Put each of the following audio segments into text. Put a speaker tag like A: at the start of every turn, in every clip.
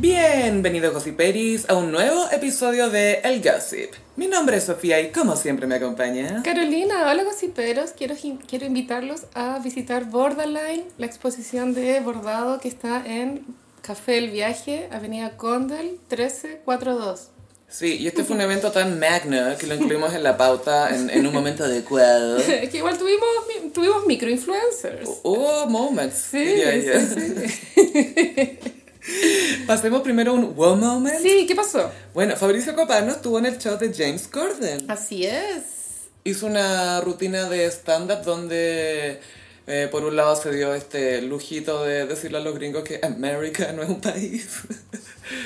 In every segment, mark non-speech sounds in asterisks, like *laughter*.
A: Bienvenidos Gossiperis a un nuevo episodio de El Gossip. Mi nombre es Sofía y como siempre me acompaña.
B: Carolina, hola gossiperos, quiero, in- quiero invitarlos a visitar Borderline, la exposición de bordado que está en Café El Viaje, Avenida Condal 1342.
A: Sí, y este fue un evento tan magno que lo incluimos en la pauta en, en un momento adecuado.
B: *laughs* Es que igual tuvimos, mi- tuvimos microinfluencers.
A: Oh, moments.
B: Sí,
A: diría yo.
B: sí, sí.
A: Pasemos primero a un wow moment.
B: Sí, ¿qué pasó?
A: Bueno, Fabricio Copano estuvo en el show de James Corden.
B: Así es.
A: Hizo una rutina de stand-up donde, eh, por un lado, se dio este lujito de decirle a los gringos que América no es un país.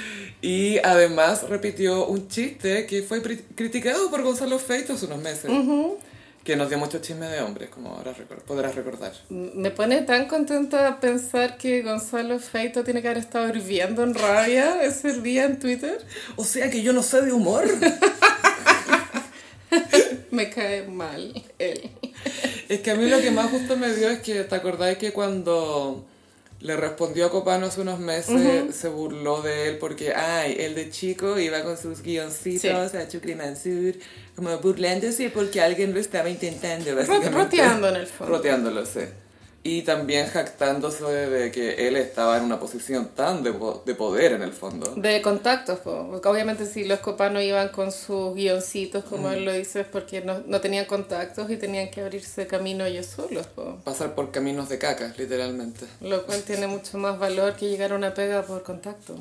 A: *laughs* y además repitió un chiste que fue pri- criticado por Gonzalo Feito hace unos meses. Que nos dio mucho chisme de hombres, como ahora recor- podrás recordar.
B: M- Me pone tan contenta pensar que Gonzalo Feito tiene que haber estado hirviendo en rabia ese día en Twitter.
A: O sea que yo no sé de humor. *laughs*
B: Me cae mal él.
A: Es que a mí lo que más gusto me dio es que, ¿te acordáis que cuando le respondió a Copano hace unos meses, se burló de él porque, ay, él de chico iba con sus guioncitos a Chukri Mansur, como burlándose porque alguien lo estaba intentando, básicamente.
B: Roteando en el fondo.
A: Roteándolo, sí. Y también jactándose de que él estaba en una posición tan de, po- de poder en el fondo.
B: De contactos, po, porque obviamente si los copanos iban con sus guioncitos,
A: Mm.
B: como él lo dice, es porque no, no tenían contactos y tenían que abrirse camino ellos solos, po.
A: Pasar por caminos de caca, literalmente.
B: lo cual tiene mucho más valor que llegar a una pega por contacto.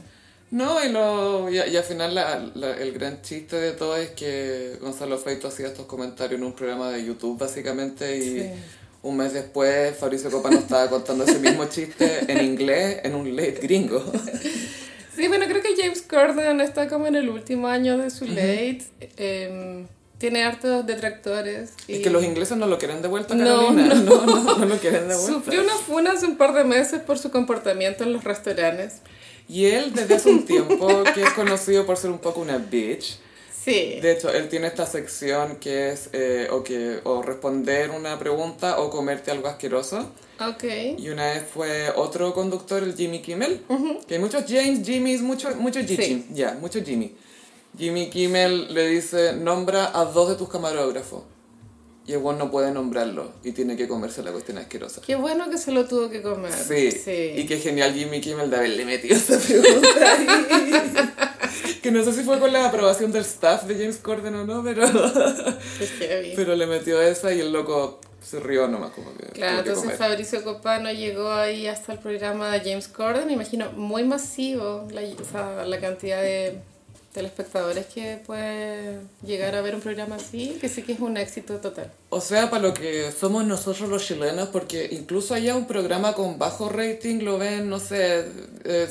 A: No, y, lo, y, a- y al final la- la- el gran chiste de todo es que Gonzalo Feito hacía estos comentarios en un programa de YouTube, básicamente, y
B: Sí.
A: un mes después Fabricio Copano estaba contando ese mismo chiste en inglés en un late gringo.
B: Sí, bueno, creo que James Corden está como en el último año de su late, em, tiene hartos detractores. Y
A: Es que los ingleses no lo quieren de vuelta,
B: No,
A: Carolina. No, no, no, lo quieren de vuelta.
B: Sufrió una funa hace un par de meses por su comportamiento en los restaurantes.
A: Y él, desde hace un tiempo, que es conocido por ser un poco una bitch,
B: Sí.
A: De hecho, él tiene esta sección que es eh, o, que, o responder una pregunta o comerte algo asqueroso.
B: Ok.
A: Y una vez fue otro conductor, el Jimmy Kimmel, que hay muchos James, Jimmys, muchos mucho Jimmy,
B: Sí.
A: ya, mucho Jimmy. Jimmy Kimmel le dice, nombra a dos de tus camarógrafos. Y el buen no puede nombrarlo y tiene que comerse la cuestión asquerosa.
B: Qué bueno que se lo tuvo que comer.
A: Sí. y qué genial Jimmy Kimmel de haberle metido esa pregunta
B: *laughs*
A: ahí. Que no sé si fue con la aprobación del staff de James Corden o no, pero,
B: Qué
A: Pues
B: heavy.
A: pero le metió esa y el loco se rió nomás como que...
B: Claro,
A: tuvo que
B: entonces
A: comer.
B: Fabricio Copano llegó ahí hasta el programa de James Corden, me imagino muy masivo la, o sea, la cantidad de telespectadores que puede llegar a ver un programa así, que sí que es un éxito total.
A: O sea, para lo que somos nosotros los chilenos, porque incluso allá un programa con bajo rating lo ven, no sé,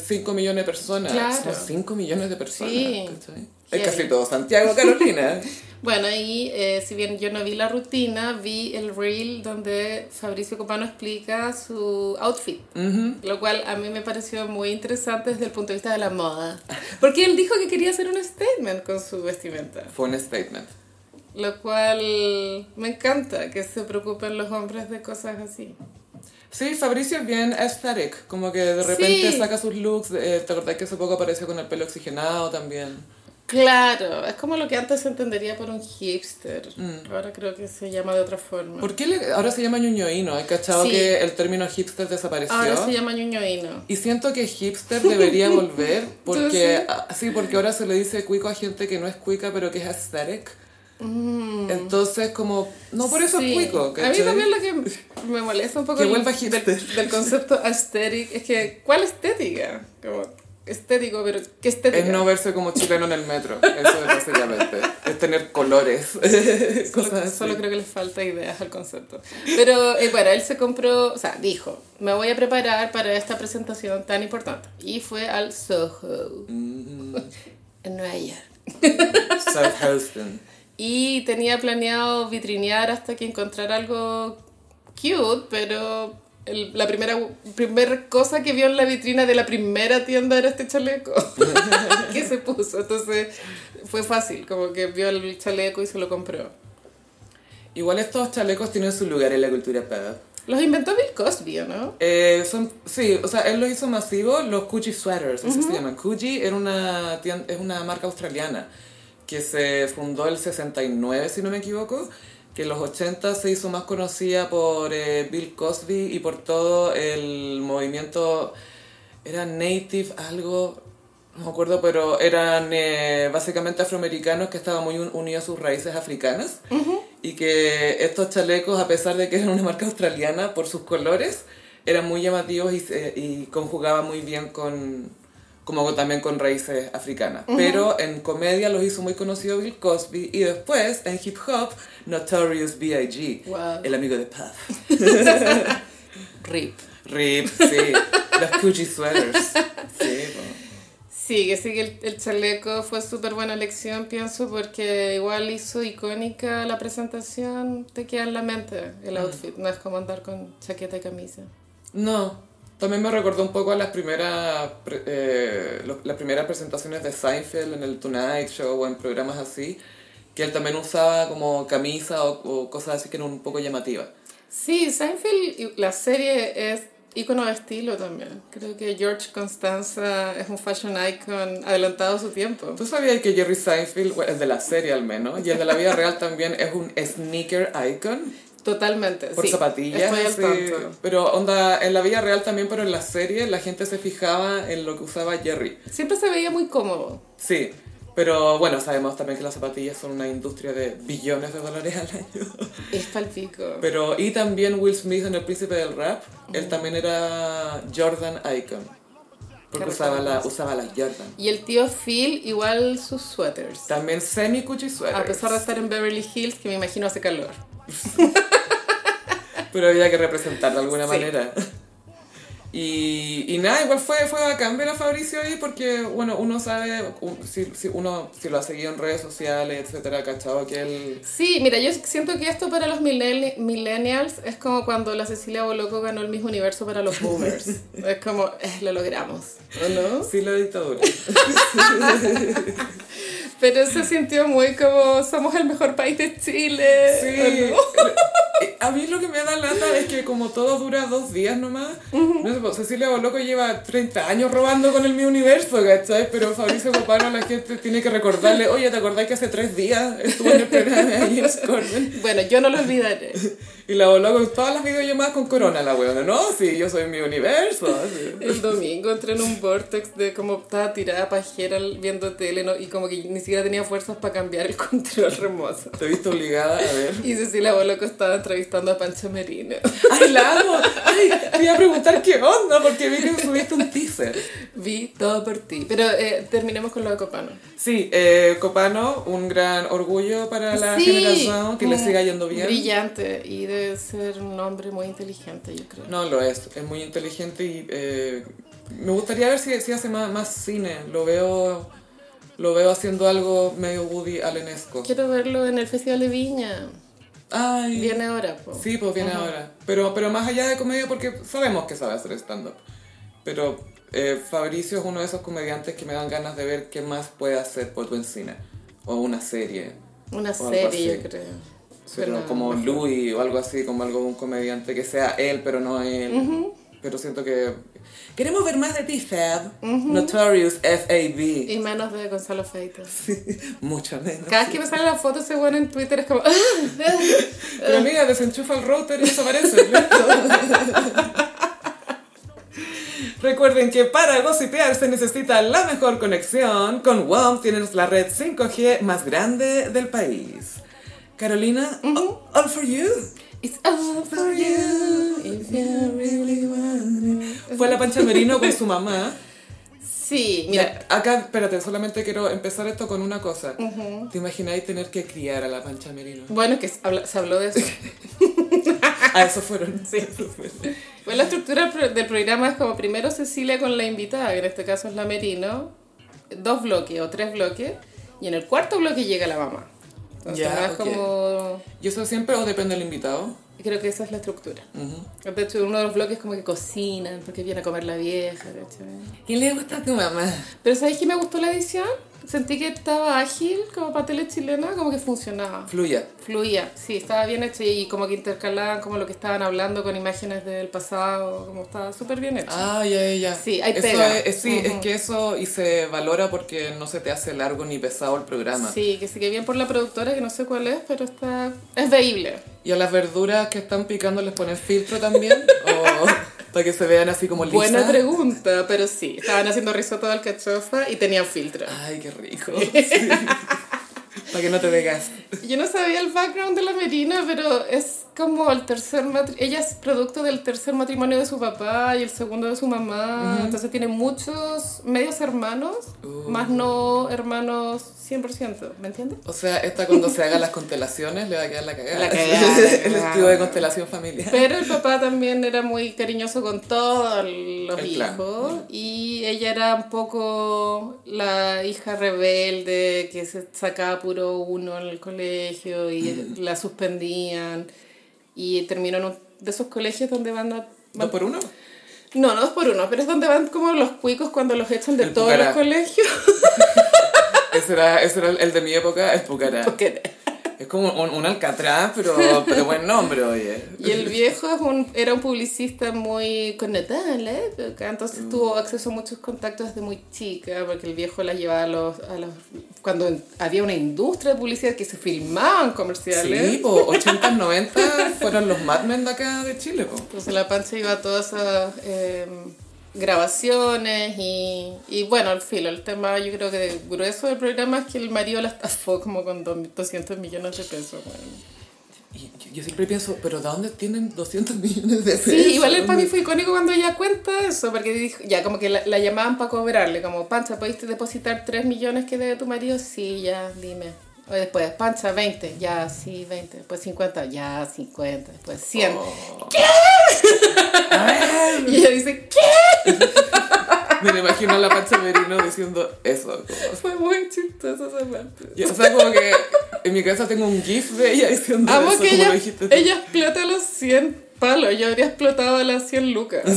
A: 5 millones de personas.
B: Claro.
A: Son 5 millones de personas.
B: Sí.
A: ¿cachai?
B: Heavy.
A: Es casi todo Santiago,
B: *laughs*
A: Carolina.
B: Bueno, y eh, si bien yo no vi la rutina, vi el reel donde Fabricio Copano explica su outfit, lo cual a mí me pareció muy interesante desde el punto de vista de la moda, porque él dijo que quería hacer un statement con su vestimenta.
A: Fue un statement.
B: Lo cual me encanta que se preocupen los hombres de cosas así.
A: Sí, Fabricio es bien aesthetic, como que de repente
B: Sí.
A: saca sus looks. eh, ¿Te acordás que hace poco apareció con el pelo oxigenado también?
B: Claro, es como lo que antes se entendería por un hipster. Ahora creo que se llama de otra forma.
A: Mm. ¿Por qué le- ahora se llama ñoñoíno? He cachado
B: Sí.
A: que el término hipster desapareció.
B: Ahora se llama ñoñoíno.
A: Y siento que hipster
B: *laughs*
A: debería volver porque
B: sí?
A: ah, sí, porque ahora se le dice cuico a gente que no es cuica pero que es aesthetic. Entonces como no por eso
B: Mm. Sí.
A: es cuico,
B: A mí
A: ¿cachai?
B: también lo que me molesta un poco
A: Que
B: el-
A: vuelva
B: del,
A: hipster.
B: del concepto aesthetic es que, ¿cuál estética? Como, estético, pero ¿qué estética?
A: es no verse como chileno en el metro, eso es básicamente, es tener colores,
B: *laughs* Solo-
A: cosas así.
B: Solo creo que les falta ideas al concepto. Pero eh, bueno, él se compró, o sea, dijo, me voy a preparar para esta presentación tan importante. Y fue al Soho, en Nueva York.
A: Southampton.
B: Y tenía planeado vitrinear hasta que encontrara algo cute, pero el- la primera primer cosa que vio en la vitrina de la primera tienda era este chaleco *laughs* que se puso. Entonces fue fácil, como que vio el chaleco y se lo compró.
A: Igual estos chalecos tienen su lugar en la cultura pop.
B: Los inventó Bill Cosby, ¿o no?
A: Eh, son, sí, o sea, él lo hizo masivo, los Gucci Sweaters, así se llaman. Gucci era una tien- es una marca australiana que se fundó el 69, si no me equivoco, que en los 80 se hizo más conocida por eh, Bill Cosby y por todo el movimiento, era native algo, no me acuerdo, pero eran eh, básicamente afroamericanos que estaban muy un- unidos a sus raíces africanas y que estos chalecos, a pesar de que eran una marca australiana por sus colores, eran muy llamativos y, se- y conjugaban muy bien con como también con raíces africanas. Pero en comedia los hizo muy conocido Bill Cosby y después en hip hop Notorious B.I.G.,
B: Wow.
A: el amigo de Puff.
B: Rip.
A: Rip, sí. Los Gucci sweaters. Sí, po.
B: Sí, que sí que el, el chaleco fue súper buena elección, pienso, porque igual hizo icónica la presentación, te queda en la mente
A: Ah.
B: el outfit, no es como andar con chaqueta y camisa.
A: No, también me recordó un poco a las primeras, pre- eh, lo- las primeras presentaciones de Seinfeld en el Tonight Show o en programas así, que él también usaba como camisa o, o cosas así que eran un poco llamativas.
B: Sí, Seinfeld, y- la serie es ícono de estilo también. Creo que George Constanza es un fashion icon adelantado a su tiempo.
A: ¿Tú sabías que Jerry Seinfeld, bueno, el de la serie al menos, y el de la vida real también es un sneaker icon?
B: Totalmente,
A: Por
B: sí.
A: zapatillas.
B: Estoy al
A: así.
B: tanto.
A: Pero onda, en la vida real también, pero en la serie la gente se fijaba en lo que usaba Jerry.
B: Siempre se veía muy cómodo.
A: Sí, pero bueno, sabemos también que las zapatillas son una industria de billones de dólares al año.
B: Es palpico.
A: Pero, y también Will Smith en El Príncipe del Rap, él también era Jordan Icon. Porque
B: Qué
A: usaba, la,
B: recuerdos.
A: usaba las Jordan.
B: Y el tío Phil, igual sus suéteres.
A: También semi cuchi
B: A pesar de estar en Beverly Hills, que me imagino hace calor.
A: pero había que representar de alguna
B: Sí.
A: manera. *laughs* Y, y nada, igual fue, fue bacán ver a Fabricio ahí porque, bueno, uno sabe, un- si, si uno si lo ha seguido en redes sociales, etcétera, cachado que él...
B: Sí, mira, yo siento que esto para los millenni- millennials es como cuando la Cecilia Boloco ganó el mismo universo para los boomers.
A: *laughs*
B: es como, eh, lo logramos, ¿o no?
A: Sí, la dictadura.
B: Pero se sintió muy como, somos el mejor país de Chile.
A: Sí.
B: ¿o no?
A: *laughs* Eh, A mí lo que me da lata es que como todo dura dos días nomás, no sé, pues, Cecilia Boloco lleva 30 años robando con el mi universo, ¿cachai? Pero Fabricio Copano la gente tiene que recordarle, oye, ¿te acordás que hace tres días estuvo en el programa de James Corden?
B: Bueno, yo no lo olvidaré.
A: Y la voló con todas las videollamadas con corona, la weona, ¿no? Sí, yo soy mi universo. sí.
B: El domingo entré en un vortex de como estaba tirada pajera viendo tele ¿no? y como que ni siquiera tenía fuerzas para cambiar el *laughs* control remoto.
A: Te he visto obligada a ver.
B: Y Cecilia Boloco estaba entrevistando a Pancho Merino.
A: ¡Ay, la amo! ¡Ay! Te iba a preguntar qué onda, porque vi que subiste un teaser.
B: Vi todo por ti. Pero eh, terminemos con lo de Copano.
A: Sí, eh, Copano, un gran orgullo para la generación, que le
B: Mm,
A: siga yendo bien.
B: Brillante y debe ser un hombre muy inteligente, yo creo.
A: No, lo es, es muy inteligente y eh, me gustaría ver si, si hace más, más cine. Lo veo, lo veo haciendo algo medio Woody Allenesco.
B: Quiero verlo en el Festival de Viña.
A: ¡Ay!
B: Viene ahora, po.
A: Sí, pues viene ahora. Pero, pero más allá de comedia, porque sabemos que sabe hacer stand-up. Pero eh, Fabricio es uno de esos comediantes que me dan ganas de ver qué más puede hacer por tu encina. O una serie.
B: Una
A: algo
B: serie,
A: así.
B: yo creo.
A: Pero
B: Pero
A: como
B: mejor.
A: Louis o algo así, como algo de un comediante que sea él, pero no él. Pero siento que... Queremos ver más de ti, Fab. Notorious F.A.B.
B: Y menos de Gonzalo Feitas.
A: *laughs* Mucho menos.
B: Cada vez que me sale la foto ese bueno en Twitter es como... ¡Ah! *laughs*
A: Pero amiga, desenchufa el router y desaparece. listo. Recuerden que para gossipear se necesita la mejor conexión. Con WOM tienes la red 5G más grande del país. Carolina, all, all for you.
B: It's all for you if you really want it.
A: Fue la Pancha Merino con su mamá.
B: Sí, *laughs* mira.
A: Acá, espérate, solamente quiero empezar esto con una cosa. ¿Te imagináis tener que criar a la Pancha Merino?
B: *laughs* Bueno, que se habla- se habló de eso.
A: A eso fueron. *laughs* eso fueron.
B: Pues la estructura pro- del programa es como primero Cecilia con la invitada, que en este caso es la Merino, dos bloques o tres bloques, y en el cuarto bloque llega la mamá. Entonces
A: Ya,
B: no es
A: ok.
B: como...
A: ¿Y eso siempre o depende del invitado?
B: Creo que esa es la estructura. De hecho, uno de los bloques como que cocinan, porque viene a comer la vieja, ¿cachai?
A: ¿Quién le gusta a tu mamá?
B: Pero ¿sabéis que me gustó la edición? sentí que estaba ágil como para tele chilena, como que funcionaba.
A: Fluya.
B: Fluía, sí, estaba bien hecho y como que intercalaban como lo que estaban hablando con imágenes del pasado, como estaba súper bien hecho.
A: Ah, ya, ya, ya.
B: Sí, ahí
A: Eso
B: pega.
A: es- es- sí, es
B: Ujú.
A: que eso y se valora porque no se te hace largo ni pesado el programa.
B: Sí, que sí que bien por la productora, que no sé cuál es, pero está... es veíble.
A: Y a las verduras que están picando les ponen filtro también,
B: *laughs*
A: o para que se vean así como lisas.
B: Buena pregunta, pero sí, estaban haciendo risotto de alcachofa y tenían filtro.
A: Ay, qué
B: *laughs*
A: rico. Sí. para que no te veas.
B: Yo no sabía el background de la Merina, pero es como el tercer matri- Ella es producto del tercer matrimonio de su papá y el segundo de su mamá. Entonces tiene muchos medios hermanos, más no hermanos 100%. ¿Me entiendes?
A: O sea, esta cuando se hagan las constelaciones le va a quedar la cagada.
B: La cagada,
A: *laughs*
B: la
A: el
B: cagada.
A: estudio de constelación familiar.
B: Pero el papá también era muy cariñoso con todos los
A: El
B: hijos.
A: clan,
B: Y ella era un poco la hija rebelde que se sacaba puro uno en el colegio y la suspendían. Y terminó en un- de esos colegios donde van a.
A: ¿Dos por uno?
B: No, no dos por uno, pero es donde van como los cuicos cuando los echan de
A: El Ah.
B: todos
A: pucará.
B: los colegios.
A: Ese era, ese era el, el de mi época, el Pucará.
B: Porque-
A: Es como un, un alcatraz, pero, pero buen nombre, oye.
B: Y el viejo es un- era un publicista muy connotado en la época, entonces tuvo acceso a muchos contactos desde muy chica, porque el viejo la llevaba a los... a los- cuando en- había una industria de publicidad que se filmaban comerciales.
A: Sí, po, 80, 90 fueron los Mad Men de acá de Chile, po.
B: Entonces la pancha iba a todas esas eh, grabaciones y, y bueno, al filo, el tema yo creo que de- grueso del programa es que el marido la estafó como con dos- 200 millones de pesos. bueno.
A: Y yo, yo siempre pienso, ¿pero de dónde tienen 200 millones de pesos? Oh.
B: Sí, igual el para mí fue icónico cuando ella cuenta eso, porque dijo, ya como que la, la llamaban para cobrarle, como, Pancha, ¿podiste depositar 3 millones que debe tu marido? Sí, ya, dime. O después, Pancha, 20, ya, sí, 20. Después 50, ya, 50. Después 100.
A: Oh. Ay,
B: Y ella dice, ¿qué?
A: me lo imagino a la Pancha Merino diciendo eso. como-
B: Fue muy chistosa esa parte.
A: Y, o sea, como que en mi casa tengo un gif de ella diciendo
B: Amo
A: eso,
B: que
A: como
B: ella,
A: lo dijiste. tú.
B: Ah, ella explota los 100 palos, yo habría explotado a las 100 lucas.
A: Sí.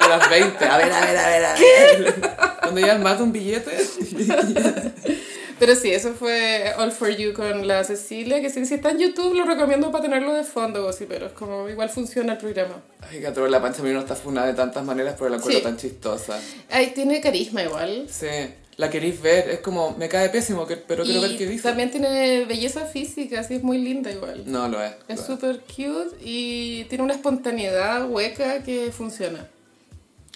A: A las 20, a ver, a ver, a ver, a ver. Cuando ya más de un billete.
B: Pero sí, eso fue All For You con la Cecilia, que si, si está en YouTube lo recomiendo para tenerlo de fondo, sí, pero es como igual funciona el programa.
A: Ay, que la Pancha Merino está funada de tantas maneras, pero la encuentro
B: Sí.
A: tan chistosa.
B: Ay, tiene carisma igual.
A: Sí, la queréis ver, es como, me cae pésimo, que- pero quiero
B: Y
A: ver qué dice.
B: También tiene belleza física, así es muy linda igual.
A: No lo es.
B: Es
A: lo es.
B: súper cute y tiene una espontaneidad hueca que funciona.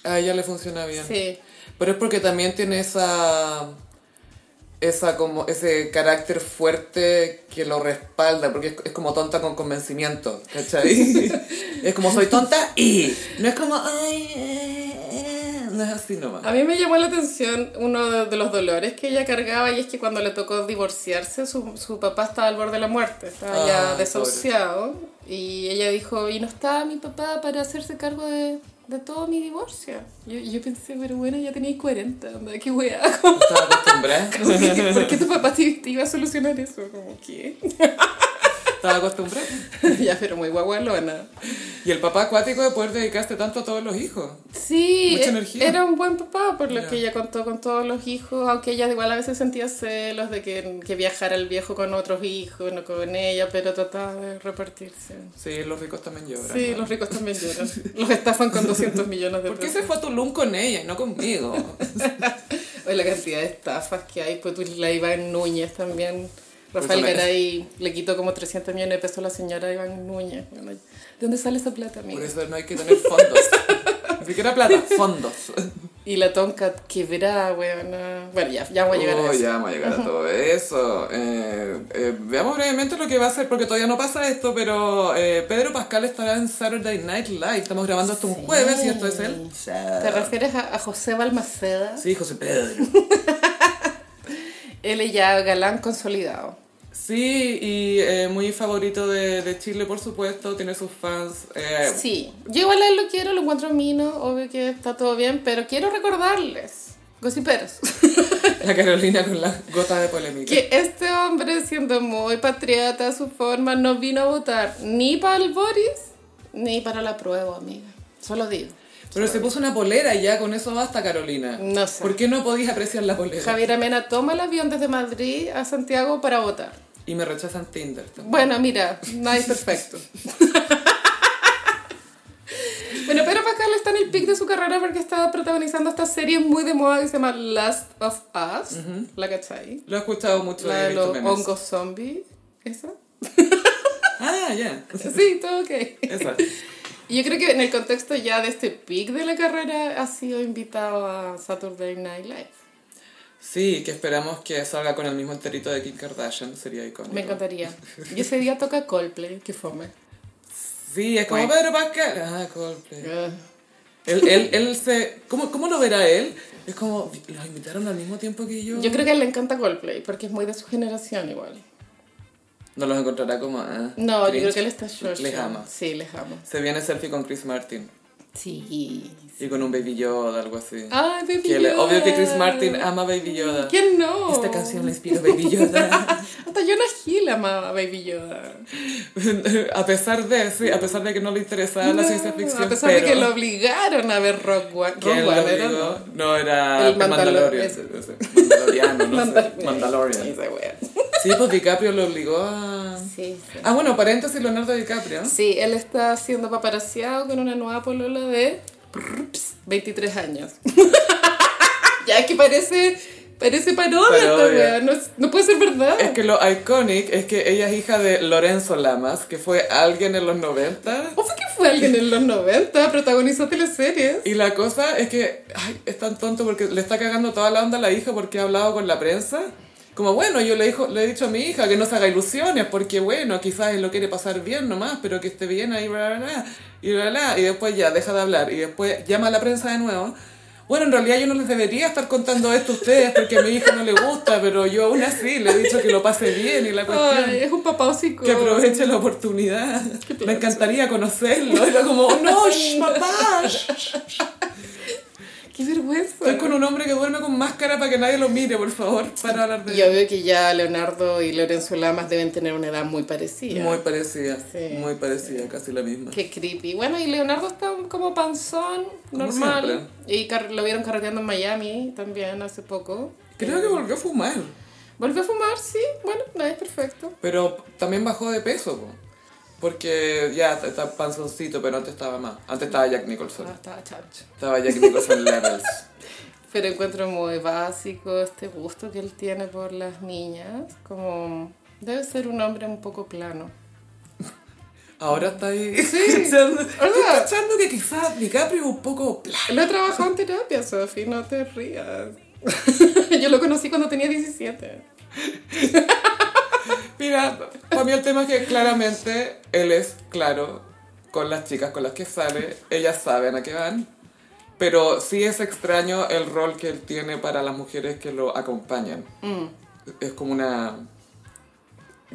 A: A ella le funciona bien.
B: Sí.
A: Pero es porque también tiene esa. Esa como, ese carácter fuerte que lo respalda, porque es, es como tonta con convencimiento,
B: *laughs*
A: ¿cachai? es como soy tonta y. No es como. Ay, eh, eh", no es así nomás.
B: A mí me llamó la atención uno de, de los dolores que ella cargaba y es que cuando le tocó divorciarse, su, su papá estaba al borde de la muerte, estaba
A: Ah,
B: ya
A: pobre.
B: desahuciado. Y ella dijo, y no estaba mi papá para hacerse cargo de, de todo mi divorcio. Yo, yo pensé, pero bueno, ya tenías 40, onda, qué weá.
A: Estaba *laughs* acostumbrada.
B: ¿Por qué tu papá te, te iba a solucionar eso? Como,
A: *laughs*
B: ¿qué?
A: Estaba acostumbrada.
B: ya, pero muy guagualona.
A: Y el papá acuático de poder dedicarse tanto a todos los hijos.
B: Sí,
A: Mucha
B: e-
A: energía.
B: era un buen papá, por lo
A: Ya.
B: que ella contó con todos los hijos, aunque ella igual a veces sentía celos de que, que viajara el viejo con otros hijos, no con ella, pero trataba de repartirse.
A: Sí, los ricos también lloran.
B: Sí,
A: ¿no?
B: los ricos también lloran. Los estafan con 200 millones de
A: ¿Por qué
B: pesos.
A: se fue a Tulum con ella y no
B: *laughs*
A: conmigo?
B: Oye, la cantidad de estafas que hay, pues tú la Iván Núñez también. Rafael
A: Personajes.
B: Garay le quitó como 300 millones de pesos a la señora Iván Núñez. Bueno, ¿De dónde sale esa plata, amiga?
A: Por eso no hay que tener fondos. Ni siquiera plata, fondos.
B: Y la tonca quebrada, weona. Bueno, ya, ya vamos a llegar a
A: Oh,
B: eso.
A: ya vamos a llegar a todo eso. Eh, eh, veamos brevemente lo que va a ser, porque todavía no pasa esto, pero eh, Pedro Pascal estará en Saturday Night Live. Estamos grabando esto un
B: Sí.
A: jueves y esto es el...
B: ¿Te refieres a, a José Balmaceda?
A: Sí, José Pedro.
B: Él es ya galán consolidado.
A: Sí, y eh, muy favorito de, de Chile, por supuesto. Tiene sus fans. eh,
B: Sí, yo igual a él lo quiero, lo encuentro mino, obvio que está todo bien, pero quiero recordarles, gossiperos,
A: *laughs*
B: *laughs*
A: La Carolina con las gotas de polémica. *laughs*
B: que este hombre, siendo muy patriota a su forma, no vino a votar ni para el Boris ni para la prueba, amiga. Solo digo.
A: Pero se puso una polera y ya con eso basta, Carolina.
B: No sé.
A: ¿Por qué no podís apreciar la polera?
B: Javier Amena toma el avión desde Madrid a Santiago para votar.
A: Y me rechazan Tinder. también.
B: Bueno, mira, nadie es perfecto. bueno, Pedro Pascal está en el pic de su carrera porque está protagonizando esta serie muy de moda que se llama Last of Us. ¿La cachai?
A: Lo he escuchado mucho
B: La
A: he
B: de
A: visto
B: los
A: memes.
B: hongos zombies. ¿Esa?
A: Ah, ya.
B: Sí, todo ok.
A: Esa.
B: Y Yo creo que en el contexto ya de este pic de la carrera ha sido invitado a Saturday Night Live.
A: Sí, que esperamos que salga con el mismo enterito de Kim Kardashian, sería icónico.
B: Me encantaría. Y ese día toca Coldplay, que fome.
A: Sí, es como
B: Bueno.
A: Pedro Pascal. Ah, Coldplay.
B: Ah.
A: Él, él, él se... ¿Cómo, ¿Cómo lo verá él? Es como, ¿los invitaron al mismo tiempo que yo?
B: Yo creo que a él le encanta Coldplay, porque es muy de su generación igual.
A: No los encontrará como... ah,
B: No, yo
A: cringe.
B: creo que él está short.
A: Les ama.
B: Sí, les ama.
A: Se viene selfie con Chris Martin.
B: Sí.
A: Y con un Baby Yoda, algo así.
B: Ay, Baby
A: Que le-
B: Yoda.
A: obvio que Chris Martin ama a Baby Yoda.
B: ¿Quién no?
A: Esta canción la inspiró Baby Yoda.
B: *laughs*
A: *laughs*
B: Hasta Jonah Hill amaba a Baby Yoda.
A: a pesar de, sí, a pesar de que Ah, no le interesaba la
B: No,
A: ciencia ficción,
B: A pesar
A: pero
B: de que lo obligaron a ver Rock One.
A: ¿quién
B: Rock
A: lo
B: One era,
A: obligó?
B: ¿no?
A: No, era
B: El
A: el
B: Mandalor-
A: Mandalorian.
B: ese.
A: ese, *laughs* Mandaloriano, no sé,
B: Mandal-
A: Mandalorian.
B: Esa wea.
A: Sí, pues DiCaprio lo obligó a...
B: Sí, sí.
A: Ah, bueno, paréntesis, Leonardo DiCaprio.
B: Sí, él está siendo paparazziado con una nueva polola de prrps, 23 años. *laughs* ya es que parece, parece parodia esta
A: Parodia.
B: wea, no, es- no puede ser verdad.
A: Es que lo iconic es que ella es hija de Lorenzo Lamas, que fue alguien en los 90.
B: O fue que fue alguien en los 90, protagonizó teleseries.
A: Y la cosa es que ay, es tan tonto porque le está cagando toda la onda a la hija porque ha hablado con la prensa. Como bueno, yo le, dijo, le he dicho a mi hija que no se haga ilusiones porque bueno, quizás él lo quiere pasar bien nomás, pero que esté bien ahí, bla, bla, bla, y bla, bla. Y después ya deja de hablar y después llama a la prensa de nuevo. Bueno, en realidad yo no les debería estar contando esto a ustedes porque a mi hija no le gusta, pero yo aún así le he dicho que lo pase bien y la cuestión.
B: Ay, es un papá hocico.
A: Que aproveche la oportunidad. Me encantaría conocerlo. Era como, "Oh, no, sh, papá, sh,
B: Qué vergüenza.
A: Estoy con un hombre que duerme con máscara para que nadie lo mire, por favor, *laughs* para hablar de
B: Y obvio que ya Leonardo y Lorenzo Lamas deben tener una edad muy parecida.
A: Muy parecida,
B: Sí,
A: muy parecida, casi la misma.
B: Qué creepy. Bueno, y Leonardo está como panzón,
A: Como
B: normal. Y car- lo vieron carreteando en Miami también hace poco. Eh,
A: Creo que volvió a fumar,
B: Volvió a fumar, sí. Bueno, nada es perfecto.
A: pero también bajó de peso, po. porque ya está- está panzoncito, pero antes estaba más. Antes estaba Jack
B: Ah,
A: Nicholson.
B: estaba chancho.
A: Estaba Jack Nicholson Levels.
B: *laughs* Pero encuentro muy básico este gusto que él tiene por las niñas. Como debe ser un hombre un poco plano.
A: Ahora está ahí.
B: Sí.
A: cachando- *laughs* Estoy
B: Hola.
A: cachando que quizás DiCaprio es un poco. pla-
B: Lo he trabajado en terapia, Sofi, no te rías. *laughs* Yo lo conocí cuando tenía 17.
A: Mira, para mí el tema es que claramente él es claro con las chicas con las que sale, ellas saben a qué van, pero sí es extraño el rol que él tiene para las mujeres que lo acompañan.
B: Mm.
A: Es como una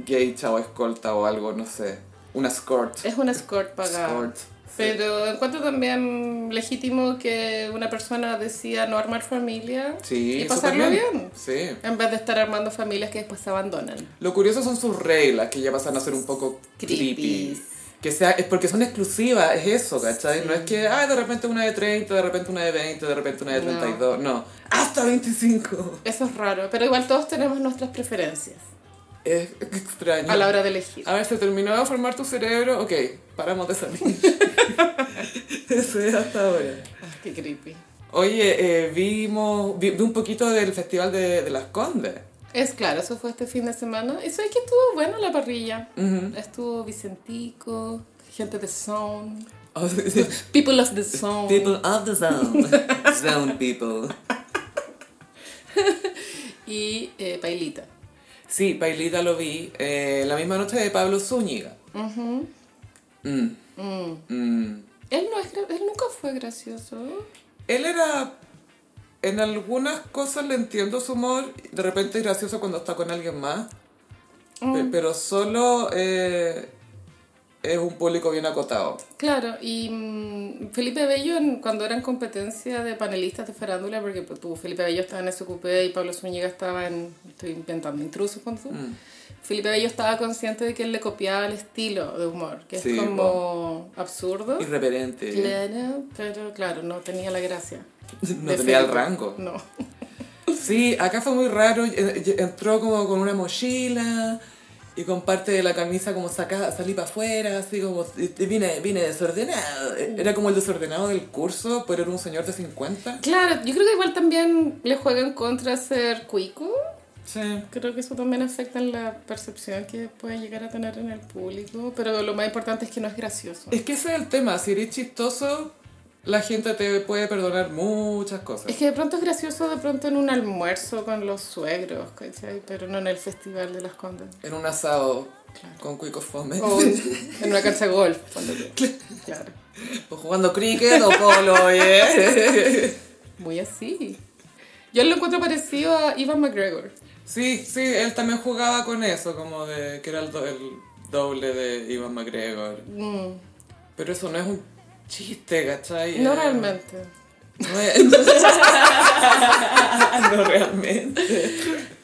A: geisha o escolta o algo, no sé, una escort.
B: Es una escort pagada.
A: Escort, sí.
B: Pero encuentro también legítimo que una persona decida no armar familia
A: Sí,
B: y
A: súper
B: pasarlo bien.
A: Sí.
B: En vez de estar armando familias que después se abandonan.
A: Lo curioso son sus reglas, que ya pasan a ser un poco creepy.
B: Creepies.
A: Que sea, es porque son exclusivas, es eso, ¿cachai? No es que, ah, de repente una de 30, de repente una de 20, de repente una de
B: No.
A: 32, no. Hasta 25.
B: Eso es raro, pero igual todos tenemos nuestras preferencias
A: Es extraño.
B: a la hora de elegir.
A: A ver, se terminó de formar tu cerebro, ok, paramos de salir. eso es hasta ahora.
B: Ah, qué creepy.
A: Oye, eh, vimos, vi, vi un poquito del Festival de, de las Condes.
B: Es claro, eso fue este fin de semana. Y sabes que estuvo bueno la parrilla. Estuvo Vicentico, gente de Sound, People of the Sound.
A: of the zone. *laughs* zone people.
B: y eh, Pailita.
A: Sí, Pailita lo vi eh, la misma noche de Pablo Zúñiga. Mm. Mm.
B: Él, no es, gra- él nunca fue gracioso.
A: Él era. En algunas cosas le entiendo su humor, de repente es gracioso cuando está con alguien más, pe- pero solo eh, es un público bien acotado.
B: Claro, y mm, Felipe Bello en- cuando era en competencia de panelistas de farándula, porque pues, tú, Felipe Bello estaba en SQP y Pablo Zúñiga estaba en, estoy inventando, intrusos con tú. Felipe Bello estaba consciente de que él le copiaba el estilo de humor, que
A: Sí,
B: es como absurdo.
A: Irreverente.
B: Claro, pero claro, no tenía la gracia.
A: No
B: de
A: tenía el
B: Felipe.
A: rango.
B: No.
A: Sí, acá fue muy raro. eh, eh, Entró como con una mochila y con parte de la camisa como sacada, salí para afuera, así como eh, vine, vine desordenado. Eh, Era como el desordenado del curso, pero era un señor de 50.
B: Claro, yo creo que igual también le juega en contra ser cuico.
A: Sí.
B: Creo que eso también afecta en la percepción que puede llegar a tener en el público, pero lo más importante es que no es gracioso.
A: Es que ese es el tema. Si eres chistoso, la gente te puede perdonar muchas cosas.
B: Es que de pronto es gracioso de pronto en un almuerzo con los suegros, ¿cachai? Pero no en el Festival de las Condes.
A: En un asado con cuicos fome.
B: O en una cancha de golf, cuando Claro.
A: *laughs* O jugando cricket o polo, *laughs* oye.
B: Muy así. Yo lo encuentro parecido a Ivan McGregor.
A: Sí, sí, él también jugaba con eso, como de que era el, do- el doble de Ivan McGregor.
B: Mm,
A: Pero eso no es un chiste, ¿cachai?
B: No
A: Eh,
B: realmente.
A: No, es- *laughs* No realmente.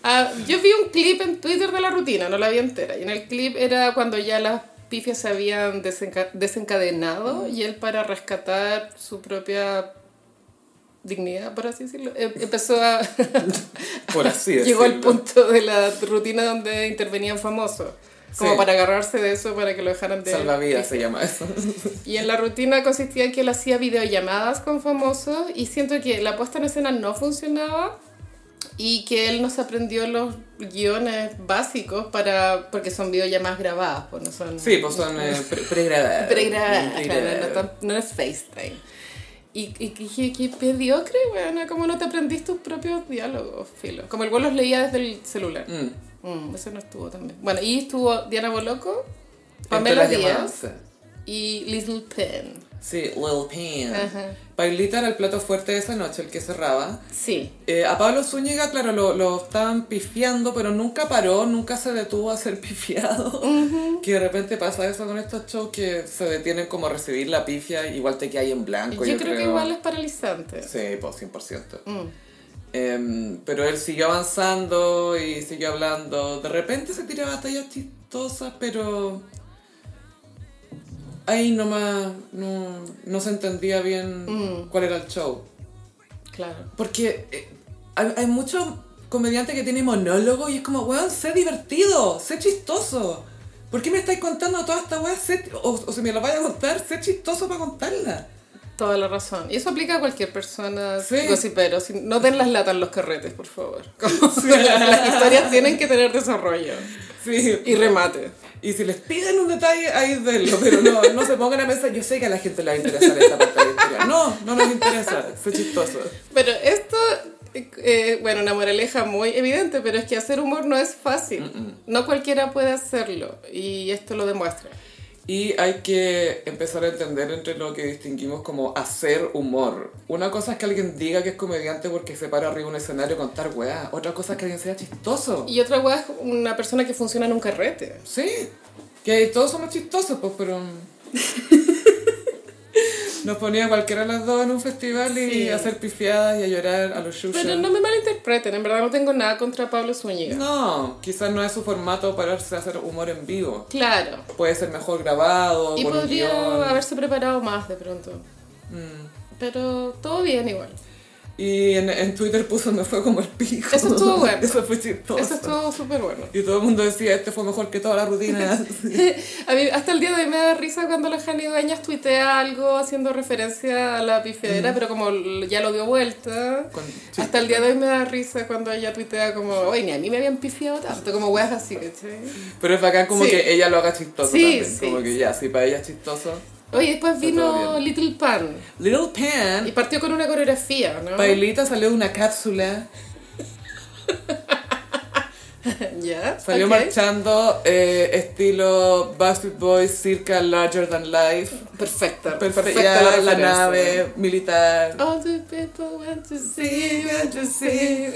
B: Ah, yo vi un clip en Twitter de la rutina, no la vi entera. Y en el clip era cuando ya las pifias se habían desenca- desencadenado y él para rescatar su propia dignidad, por así decirlo, em-
A: *laughs*
B: empezó a...
A: Por así
B: llegó al
A: decirlo.
B: punto de la rutina donde intervenían famosos. Como
A: Sí.
B: para agarrarse de eso, para que lo dejaran de...
A: Salvavidas se llama eso.
B: Y en la rutina consistía en que él hacía videollamadas con famosos y siento que la puesta en escena no funcionaba y que él nos aprendió los guiones básicos para porque son videollamadas grabadas, pues no son
A: Sí, pues son eh,
B: *laughs*
A: pre- pregrabadas.
B: pregrabadas, claro, no,
A: Pregrabadas.
B: tan- no es FaceTime. Y, y que dije, qué pediocre, bueno, como no te aprendiste tus propios diálogos, filo. Como el güey los leía desde el celular.
A: Mm.
B: Mm, eso no estuvo también. Bueno, y estuvo Diana Boloco,
A: Entre
B: Pamela
A: las
B: Díaz
A: llamadas.
B: y Little Pen.
A: Sí, Lil Pin.
B: Ajá.
A: Pailita era el plato fuerte de esa noche, el que cerraba.
B: Sí,
A: Eh, a Pablo Zúñiga, claro, lo, lo estaban pifiando, pero nunca paró, nunca se detuvo a ser *laughs* pifiado. Que de repente pasa eso con estos shows que se detienen como a recibir la pifia, igual te que hay en blanco.
B: Yo,
A: Yo,
B: creo, que igual es paralizante.
A: Sí, pues 100%.
B: Mm.
A: Em, pero él siguió avanzando y siguió hablando. De repente se tiraba batallas chistosas, pero. Ahí nomás no, no se entendía
B: Mm.
A: bien cuál era el show.
B: Claro.
A: Porque eh, hay, hay muchos comediantes que tienen monólogo y es como, weón, sé divertido, sé chistoso. ¿Por qué me estáis contando toda esta weá? Sé- O, o si me la vais a contar, sé chistoso para contarla.
B: Toda la razón. Y eso aplica a cualquier persona
A: Sí.
B: gocipero. Si- No den las latas en los carretes, por favor.
A: *laughs*
B: Como las historias tienen que tener desarrollo
A: Sí.
B: y remate.
A: Y si les piden un detalle, ahí denlo, pero no, no se pongan a pensar, yo sé que a la gente le va a interesar esta parte de la historia. No, no nos interesa, sé chistoso.
B: Pero esto, eh, eh, bueno, una moraleja muy evidente, pero es que hacer humor no es fácil.
A: Mm,
B: No cualquiera puede hacerlo y esto lo demuestra.
A: Y hay que empezar a entender entre lo que distinguimos como hacer humor. Una cosa es que alguien diga que es comediante porque se para arriba de un escenario a contar weá. Otra cosa es que alguien sea chistoso.
B: Y otra hueá es una persona que funciona en un carrete.
A: Sí, que todos somos chistosos, pues,
B: *laughs*
A: pero... Nos ponía cualquiera de las dos en un festival y
B: Sí.
A: a hacer pifiadas y a llorar a los yushas.
B: Pero no me malinterpreten, en verdad no tengo nada contra Pablo Zúñiga.
A: No, quizás no es su formato pararse a hacer humor en vivo.
B: Claro,
A: Puede ser mejor grabado,
B: Y
A: con un guión. Mm.
B: podría haberse preparado más de pronto. Pero todo bien igual.
A: Y en, en Twitter puso me fue como el pico.
B: Eso estuvo bueno.
A: *laughs* Eso fue chistoso.
B: Eso estuvo súper bueno. *laughs*
A: Y todo el mundo decía, este fue mejor que toda la rutina.
B: A mí hasta el día de hoy me da risa cuando la Jani Dueñas tuitea algo haciendo referencia a la pifedera,
A: Mm.
B: pero como l- ya lo dio vuelta...
A: Con-
B: Hasta el día de hoy me da risa cuando ella tuitea como, oye, ni a mí me habían pifiado tanto, como weas así, ¿cachai?
A: Pero es bacán como
B: Sí.
A: que ella lo haga chistoso
B: Sí,
A: también.
B: sí,
A: como que
B: sí.
A: ya, si para ella es chistoso.
B: Oye, después
A: Está
B: vino
A: todo
B: Little Pan
A: Little
B: y
A: Pan,
B: partió con una coreografía, ¿no?
A: Pailita salió de una cápsula,
B: *laughs* ¿Ya?
A: salió
B: ok.
A: marchando eh, estilo Backstreet Boys, circa Larger Than Life.
B: Perfecta,
A: Perfecta, la,
B: perfecta la, referencia. Oh,
A: nave militar.
B: All the people want to see
A: want to
B: *laughs*
A: see.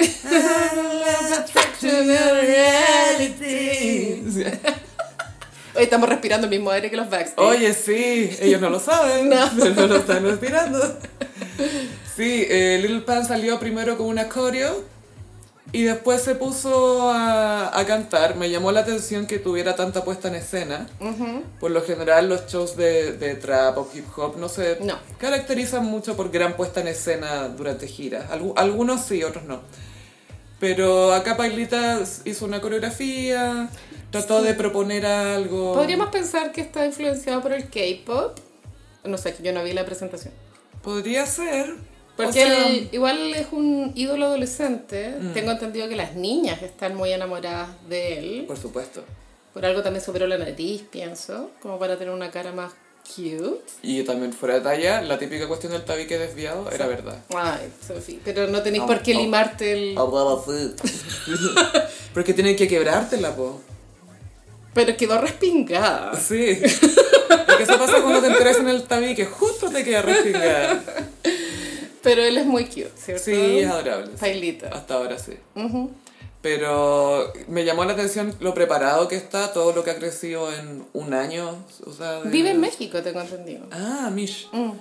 B: Hoy estamos respirando el mismo aire que los backstage.
A: Oye, sí, ellos no lo *laughs*
B: *laughs*
A: saben, pero no lo están respirando. Sí, eh, Little Pan salió primero con un acorio Y después se puso a, a cantar. Me llamó la atención que tuviera tanta puesta en escena. Por lo general los shows de, de trap o hip hop no se
B: No.
A: caracterizan mucho por gran puesta en escena durante giras. Algu- algunos sí, otros no. Pero acá Pailita hizo una coreografía, trató de proponer algo.
B: Podríamos pensar que está influenciado por el K-pop. No sé, que yo no vi la presentación.
A: Podría ser.
B: Porque
A: O sea, Mm.
B: él igual es un ídolo adolescente. Tengo entendido que las niñas están muy enamoradas de él.
A: Por supuesto.
B: Por algo también superó la nariz, pienso. Como para tener una cara más cute.
A: Y también fuera de talla, la típica cuestión del tabique desviado era verdad.
B: Ay, Sofi, pero no tenéis
A: No,
B: por qué
A: no. Ah.
B: limarte el...
A: *laughs* Porque tienen que quebrártela, po.
B: Pero quedó respingada.
A: Sí. Porque eso pasa cuando te enteras en el tabique, justo te queda respingada.
B: Pero él es muy cute, ¿cierto?
A: Sí, es adorable. sí.
B: Pailita.
A: Hasta ahora sí. Pero me llamó la atención lo preparado que está, todo lo que ha crecido en un año. O sea, de-
B: Vive en México, tengo entendido.
A: Ah, Mish.
B: Mm.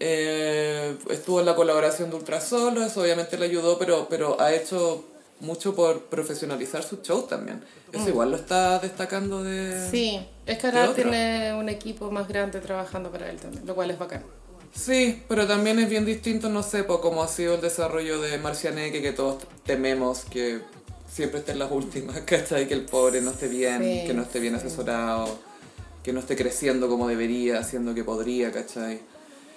A: Eh, estuvo en la colaboración de Ultrasolo, eso obviamente le ayudó, pero, pero ha hecho mucho por profesionalizar su show también. Eso igual lo está destacando de...
B: Mm. Sí, es que
A: ¿De
B: ahora
A: otro?
B: tiene un equipo más grande trabajando para él también, lo cual es bacán.
A: Sí, pero también es bien distinto, no sé, por cómo ha sido el desarrollo de Marcianeque, que todos tememos que siempre esté en las últimas, *laughs* ¿cachai? Que el pobre no esté bien,
B: Sí,
A: que no esté bien asesorado, que no esté creciendo como debería, haciendo que podría, ¿cachai?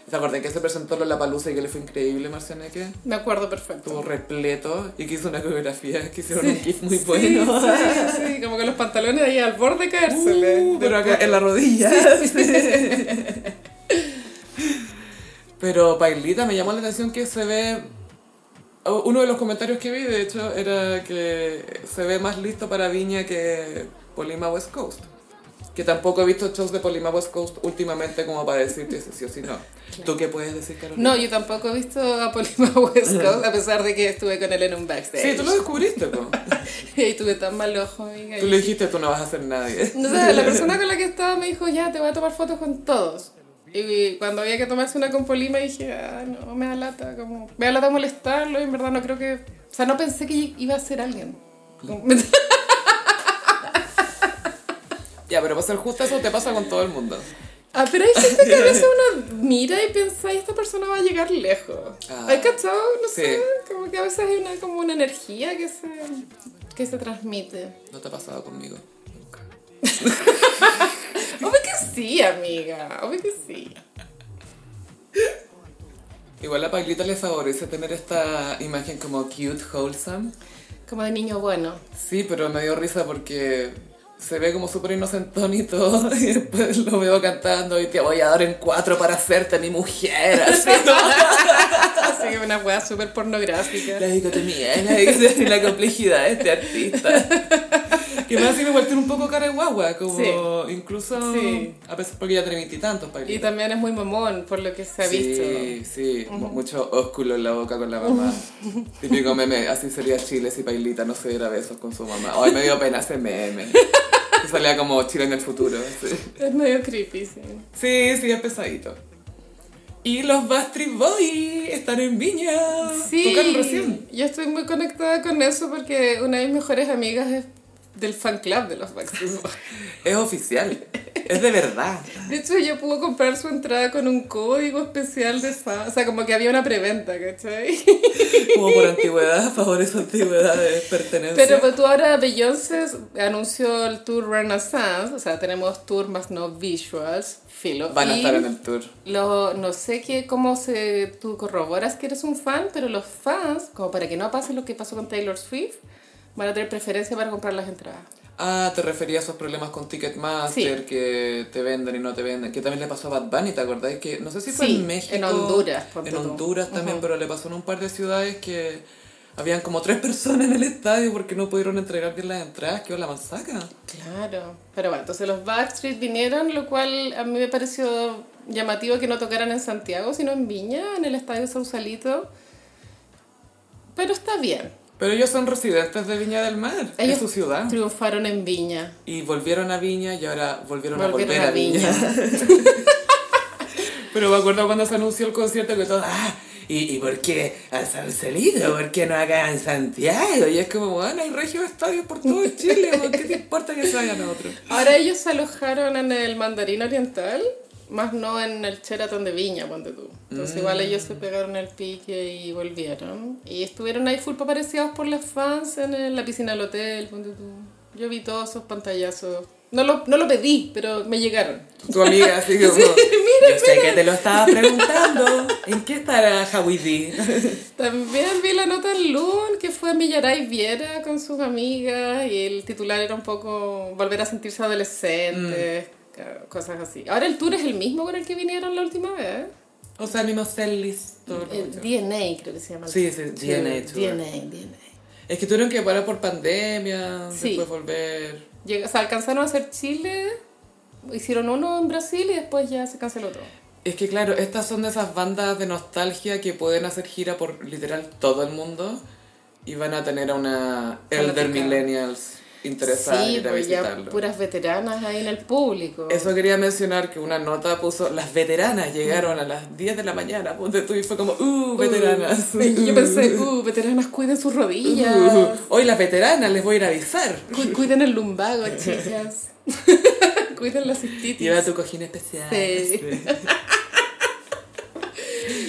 A: ¿Se acuerdan que se presentó en la palusa y que le fue increíble Marcianeque?
B: Me acuerdo perfecto.
A: Estuvo repleto y que hizo una coreografía que hicieron un gif muy
B: Sí,
A: bueno.
B: Sí, sí, como que los pantalones ahí al borde de caérsele.
A: Uh, pero acá
B: Después-
A: en la rodilla. *laughs* Pero Pailita me llamó la atención que se ve. o- Uno de los comentarios que vi, de hecho, era que se ve más listo para Viña que Polima West Coast. Que tampoco he visto shows de Polima West Coast últimamente como para decirte si sí o si no. ¿Tú qué puedes decir, Carolina?
B: No, yo tampoco he visto a Polima *laughs* West Coast, a pesar de que estuve con él en un backstage.
A: Sí, tú lo descubriste, po.
B: *laughs* Y ahí tuve tan mal ojo, amiga.
A: Tú le dijiste, tú no vas a ser nadie.
B: No sé, la persona con la que estaba me dijo, ya, te voy a tomar fotos con todos. Y cuando había que tomarse una con Polima dije, ah, no, me da lata, como, me da lata molestarlo, y en verdad no creo que, o sea, no pensé que iba a ser alguien. *laughs* Como-
A: Ya, pero para ser justo eso te pasa con todo el mundo.
B: Ah, pero hay gente que a veces uno mira y piensa, esta persona va a llegar lejos.
A: Ah.
B: ¿Hay cachado? No
A: Sí.
B: sé, como que a veces hay una, como una energía que se, que se transmite.
A: *laughs* No te ha pasado conmigo.
B: Obvio que sí, amiga, obvio que sí.
A: Igual a Pailita le favorece tener esta imagen como cute, wholesome.
B: Como de niño bueno.
A: Sí, pero me dio risa porque se ve como súper inocentón y todo. *laughs* Y después lo veo cantando y te voy a dar en cuatro para hacerte mi mujer. *laughs* Así,
B: Así que una weá súper pornográfica.
A: la dicotomía, la dicotomía, la complejidad de este artista. *laughs* Que más así me vuelve un poco cara de guagua, como
B: Sí.
A: incluso
B: Sí.
A: a pesar porque ya tiene veintitantos, Pailita.
B: Y también es muy mamón, por lo que se ha visto.
A: Sí, sí, mu- mucho ósculo en la boca con la *laughs* mamá. Típico meme, así sería Chile si Pailita no se diera besos con su mamá. Ay, me dio pena ese meme. Que salía como Chile en el futuro. Sí,
B: Es medio creepy, sí.
A: sí, sí, es pesadito. Y los Bastry Boys están en Viña. Tocaron recién.
B: yo estoy muy conectada con eso porque una de mis mejores amigas es del fan club de los Backstreet Boys.
A: Es oficial. Es de verdad.
B: De hecho, ella pudo comprar su entrada con un código especial de fan. O sea, como que había una preventa, ¿cachai?
A: Como por antigüedad, favorece antigüedad de pertenencia.
B: Pero pues, tú ahora Beyoncé anunció el tour Renaissance. O sea, tenemos tour más no visuals. Filo.
A: Van a
B: Y-
A: estar en el tour.
B: Lo, no sé qué, cómo se, tú corroboras que eres un fan, pero los fans, como para que no pase lo que pasó con Taylor Swift, van a tener preferencia para comprar las entradas.
A: Ah, te refería a esos problemas con Ticketmaster
B: Sí.
A: que te venden y no te venden. Que también le pasó a Bad Bunny, ¿te acordáis? Que no sé si fue
B: Sí,
A: en México.
B: en Honduras, ponte
A: En
B: tú.
A: Honduras también, pero le pasó en un par de ciudades que habían como tres *laughs* personas en el estadio porque no pudieron entregar bien las entradas. Quedó la manzaca.
B: Claro. Pero bueno, entonces los Backstreet vinieron, lo cual a mí me pareció llamativo que no tocaran en Santiago, sino en Viña, en el Estadio Sausalito. Pero está bien.
A: Pero ellos son residentes de Viña del Mar,
B: Ellos
A: es su ciudad.
B: triunfaron en Viña.
A: Y volvieron a Viña y ahora volvieron, a
B: Volvieron
A: volver a,
B: a Viña.
A: Viña. Pero me acuerdo cuando se anunció el concierto que todo, ah, ¿y, y por qué a Sausalito? ¿Por qué no acá en Santiago? Y es como, bueno, hay regio estadios por todo Chile, ¿por ¿qué te importa que se vayan a otro?
B: Ahora ellos se alojaron en el Mandarín Oriental, más no en el Sheraton de Viña, ponte tú. Entonces igual ellos se pegaron el pique y volvieron. Y estuvieron ahí full papareciados por las fans en el- la piscina del hotel, ponte tú. Yo vi todos esos pantallazos. No lo, no lo pedí, pero me llegaron.
A: Tu amiga, así como, yo sé que te lo estaba preguntando, ¿en qué estará Javi D?
B: También vi la nota en Loon que fue a Millaray Viera con sus amigas y el titular era un poco volver a sentirse adolescentes, ca- cosas así. Ahora el tour es el mismo con el que vinieron la última vez.
A: O sea, ni no sé listo.
B: El DNA creo que se llama. el
A: Sí, sí, DNA tour.
B: DNA, DNA.
A: Es que tuvieron que parar por pandemia,
B: Sí.
A: después volver.
B: Llega- o sea, alcanzaron a hacer Chile, hicieron uno en Brasil y después ya se canceló todo.
A: Es que claro, estas son de esas bandas de nostalgia que pueden hacer gira por literal todo el mundo y van a tener a una elder
B: Fanática.
A: millennials interesada en
B: sí,
A: ir a
B: pues ya
A: visitarlo.
B: puras veteranas ahí en el público.
A: Eso quería mencionar que una nota puso las veteranas llegaron a las 10 de la mañana, ponte tú y fue como, uh, veteranas.
B: Yo
A: *laughs*
B: pensé, uh, veteranas cuiden sus rodillas.
A: Uh, hoy las veteranas les voy a ir a avisar.
B: Cu- cuiden el lumbago, chicas.
A: *laughs*
B: cuiden la cistitis.
A: Lleva tu cojín especial.
B: Sí.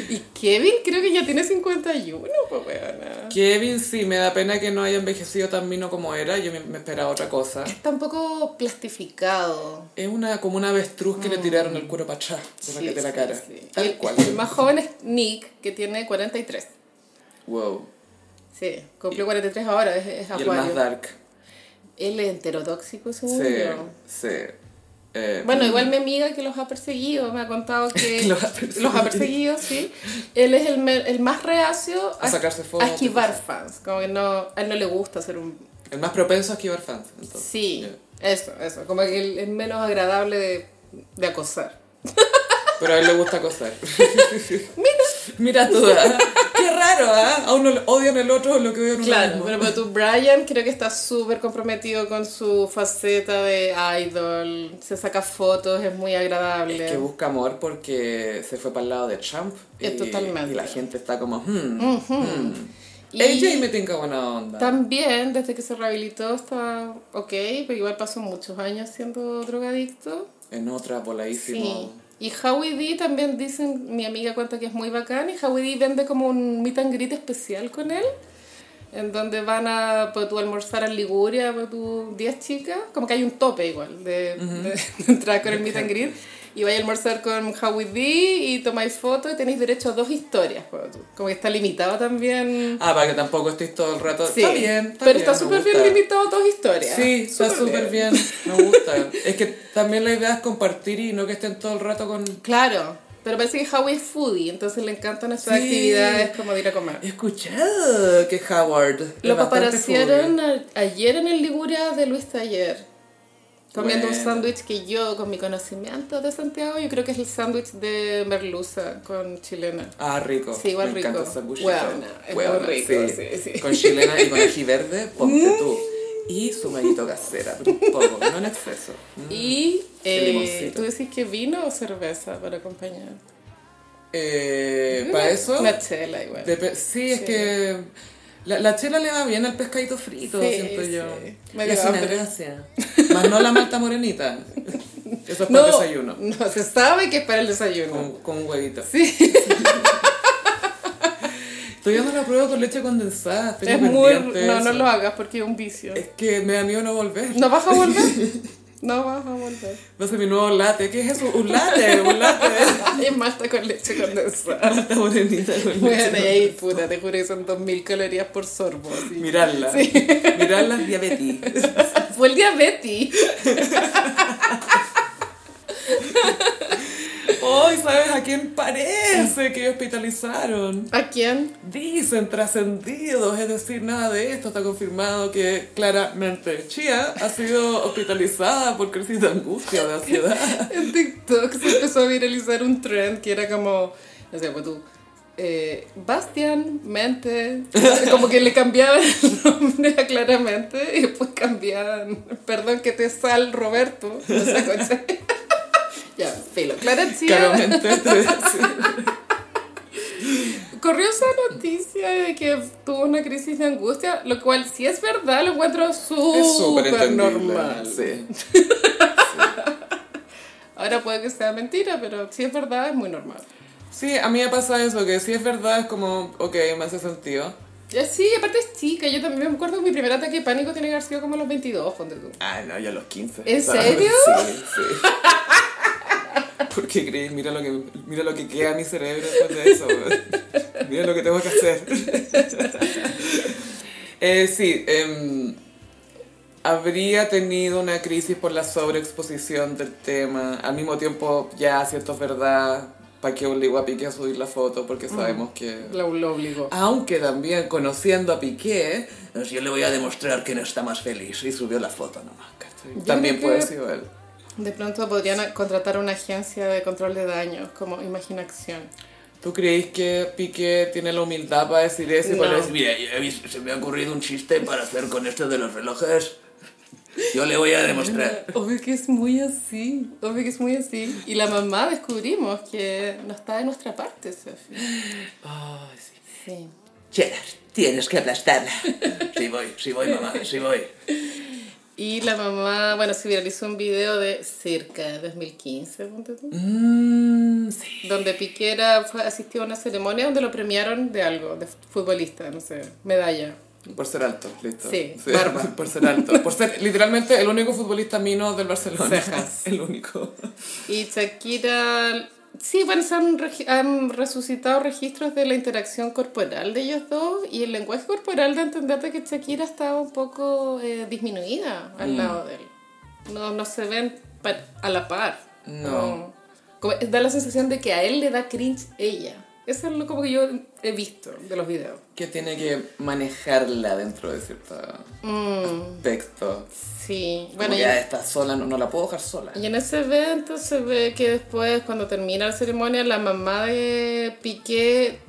B: Y Kevin creo que ya tiene 51, pues weona.
A: Kevin, sí, me da pena que no haya envejecido tan mino como era, yo me, me esperaba otra cosa.
B: Está un poco plastificado.
A: Es una, como una avestruz que le tiraron el cuero para atrás, de la,
B: Mm. Sí,
A: de la
B: sí,
A: cara.
B: sí.
A: Tal
B: el,
A: cual.
B: el más joven es Nick, que tiene 43.
A: Wow.
B: Sí, cumplió 43 ahora, es, es
A: Y el más
B: acuario.
A: dark.
B: Él es enterotóxico, según
A: Sí,
B: yo.
A: sí. Eh,
B: Bueno, igual mi amiga que los ha perseguido me ha
A: *laughs*
B: contado que
A: Los ha perseguido.
B: los ha perseguido, sí. Él es el, me- el más reacio
A: A sacarse fotos,
B: a esquivar fans. Como que no, a él no le gusta ser un...
A: El más propenso a esquivar fans. Entonces.
B: Sí,
A: Ya.
B: eso, eso. Como que el, el menos agradable de, de acosar.
A: Pero a él le gusta
B: *laughs*
A: acosar. Mira. Mira tú. ¿ah? Qué raro, ¿ah? A uno le- odian el otro lo que odian uno
B: Claro,
A: mismo.
B: pero, pero tú, Brian, creo que está súper comprometido con su faceta de idol. Se saca fotos, es muy agradable.
A: Es que busca amor porque se fue para el lado de Trump. Y,
B: Eh, totalmente. Mm,
A: y la gente está como, hmm.
B: Y-
A: AJ me tinca buena onda.
B: También, desde que se rehabilitó está ok, pero igual pasó muchos años siendo drogadicto.
A: En otra,
B: Sí.
A: voladísimo.
B: Y Howie D también dicen, mi amiga cuenta que es muy bacán, y Howie D vende como un meet and greet especial con él, en donde van a pues, tú, almorzar en Liguria, pues, tú, 10 chicas, como que hay un tope igual de, de- de entrar con el meet and greet, y vais a almorzar con Howie D y tomáis fotos y tenéis derecho a dos historias, pues, tú. como que está limitado también.
A: Ah, para que tampoco estés todo el rato.
B: Sí,
A: está bien, está
B: pero
A: bien,
B: está
A: me
B: súper bien
A: gusta.
B: limitado dos historias.
A: Sí, está súper bien. Me gusta. es que también la idea es compartir y no que estén todo el rato con.
B: Claclaro, pero parece que Howie es foodie, entonces le encantan esas
A: Sí.
B: actividades como de ir a comer.
A: He escuchado que Howard. es bastante
B: Lo paparacieron a- ayer en el Liguria de Luis Taller. Comiendo un
A: Bueno.
B: sándwich que yo, con mi conocimiento de Santiago, yo creo que es el sándwich de merluza con chilena.
A: foodie. Ah, rico.
B: Sí, igual
A: Me
B: rico.
A: encanta esa buchita.
B: Hueona, es muy rico, sí, Mm. sí.
A: Con chilena y con ají verde, ponte tú. Y su maguito casera, pero un poco, no en exceso.
B: Y
A: Qué
B: eh,
A: Mm. limoncito.
B: tú decís que vino o cerveza para acompañar.
A: Eh, para eso.
B: Una chela igual.
A: Depe- sí, es
B: Sí.
A: que la, la chela le va bien al pescadito frito,
B: Sí,
A: siento yo.
B: sí. Me
A: Es
B: dio
A: una
B: hambre.
A: gracia. Más no la malta morenita. Eso es para el desayuno. Oh.
B: *laughs* no, se sabe que es para el desayuno.
A: Con, con un huevito.
B: Sí,
A: Estoy dando la prueba con leche condensada. tengo
B: es muy...
A: pendiente
B: No, no
A: eso.
B: lo hagas porque es un vicio.
A: Es que me da miedo no volver.
B: ¿No vas a *laughs* volver? No vas a volver.
A: Va a ser mi nuevo latte. ¿Qué es eso? Un latte, un latte.
B: *laughs* Es malta con leche condensada.
A: malta morenita con
B: Bueno, y
A: leche.
B: ahí, puta, te juro que son 2000 calorías por sorbo. así.
A: Mirarla. Mirarla es diabetes.
B: *laughs* Ah, Fue el diabetes.
A: Hoy, ¿sabes a *laughs* quién parece que hospitalizaron?
B: ¿A quién?
A: Dicen trascendidos, es decir, nada de esto está confirmado que claramente Chia ha sido hospitalizada por crisis de angustia, de
B: *laughs*
A: ansiedad.
B: En TikTok se empezó a viralizar un trend que era como, no sé, pues tú, eh, Bastian Mente. Como que le cambiaban el nombre a claramente y después cambiaban, perdón que te sal Roberto. No sé, concha. *laughs* Ya, filo. Clara Chía
A: Claramente, te voy a decir.
B: corrió esa noticia de que tuvo una crisis de angustia, lo cual si es verdad lo encuentro
A: es súper
B: súper
A: entendible.
B: normal.
A: Sí.
B: Ahora puede que sea mentira, pero si es verdad es muy normal.
A: Sí, a mí me pasa eso, que si es verdad es como, ok, me hace sentido.
B: Ya, Sí, aparte es chica, yo también me acuerdo que mi primer ataque de pánico tiene que haber sido como a los 22, ponte tú.
A: Ah, no, yo a los 15.
B: ¿En
A: Claro,
B: serio?
A: *laughs* Sí, sí. ¿Por qué crees? Mira lo que, mira lo que queda en mi cerebro después de eso. weón. Mira lo que tengo que hacer. *laughs* Eh, sí, em, habría tenido una crisis por la sobreexposición del tema. Al mismo tiempo, ya, si esto es verdad, ¿para qué obligo a Piqué a subir la foto? Porque
B: Mm.
A: sabemos que...
B: Lo, lo obligó.
A: Aunque también conociendo a Piqué, pues, yo le voy a demostrar que no está más feliz. Y subió la foto nomás, ¿cachai?
B: Yo
A: También
B: creo
A: puede
B: que-
A: ser él.
B: De pronto podrían a- contratar una agencia de control de daños como Imaginación.
A: ¿Tú crees que Piqué tiene la humildad para decir eso? y para
B: No.
A: decir,
C: Mira, yo he vis- se me ha ocurrido un chiste para hacer con esto de los relojes. Yo le voy a demostrar.
B: Obvio que es muy así, obvio que es muy así. Y la mamá descubrimos que no está de nuestra parte, Sofía. Sí.
C: Cheddar, tienes que aplastarla. Sí voy, sí voy, mamá, sí voy.
B: Y la mamá, bueno, se viralizó un video de cerca de 2015, ponte tú,
A: "Mm, sí,
B: donde Piquera fue, asistió a una ceremonia donde lo premiaron de algo, de futbolista, no sé, medalla.
A: Por ser alto, listo.
B: Sí, barba.
A: *laughs* Por ser alto. Por ser literalmente el único futbolista mino del Barcelona.
B: Cejas.
A: *laughs* El único.
B: Y Shakira, sí, bueno, se han, regi- han resucitado registros de la interacción corporal de ellos dos y el lenguaje corporal de entender de que Shakira estaba un poco eh, disminuida al lado de él. No, no se ven pa- a la par.
A: No.
B: Como- como- da la sensación de que a él le da cringe ella. Eso es lo como que yo he visto de los videos.
A: Que tiene que manejarla dentro de cierto
B: Mm,
A: texto.
B: sí,
A: Bueno,
B: bueno,
A: ya
B: yo-
A: está sola, no, no la puedo dejar sola.
B: Y en ese evento se ve que después, cuando termina la ceremonia, la mamá de Piqué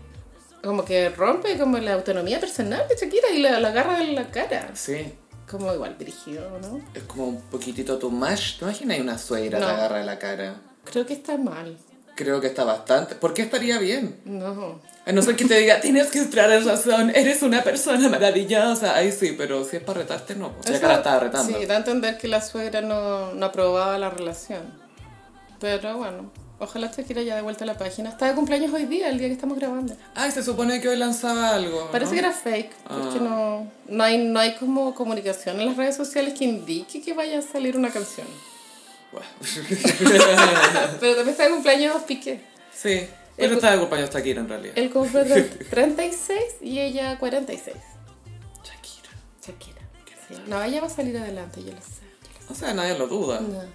B: como que rompe como la autonomía personal de Shakira y la, la agarra de la cara.
A: Sí.
B: Como igual dirigido, ¿no?
A: Es como un poquitito tu más. ¿Te imaginas una suegra
B: No.
A: te agarra de la cara?
B: Creo que está mal.
A: Creo que está bastante. ¿Por qué estaría bien?
B: No.
A: A no ser que te diga, tienes que entrar en razón, eres una persona maravillosa. Ahí sí, pero si es para retarte, no. pues, Ya que la estaba retando.
B: Sí, da a entender que la suegra no, no aprobaba la relación. Pero bueno, ojalá Shakira haya devuelto la página. Está de cumpleaños hoy día, el día que estamos grabando.
A: Ay, se supone que hoy lanzaba algo. ¿no?
B: Parece que era fake, porque no, no, hay, no hay como comunicación en las redes sociales que indique que vaya a salir una canción.
A: Bueno.
B: Pero también está de cumpleaños Piqué.
A: *laughs* sí. Pero estaba acompañado hasta aquí en realidad.
B: Él compró 36 y ella 46.
A: Shakira.
B: Shakira. Sí. No, ella va a salir adelante, yo lo sé.
A: O sea, nadie lo duda.
B: yo lo sé.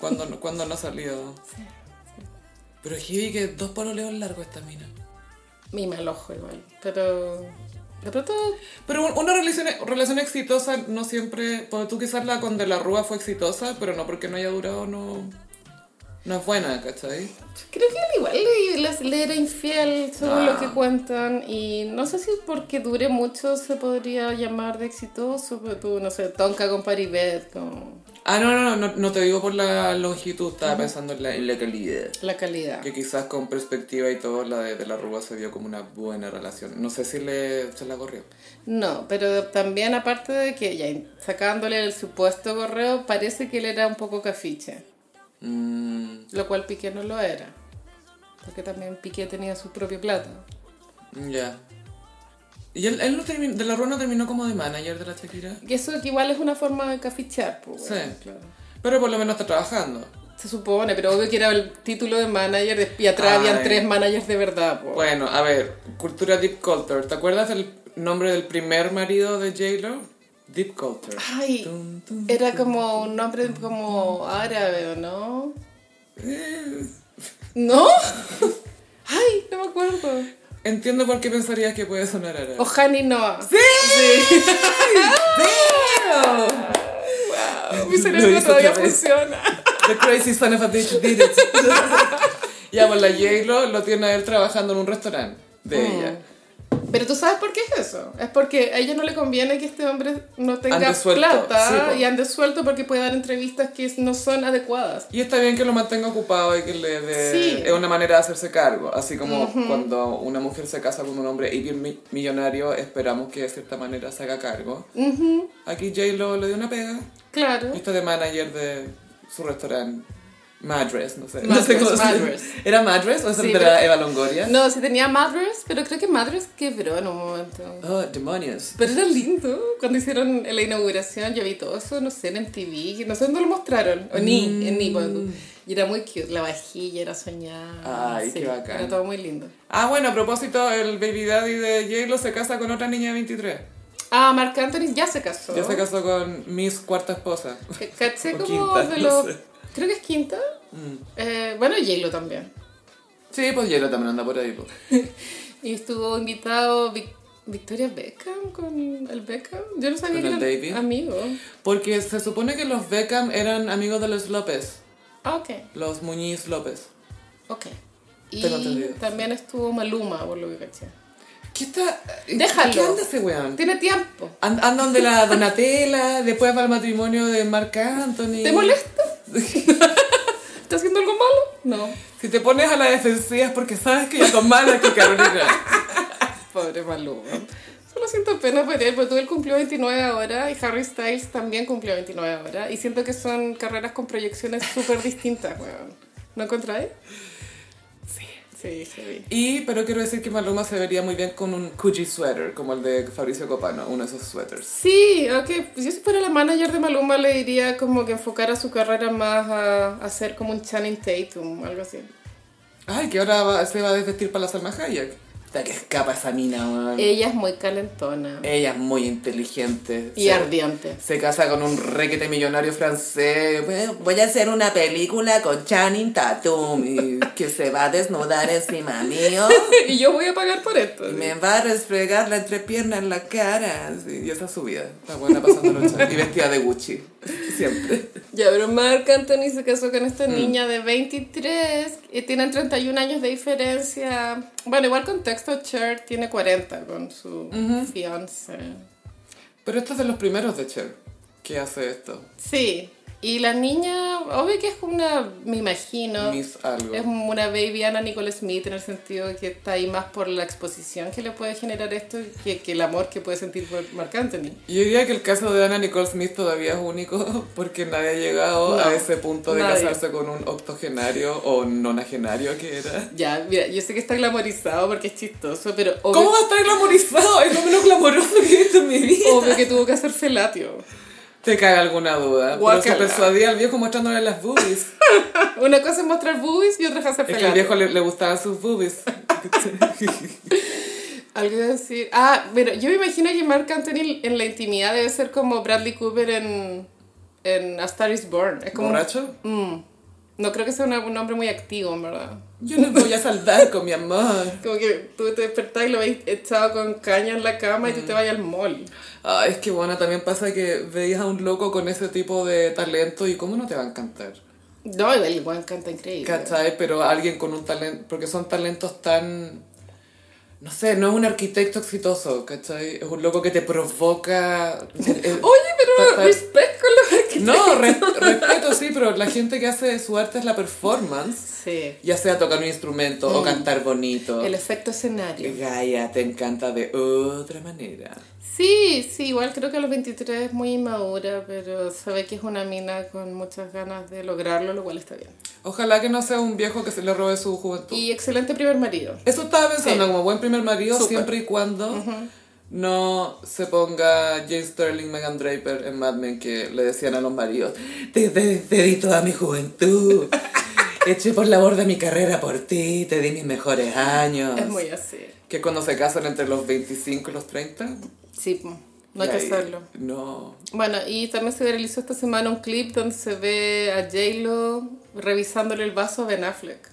A: Cuando, no- cuando no ha salido.
B: Sí,
A: Pero Heavy que dos pololeos largos esta mina.
B: Mi mal ojo igual. Pero de pronto
A: Pero un- una relación, relación exitosa no siempre... Porque tú quizás la con De la Rúa fue exitosa, pero no porque no haya durado, no... No es buena, ¿cachai?
B: yo creo que él igual le, le- le era infiel según lo que cuentan. Y no sé si porque dure mucho se podría llamar de exitoso. Pero tú, no sé, tonca con Paribet, con
A: Ah, no, no, no, no te digo por la longitud, estaba pensando en la, en la calidad.
B: la calidad.
A: Que quizás con perspectiva y todo, la de, de la Rúa se vio como una buena relación. No sé si le, se la corrió.
B: No, pero también aparte de que ya sacándole el supuesto correo, parece que él era un poco cafiche,
A: Mm,
B: lo cual Piqué no lo era. Porque también Piqué tenía su propio plata.
A: ya. Y él, él no terminó, de la Rúa no terminó como de manager de la Shakira.
B: Que eso que igual es una forma de cafichar, pues. bueno,
A: Sí.
B: claro.
A: Pero por lo menos está trabajando.
B: Se supone, pero obvio que era el título de manager de- y atrás habían
A: Ay.
B: tres managers de verdad, pues.
A: Bueno, a ver, cultura Deep Culture. ¿Te acuerdas el nombre del primer marido de J-Lo? Deep Culture.
B: Ay,
A: Tum, tum.
B: era como un nombre como árabe,
A: *laughs*
B: ¿o no? ¿No? *laughs* Ay, no me acuerdo.
A: Entiendo por qué pensarías que puede sonar árabe.
B: O Hani Noah.
A: ¡Sí! ¡Damn!
B: Mi
A: Lo
B: cerebro
A: hizo
B: todavía
A: otra vez.
B: funciona.
A: The crazy son of a bitch did it. ya, pues la J-Lo lo tiene a él trabajando en un restaurante de ella.
B: Pero tú sabes por qué es eso. Es porque a ella no le conviene que este hombre no tenga
A: Ande suelto,
B: plata
A: sí, po.
B: y ande suelto porque puede dar entrevistas que no son adecuadas.
A: Y está bien que lo mantenga ocupado y que le dé...
B: Sí.
A: Es una manera de hacerse cargo. Así como cuando una mujer se casa con un hombre hiper mi- millonario, esperamos que de cierta manera se haga cargo. Aquí J-Lo le dio una pega.
B: Claro.
A: Y está de manager de su restaurante. Madres, no sé. no
B: Madres,
A: sé cómo se llama.
B: Madres.
A: ¿Era Madres o esa
B: Sí,
A: era
B: pero-
A: Eva Longoria?
B: No, sí tenía Madras, pero creo que Madras quebró en un momento.
A: Oh, demonios.
B: Pero era lindo. Cuando hicieron la inauguración, yo vi todo eso, no sé, en MTV, no sé dónde lo mostraron. O ni, en ni. cuando- Y era muy cute. La vajilla era soñada.
A: Ay, qué bacán.
B: Era todo muy lindo.
A: Ah, bueno, a propósito, el baby daddy de J-Lo se casa con otra niña de 23.
B: Ah, Marc Anthony ya se casó.
A: Ya se casó con Miss Cuarta
B: *laughs*
A: Esposa.
B: C- Caché
A: O
B: como
A: quinta,
B: de
A: no
B: los.
A: sé. Mm.
B: Creo que es quinta. Eh, bueno, J-Lo también.
A: Sí, pues J-Lo también anda por ahí. pues.
B: Y estuvo invitado Vic- Victoria Beckham con el Beckham. Yo no sabía
A: Con
B: que
A: el
B: eran
A: David.
B: amigos.
A: Porque se supone que los Beckham eran amigos de los López,
B: Ah, ok.
A: los Muñiz López.
B: Ok. Y
A: Tengo entendido.
B: también estuvo Maluma, por lo que caché.
A: ¿Qué está? eh,
B: Déjalo.
A: ¿Qué anda ese weón?
B: Tiene tiempo.
A: And- Anda donde la Donatella, *laughs* después va al matrimonio de Marc Anthony.
B: ¿Te *laughs* molesta? ¿Está haciendo algo malo? No.
A: Si te pones a la defensiva es porque sabes que ya son malas que Carolina.
B: Pobre Maluma. Solo siento pena por él, porque tú él cumplió 29 ahora y Harry Styles también cumplió 29 ahora. Y siento que son carreras con proyecciones súper distintas, weón. ¿No encontráis? Sí. Sí, sí.
A: Y, pero quiero decir que Maluma se vería muy bien con un Gucci sweater, como el de Fabricio Copano, uno de esos sweaters.
B: Sí, ok. Pues yo si fuera la manager de Maluma le diría como que enfocara su carrera más a, a ser como un Channing Tatum, algo así.
A: Ay, que ahora va- se va a desvestir para la Salma Hayek. Está que escapa esa mina, weón.
B: Ella es muy calentona
A: Ella es muy inteligente.
B: y
A: Se-
B: ardiente.
A: Se casa con un requete millonario francés. Bueno, voy a hacer una película con Channing Tatum y que se va a desnudar encima mío
B: *laughs* y yo voy a pagar por esto.
A: y me va a resfregar la entrepierna en la cara. Sí, y esa subida. Está buena pasando noche. Y vestida de Gucci. Siempre.
B: Ya, pero Marc Anthony se casó con esta niña de 23 y tienen 31 años de diferencia. Bueno, igual contexto, Cher tiene 40 con su fiancé.
A: Pero esto es de los primeros de Cher que hace esto.
B: Sí, y la niña, obvio que es una, me imagino,
A: Miss algo.
B: es una baby Ana Nicole Smith en el sentido de que está ahí más por la exposición que le puede generar esto que, que el amor que puede sentir por Marc Anthony.
A: Yo diría que el caso de Anna Nicole Smith todavía es único *laughs* porque nadie ha llegado
B: No,
A: a ese punto de
B: nadie.
A: casarse con un octogenario o nonagenario que era.
B: Ya, mira, yo sé que está glamorizado porque es chistoso, pero obvio-
A: ¿Cómo va a estar glamorizado? Es lo menos glamoroso que he visto en mi vida.
B: obvio que tuvo que hacer felatio.
A: Te caga alguna duda. Pero se
B: Guácala.
A: persuadía al viejo mostrándole las boobies.
B: Una cosa es mostrar boobies y otra es
A: es
B: hacer
A: que al
B: pelado.
A: viejo le, le gustaban sus boobies.
B: Algo iba a decir. Ah, pero yo me imagino que Mark Anthony en la intimidad debe ser como Bradley Cooper en, en A Star is Born. Es como Mm.
A: ¿Borracho?
B: No creo que sea una- un hombre muy activo, en verdad.
A: Yo les voy a salvar con mi amor.
B: Como que tú te despertás y lo veis echado con caña en la cama y tú te vas al mall.
A: Ah, es que bueno, también pasa que veías a un loco con ese tipo de talento y cómo no te va a encantar.
B: No, igual igual canta increíble.
A: ¿Cachai? Pero alguien con un talento, porque son talentos tan... No sé, no es un arquitecto exitoso, ¿cachai? Es un loco que te
B: *laughs*
A: provoca... eh,
B: Oye, pero
A: ta- ta-
B: respect con los arquitectos.
A: No, re- respeto sí, pero la gente que hace su arte es la performance,
B: Sí.
A: ya sea tocar un instrumento o cantar bonito.
B: Mm. El efecto escenario.
A: Gaia te encanta de otra manera.
B: Sí, sí, igual creo que a los 23 es muy inmadura, pero sabe que es una mina con muchas ganas de lograrlo, lo cual está bien.
A: Ojalá que no sea un viejo que se le robe su juventud.
B: Y excelente primer marido.
A: Eso estaba pensando,
B: Sí.
A: como buen primer marido,
B: Súper.
A: siempre y cuando no se ponga James Sterling, Megan Draper en Mad Men, que le decían a los maridos, te, te- te di toda mi
B: *laughs*
A: juventud, eché por la borda mi carrera por ti, te di mis mejores años.
B: Es muy así.
A: Que cuando se casan entre los 25 y los 30.
B: Sí, po. no hay que
A: ahí-
B: hacerlo.
A: No.
B: Bueno, y también se viralizó esta semana un clip donde se ve a J-Lo revisándole el vaso a Ben Affleck.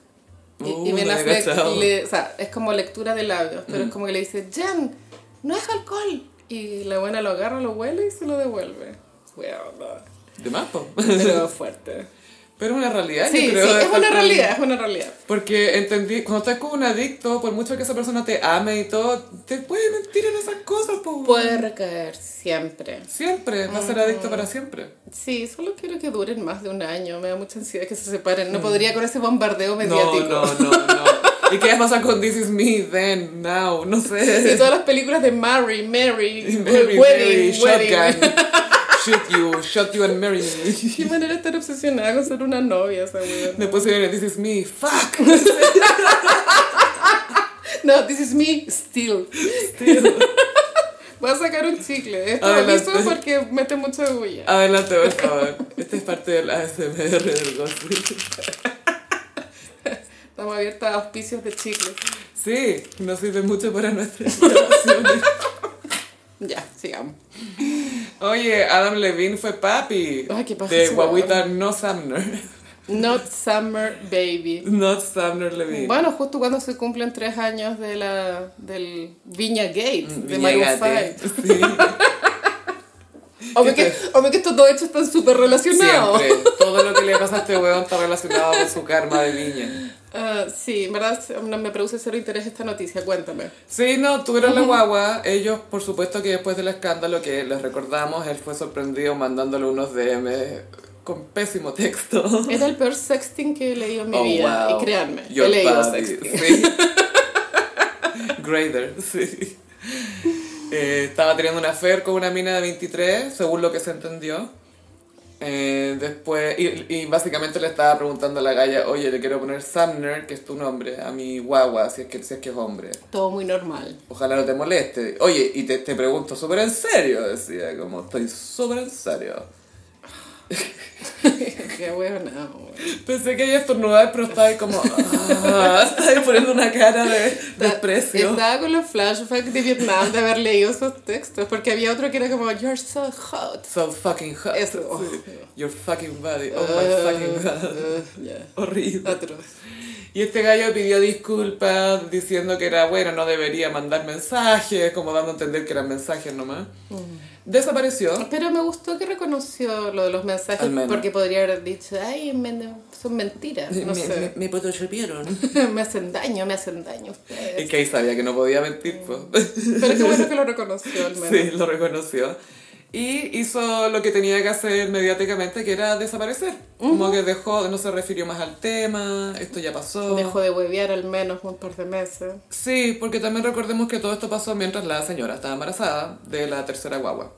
B: Y, y
A: Uh, no
B: Ben
A: había
B: Affleck,
A: cachado.
B: le- o sea, es como lectura de labios, pero es como que le dice, Jen, no es alcohol. Y la buena lo agarra, lo huele y se lo devuelve. Bueno,
A: De más, po. *laughs*
B: pero fuerte.
A: Pero es una *laughs* realidad, yo
B: Sí, sí,
A: creo, de
B: es una
A: estar con-
B: realidad, es una realidad.
A: Porque entendí, cuando estás con un adicto, por mucho que esa persona te ame y todo, te puede mentir en esas cosas, po.
B: Puede Ah. recaer siempre.
A: Siempre, va a ser adicto para siempre.
B: Sí, solo quiero que duren más de un año. Me da mucha ansiedad que se separen. No podría con ese bombardeo mediático.
A: Mm. No, no, no, no. *laughs* ¿Y qué pasa con This Is Me, Then, Now? No
B: *laughs* Sí,
A: sé.
B: todas las películas de Mary,
A: *laughs*
B: Mary,
A: Mary,
B: Wedding,
A: Mary,
B: Wedding.
A: Shotgun. Shoot you, shot you and marry me. *laughs*
B: Qué manera de estar obsesionada con ser una novia esa weona.
A: Después se viene This Is Me, fuck. *laughs*
B: No, this is me still. Voy a sacar un chicle. Esto lo
A: Adelante.
B: hizo porque mete mucha bulla.
A: Adelante, por favor. Esta es parte del ASMR del gossip.
B: Estamos abiertos a auspicios de chicles.
A: Sí, nos sirve mucho para nuestras
B: *laughs*
A: relaciones.
B: Ya, sigamos.
A: Oye, Adam Levine fue papi
B: Ay, qué paja
A: de
B: ese
A: guaguita No Sumner. *laughs*
B: Not Summer Baby.
A: Not Sumner Levine.
B: Bueno, justo cuando se cumplen tres años de la, del Viña Gates, de
A: Mm, Viña
B: Maroon
A: Gate.
B: 5.
A: Sí,
B: *laughs* Obvio que, obvio que estos dos hechos están súper relacionados.
A: siempre. Todo lo que le pasa a este weón está relacionado con su karma de viña.
B: Ah, sí, en verdad no me produce cero interés esta noticia, cuéntame.
A: Sí, no, tuvieron la guagua. Ellos, por supuesto que después del escándalo que les recordamos, él fue sorprendido mandándole unos DM con pésimo texto.
B: Era el peor sexting que he leído en mi
A: Oh,
B: vida.
A: wow.
B: Y créanme,
A: Your
B: he leído
A: body, *laughs*
B: sexting.
A: sí. Grader, sí. Eh, estaba teniendo una affair con una mina de 23, según lo que se entendió. Eh, después, y, y básicamente le estaba preguntando a la galla, oye, le quiero poner Sumner, que es tu nombre, a mi guagua, si es que, si es, que es hombre.
B: Todo muy normal.
A: Ojalá no te moleste. Oye, y te, te pregunto súper en serio, decía, como estoy súper en serio.
B: Qué huevonao, güey.
A: Pensé que ella estornudaba, pero estaba ahí como, *laughs* ah, estaba ahí poniendo una cara de *laughs* desprecio.
B: Estaba con los flashbacks de Vietnam de haber leído esos textos, porque había otro que era como, You're so hot.
A: So fucking hot.
B: Eso. Oh, eh,
A: Sí. Your fucking body. Oh my fucking god. *laughs*
B: Uh, yeah.
A: Horrible.
B: Atroz.
A: Y este gallo pidió disculpas diciendo que era bueno, no debería mandar mensajes, como dando a entender que eran mensajes nomás.
B: Mm.
A: Desapareció.
B: Pero me gustó que reconoció lo de los mensajes,
A: Al menos.
B: porque podría haber dicho, ay, me- son mentiras, no sé.
A: me photoshopieron.
B: *laughs* me hacen daño, me hacen daño
A: Y
B: ustedes.
A: que ahí sabía que no podía mentir, pues.
B: Pero qué bueno que lo reconoció al menos.
A: Sí, lo reconoció. Y hizo lo que tenía que hacer mediáticamente, que era desaparecer. Como que dejó, no se refirió más al tema, esto ya pasó.
B: Dejó de huevear al menos un par de meses.
A: Sí, porque también recordemos que todo esto pasó mientras la señora estaba embarazada de la tercera guagua.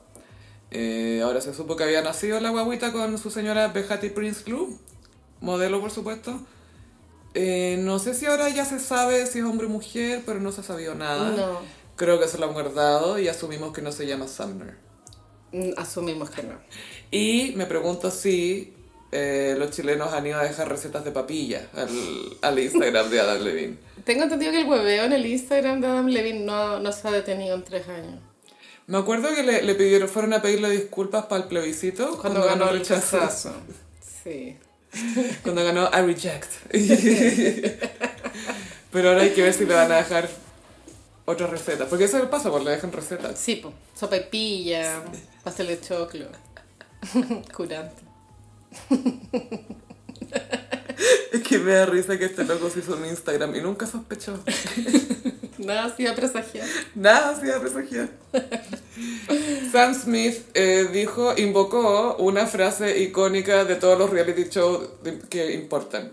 A: Eh, ahora se supo que había nacido la guaguita con su señora Behati Prince Club, modelo por supuesto. Eh, no sé si ahora ya se sabe si es hombre o mujer, pero no se ha sabido nada.
B: No.
A: Creo que se lo han guardado y asumimos que no se llama Sumner.
B: Mm, Asumimos que no.
A: Y me pregunto si eh, los chilenos han ido a dejar recetas de papilla al, al Instagram de Adam Levine.
B: Tengo entendido que el hueveo en el Instagram de Adam Levine no, no se ha detenido en tres años.
A: Me acuerdo que le, le pidieron, fueron a pedirle disculpas para el plebiscito
B: Cuando, ganó el rechazazo. Sí.
A: Cuando ganó I Reject. *laughs* Pero ahora hay que ver si le van a dejar otras recetas. Porque eso es el paso, pues le dejan recetas.
B: Sí, po. sopa y pilla, pastel de choclo, *laughs* curante.
A: Es que me da risa que este loco se hizo un Instagram y nunca sospechó.
B: Nada así a presagiar.
A: Nada hacía presagiar. *laughs* Sam Smith eh, dijo, invocó una frase icónica de todos los reality shows de- que importan.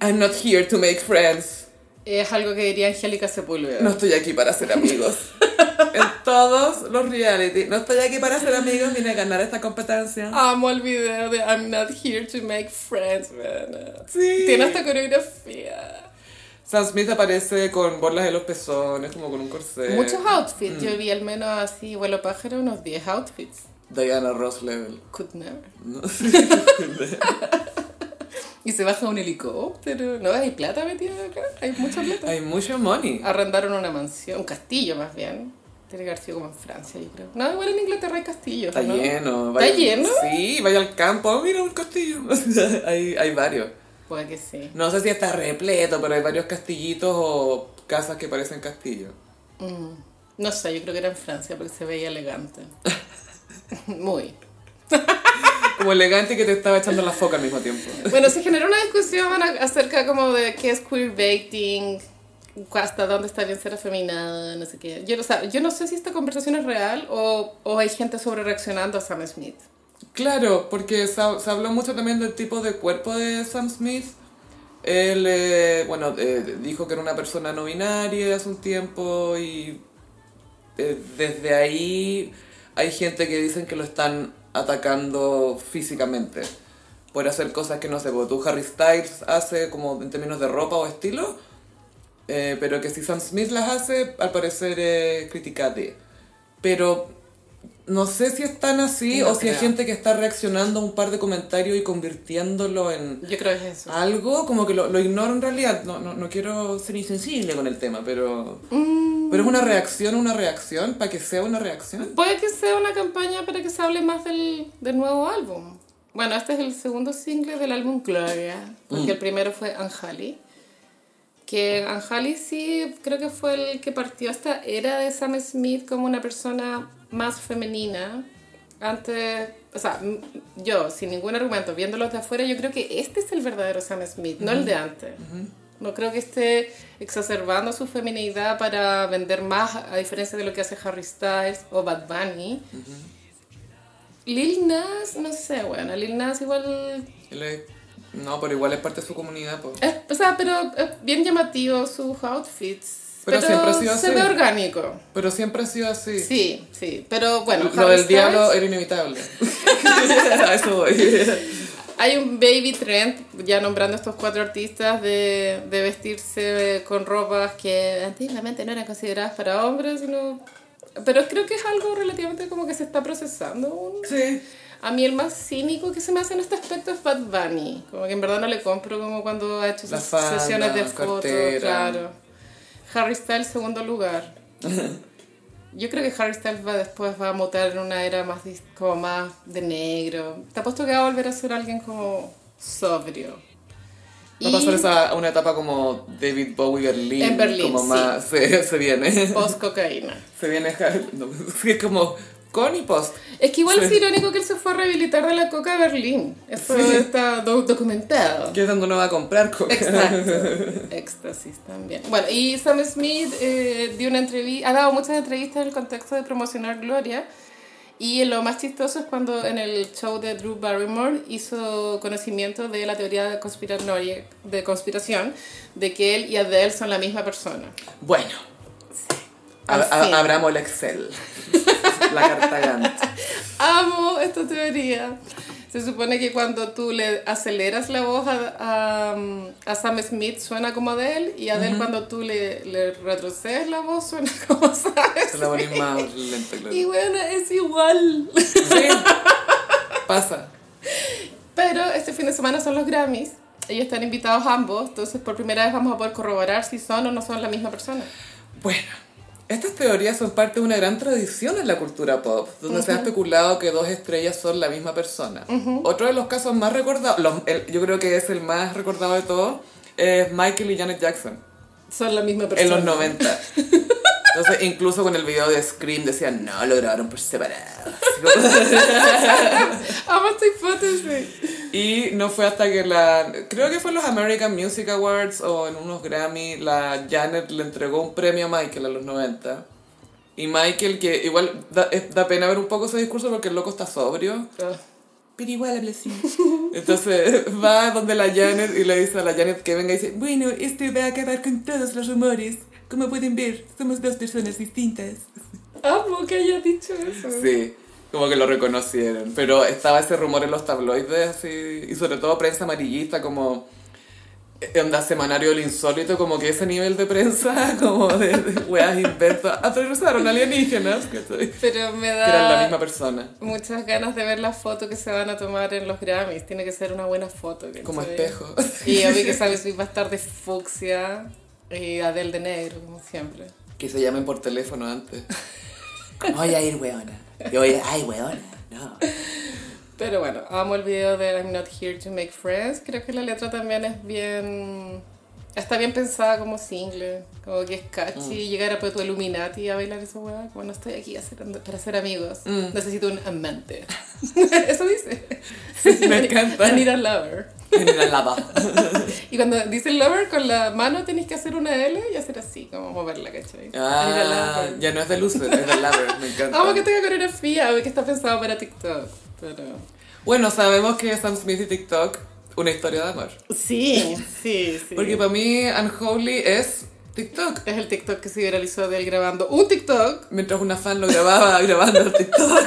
A: I'm not here to make friends.
B: Es algo que diría Angélica Sepúlveda.
A: No estoy aquí para ser amigos. en todos los reality. No estoy aquí para ser amigos ni a ganar esta competencia.
B: Amo el video de I'm not here to make friends, man.
A: Sí.
B: Tiene esta coreografía.
A: Sam Smith aparece con borlas en los pezones, como con un corsé.
B: Muchos outfits.
A: Mm.
B: Yo vi al menos así, vuelo pájaro, unos 10 outfits.
A: Diana Ross level.
B: Could never.
A: ¿no?
B: *laughs*
A: *laughs*
B: Y se baja un helicóptero. No, hay plata metida acá. Hay mucha plata.
A: Hay mucho money.
B: Arrendaron una mansión, un castillo más bien. Tiene que haber sido como en Francia, yo creo. No, igual en Inglaterra hay castillos.
A: Está
B: ¿no?
A: lleno.
B: ¿Está lleno?
A: Sí, vaya al campo. oh, Mira un castillo. *laughs* hay, hay varios.
B: Puede que sí.
A: No sé si está repleto, pero hay varios castillitos o casas que parecen castillos.
B: Mm. No *laughs* sé, yo creo que era en Francia porque se veía elegante. Muy.
A: Como elegante que te estaba echando la foca al mismo tiempo.
B: Bueno, se generó una discusión a- acerca como de qué es queerbaiting, hasta dónde está bien ser afeminado, no sé qué. Yo, no sab- yo no sé si esta conversación es real o, o hay gente sobre reaccionando a Sam Smith.
A: Claro, porque se, ha- se habló mucho también del tipo de cuerpo de Sam Smith. Él, eh, bueno, eh, dijo que era una persona no binaria hace un tiempo y eh, desde ahí hay gente que dicen que lo están atacando físicamente por hacer cosas que no sé, como tú Harry Styles hace como en términos de ropa o estilo, eh, pero que si Sam Smith las hace, al parecer es criticate. Pero no sé si están así
B: No
A: o si hay
B: creo.
A: gente que está reaccionando a un par de comentarios y convirtiéndolo en
B: Yo creo que es eso.
A: algo, como que lo, lo ignoro en realidad. No, no, no quiero ser insensible con el tema, pero...
B: Mm.
A: Pero es una reacción, una reacción, para que sea una reacción.
B: Puede que sea una campaña para que se hable más del, del nuevo álbum. Bueno, este es el segundo single del álbum Gloria, porque el primero fue Anjali. Que Anjali sí creo que fue el que partió esta era de Sam Smith como una persona más femenina. Antes, o sea, m- yo sin ningún argumento, viéndolo de afuera, yo creo que este es el verdadero Sam Smith, no el de antes. No creo que esté exacerbando su feminidad para vender más, a diferencia de lo que hace Harry Styles o Bad Bunny. Lil Nas, no sé, bueno, Lil Nas igual
A: Él es- No, pero igual es parte de su comunidad, pues.
B: es- Eh, o sea, pero es bien llamativo sus outfits.
A: Pero
B: Pero,
A: siempre ha sido
B: se
A: así.
B: ve orgánico.
A: Pero siempre ha sido así.
B: Sí, sí. Pero bueno,
A: Lo
B: Harry
A: del diablo
B: Styles,
A: era inevitable. *laughs* A eso voy.
B: hay un baby trend, ya nombrando estos cuatro artistas, de, de vestirse con ropas que antiguamente no eran consideradas para hombres, sino... Pero creo que es algo relativamente como que se está procesando aún.
A: Sí.
B: A mí el más cínico que se me hace en este aspecto es Bad Bunny. Como que en verdad no le compro como cuando ha hecho
A: La
B: sus
A: falda,
B: sesiones de fotos,
A: cartera.
B: claro. Harry Styles
A: *laughs*
B: segundo lugar. Yo creo que Harry Styles va después va a mutar en una era más dis- como más de negro. Te apuesto que va a volver a ser alguien como sobrio.
A: Va a
B: Y
A: pasar esa- *laughs* a una etapa como David Bowie Berlín.
B: En Berlín,
A: Como
B: sí.
A: más. *laughs* Se, se viene.
B: post cocaína.
A: Se viene. *laughs* no, sí, como con y post.
B: Es que igual
A: Sí.
B: es irónico que él se fue a rehabilitar de la coca a Berlín. Eso
A: Sí.
B: está do- documentado.
A: Que es donde uno va a comprar coca.
B: Exacto. Éxtasis también. Bueno, y Sam Smith eh, dio una entrevista, ha dado muchas entrevistas en el contexto de promocionar Gloria. Y lo más chistoso es cuando en el show de Drew Barrymore hizo conocimiento de la teoría de, conspiranoia- de conspiración de que él y Adele son la misma persona.
A: *laughs* Bueno. A-
B: Al
A: a-
B: fin.
A: abramos el Excel. *laughs* La carta
B: *laughs*
A: Gantt.
B: Amo esta teoría. Se supone que cuando tú le aceleras la voz a, a, a Sam Smith suena como Adele y Adele cuando tú le, le retrocedes la voz suena *laughs* como Sam
A: Se la
B: Smith.
A: ponen más lenta, claro.
B: Y bueno, es igual.
A: Sí. Pasa.
B: Pero este fin de semana son los Grammys. Ellos están invitados ambos, entonces por primera vez vamos a poder corroborar si son o no son la misma persona.
A: Bueno, estas teorías son parte de una gran tradición en la cultura pop, donde se ha especulado que dos estrellas son la misma persona. Otro de los casos más recordados, los- el- yo creo que es el más recordado de todos, es Michael y Janet Jackson
B: Son la misma persona.
A: en los 90. Entonces, incluso con el video de Scream decían, no, lo grabaron por separado. Así como-
B: *laughs* Amo esta hipótesis.
A: Y no fue hasta que la. Creo que fue en los American Music Awards o en unos Grammy, la Janet le entregó un premio a Michael a los 90. Y Michael, que igual da, es- da pena ver un poco ese discurso porque el loco está sobrio.
B: Ah.
A: Pero igual habla así. *laughs* Entonces va donde la Janet y le dice a la Janet que venga y dice: Bueno, esto va a acabar con todos los rumores. Como pueden ver, somos dos personas distintas.
B: Amo que haya dicho eso.
A: Sí, como que lo reconocieron. Pero estaba ese rumor en los tabloides así, y sobre todo prensa amarillista, como eh, onda semanario del insólito, como que ese nivel de prensa, *laughs* como de, de weas inventas. Aterrizaron alienígenas, ¿cachai? que
B: Pero me da...
A: eran la misma persona.
B: Muchas ganas de ver la foto que se van a tomar en los Grammys. Tiene que ser una buena foto. ¿cachai?
A: Como espejo. *laughs*
B: Y obvio que Sam Smith va a estar de fucsia y Adele de negro, como siempre.
A: Que se llamen por teléfono
B: *laughs*
A: antes.
C: ¿Cómo voy a ir, weona? Yo voy a... Ay, weona, no.
B: Pero bueno, amo el video de I'm not here to make friends. Creo que la letra también es bien Está bien pensada como single, como que es catchy,
A: Mm.
B: llegar a Puerto Illuminati a bailar esa hueá, como no estoy aquí a ser- para ser amigos,
A: Mm.
B: necesito un
A: *laughs*
B: amante. *laughs* Eso dice.
A: me encanta.
B: *laughs* I need a lover.
A: En la lava.
B: Y cuando dice lover, con la mano tenés que hacer una L y hacer así, como moverla, ¿cachai? I need a
A: Ah,
B: lover.
A: ya no es de Lucifer, es de
B: *laughs*
A: Lover, me encanta.
B: Vamos que tenga coreografía, que está pensado para TikTok, pero...
A: Bueno, sabemos que Sam Smith y TikTok, una historia de amor.
B: Sí, sí, sí.
A: Porque para mí, Unholy es TikTok.
B: es el TikTok que se viralizó de él grabando un TikTok.
A: Mientras una fan lo grababa *laughs* grabando el TikTok.
B: *laughs*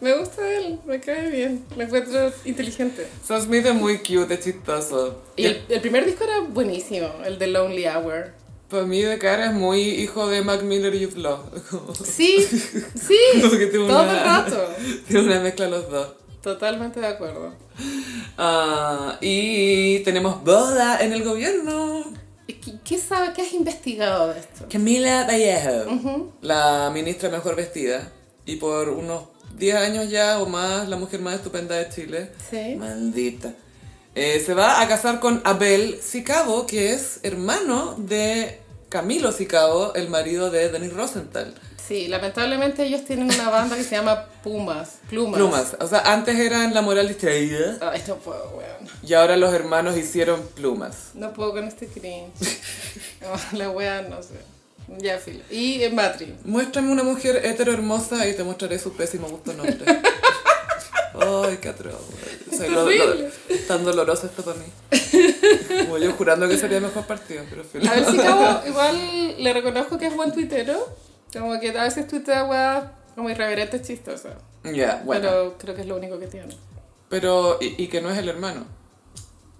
B: me gusta él, me cae bien, lo encuentro inteligente.
A: Sam Smith es muy cute, es chistoso.
B: Y el, el primer disco era buenísimo, el de Lonely Hour.
A: Para mí, de cara es muy hijo de Mac Miller y Jude Law. *laughs* Como- *laughs*
B: Sí, sí,
A: Como que tiene
B: todo
A: una-
B: el rato.
A: *laughs* Tiene una mezcla los dos.
B: Totalmente de acuerdo.
A: Ah, y tenemos boda en el gobierno.
B: ¿Qué, qué sabes, qué has investigado de esto?
A: Camila Vallejo, la ministra mejor vestida. Y por unos 10 años ya o más, la mujer más estupenda de Chile.
B: Sí.
A: Maldita. Eh, se va a casar con Abel Sicabo, que es hermano de Camilo Sicabo, el marido de Denis Rosenthal.
B: Sí, lamentablemente ellos tienen una banda que se llama Pumas, Plumas.
A: Plumas. O sea, antes eran La Moral Distraída
B: Ay, no puedo, weón.
A: y ahora los hermanos hicieron plumas.
B: No puedo con este cringe. No, la wea, no sé. Ya, filo. Y en Matri.
A: Muéstrame una mujer hetero hermosa y te mostraré su pésimo gusto nombre.
B: *laughs*
A: Ay, qué atroz. güey. Soy lo- lo-
B: Terrible.
A: tan doloroso esto para mí. Como yo jurando que sería el mejor partido, pero al
B: A ver
A: final.
B: si cabo, igual le reconozco que es buen tuitero. Como que a veces tuitea weas como irreverentes chistosas.
A: *laughs* Ya, bueno. Pero,
B: Pero creo que es lo único que tiene.
A: y, y que no es el hermano.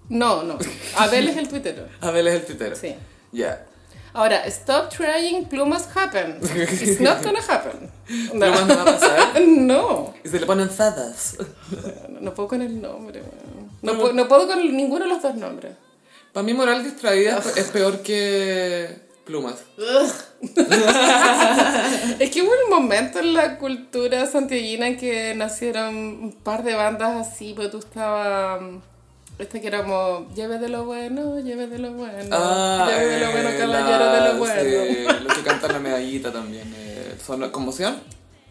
B: No, no. Abel es el tuitero.
A: Abel es el titero.
B: Sí.
A: Ya.
B: Ahora, stop trying, plumas happen. It's not gonna happen.
A: *laughs*
B: No.
A: Plumas no va a
B: *laughs*
A: pasar.
B: No,
A: Y se le ponen zadas.
B: no, no puedo con el nombre. weón. No, puedo, no puedo con ninguno de los dos nombres.
A: Para mí, moral distraída es peor que plumas.
B: Es que hubo un momento en la cultura santiaguina en que nacieron un par de bandas así, pues tú estabas... mm, Esta que era como, lleve de lo bueno, lleve de lo bueno, lleve de lo bueno,
A: eh,
B: caballero de
A: la-
B: lo bueno.
A: sí, los que cantan la medallita también. eh, son conmoción.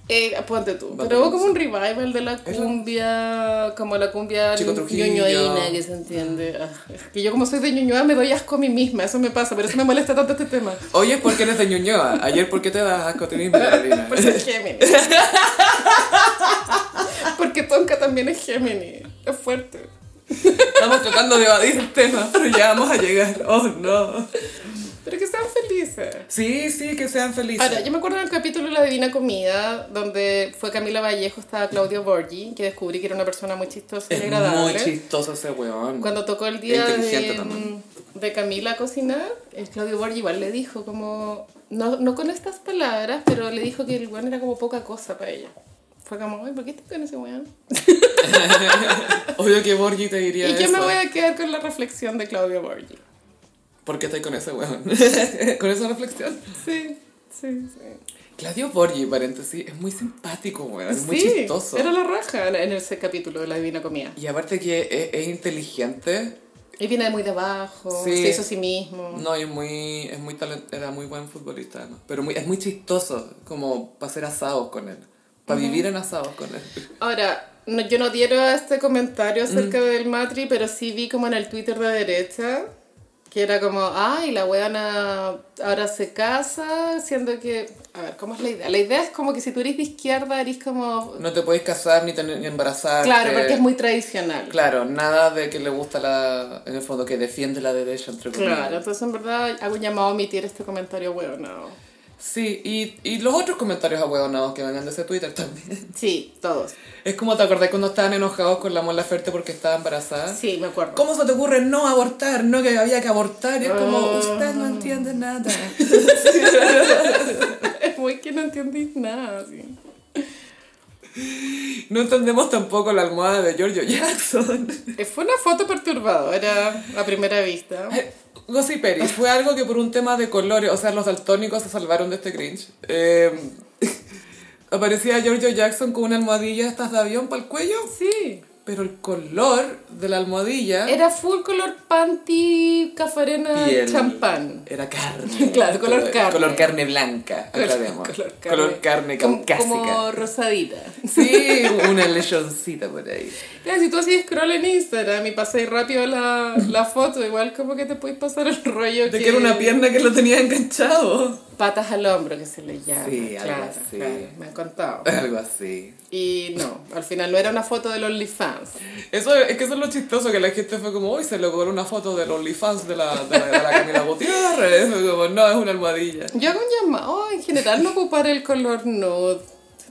B: Eh, ponte tú.
A: Vale,
B: Pero hubo como
A: sí.
B: un revival de la
A: Eso.
B: cumbia, como la cumbia
A: Chico Trujillo.
B: ñoñoína, que se entiende. Ah, es que yo como soy de ñoñoa me doy asco a mí misma, eso me pasa, pero eso me molesta tanto este tema.
A: Hoy es porque eres de Ñuñoa. Ayer porque te das asco a ti misma, Carolina. *laughs*
B: Por ser Géminis. Porque Tonka también es Géminis, es fuerte.
A: Estamos tratando de evadir el tema, pero ya vamos a llegar. Oh, no.
B: Pero que sean felices.
A: Sí, sí, que sean felices.
B: Ahora, yo me acuerdo del capítulo La Divina Comida, donde fue Camila Vallejo, estaba Claudio Borgi, que descubrí que era una persona muy chistosa y
A: es
B: agradable.
A: muy chistoso ese weón.
B: Cuando tocó el día
A: E inteligente
B: de,
A: también.
B: de Camila a cocinar, el Claudio Borgi igual le dijo como, no, no con estas palabras, pero le dijo que el weón era como poca cosa para ella. Fue como, ay, ¿por qué estoy con ese weón?
A: Obvio que Borgi te diría
B: Y yo
A: eso.
B: me voy a quedar con la reflexión de Claudio Borgi.
A: ¿Por qué estoy con ese weón?
B: *laughs*
A: con esa reflexión.
B: Sí, sí, sí.
A: Claudio Borgi, paréntesis, es muy simpático, weón. Es muy
B: Sí,
A: chistoso.
B: Era la raja en- en ese capítulo de La Divina Comida.
A: Y aparte que es- es inteligente.
B: Y viene de muy de abajo,
A: Sí.
B: se hizo a sí mismo.
A: No, y es muy, es muy talent- era muy buen futbolista además. Pero muy, es muy chistoso, como para hacer asados con él. Para vivir en asados con él.
B: Ahora, no, yo no dieron este comentario
A: Mm.
B: acerca del Matri, pero sí vi como en el Twitter de derecha que era como, ay, la weana ahora se casa, siendo que. A ver, ¿cómo es la idea? La idea es como que si tú eres de izquierda, eres como.
A: No te podéis casar ni, tener, ni embarazar.
B: claro, porque es muy tradicional.
A: Claro, nada de que le gusta la... En el fondo, que defiende la derecha, entre comillas.
B: Claro, entonces en verdad hago un llamado a omitir este comentario hueonado.
A: Sí, y, y los otros comentarios ahueonados que vengan de ese Twitter también. *laughs*
B: Sí, todos.
A: Es como, ¿te acordás cuando estaban enojados con la Mola Ferte porque estaba embarazada?
B: Sí, me acuerdo.
A: ¿Cómo se te ocurre no abortar? No que había que abortar. Y es como,
B: Ah.
A: usted no entiende nada.
B: *laughs* Es muy que no entendí nada. sí.
A: No entendemos tampoco la almohada de Giorgio
B: *laughs*
A: Jackson.
B: Eh, Fue una foto perturbadora a primera vista.
A: Gossip Peris fue algo que por un tema de colores, o sea, los daltónicos se salvaron de este cringe. Eh, *laughs* aparecía Giorgio Jackson con una almohadilla estas de avión para el cuello
B: Sí.
A: pero el color de la almohadilla
B: Era full color panty, cafarena,
A: Piel.
B: champán.
A: era carne.
B: *laughs* Claro, color
A: Todo-
B: carne.
A: Color carne blanca,
B: Color-
A: aclaremos.
B: color
A: Color
B: carne.
A: carne,
B: Como-
A: caucásica.
B: Como rosadita.
A: Sí, una lechoncita por ahí.
B: Claro, si tú así scroll en Instagram y pasáis rápido la, la foto, igual como que te podéis pasar el rollo
A: De que era una pierna que lo tenía enganchado.
B: Patas al hombro, que se le llama.
A: Sí, algo
B: claro,
A: así.
B: claro, me han contado.
A: Algo así.
B: Y no, al final no era una foto del OnlyFans.
A: Eso, es que eso es lo chistoso, que la gente fue como, uy, se le coló una foto del OnlyFans de la, de la, de la Camila Gutiérrez. Fue como, no, es una almohadilla.
B: Yo hago un llamado en general no ocupar el color nude.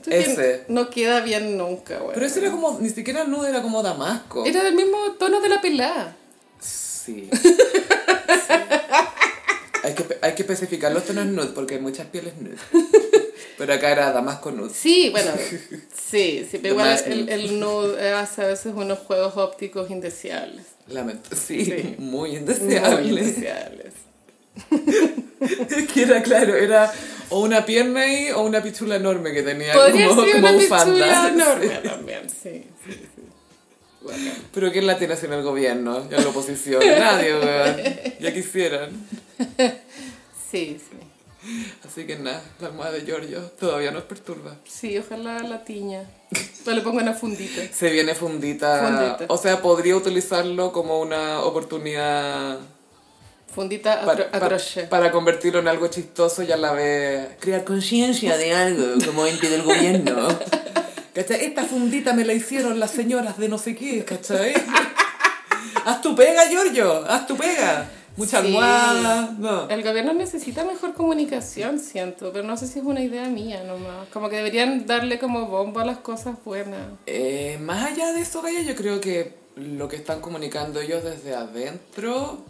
B: Siento que
A: Ese.
B: No queda bien nunca, güey.
A: Pero eso era como, ni siquiera nude, era como damasco.
B: Era del mismo tono de la pelada.
A: Sí. Hay que, espe- hay que especificar los tonos nude porque hay muchas pieles
B: *laughs*
A: nude. Pero acá era damasco nude.
B: Sí,
A: *laughs*
B: bueno, sí, sí, pero
A: The
B: igual
A: Mask.
B: el, el nude eh, hace a veces unos juegos ópticos indeseables.
A: Lamento. Sí,
B: Sí.
A: muy
B: Muy
A: indeseable.
B: indeseables.
A: *laughs* que era claro, era o una pierna ahí o una pichula enorme que tenía
B: Podría
A: como,
B: ser
A: como
B: una pichula
A: bufanda. *laughs*
B: enorme también, sí. sí, sí. Bacán.
A: Pero ¿quién la tiene así en el gobierno? En la oposición. Nadie, weón. Ya quisieran.
B: Sí, sí.
A: Así que nada, la almohada de Giorgio todavía nos perturba.
B: Sí, ojalá la tiña. No le pongo una fundita.
A: Se viene fundita.
B: Fundita.
A: O sea, podría utilizarlo como una oportunidad
B: Fundita a,
A: para,
B: cro- a
A: para-
B: crochet.
A: para convertirlo en algo chistoso y a la vez crear conciencia de algo como ente del gobierno. *laughs* ¿Cachai? Esta fundita me la hicieron las señoras de no sé qué,
B: *laughs*
A: ¿cachai? Haz tu pega, Giorgio, haz tu pega. Mucha
B: Sí.
A: almohada, no.
B: El gobierno necesita mejor comunicación, siento, pero no sé si es una idea mía nomás. Como que deberían darle como bombo a las cosas buenas.
A: Eh, más allá de eso, Gaya, yo creo que lo que están comunicando ellos desde adentro,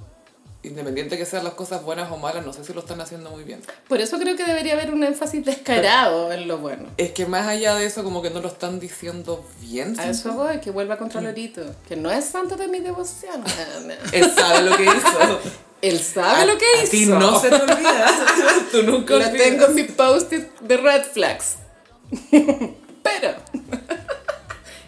A: independiente que sean las cosas buenas o malas, no sé si lo están haciendo muy bien.
B: Por eso creo que debería haber un énfasis descarado en lo bueno.
A: Es que más allá de eso, como que no lo están diciendo bien.
B: A eso voy, que vuelva contra Lorito, que no es santo de
A: *laughs*
B: mi devoción. Ana.
A: Él sabe lo que
B: *laughs*
A: hizo.
B: Él sabe lo que
A: a
B: hizo.
A: ti no se te olvida.
B: *laughs*
A: Tú nunca
B: Lo
A: olvidas.
B: tengo en mi post-it de red flags. *laughs* Pero *laughs*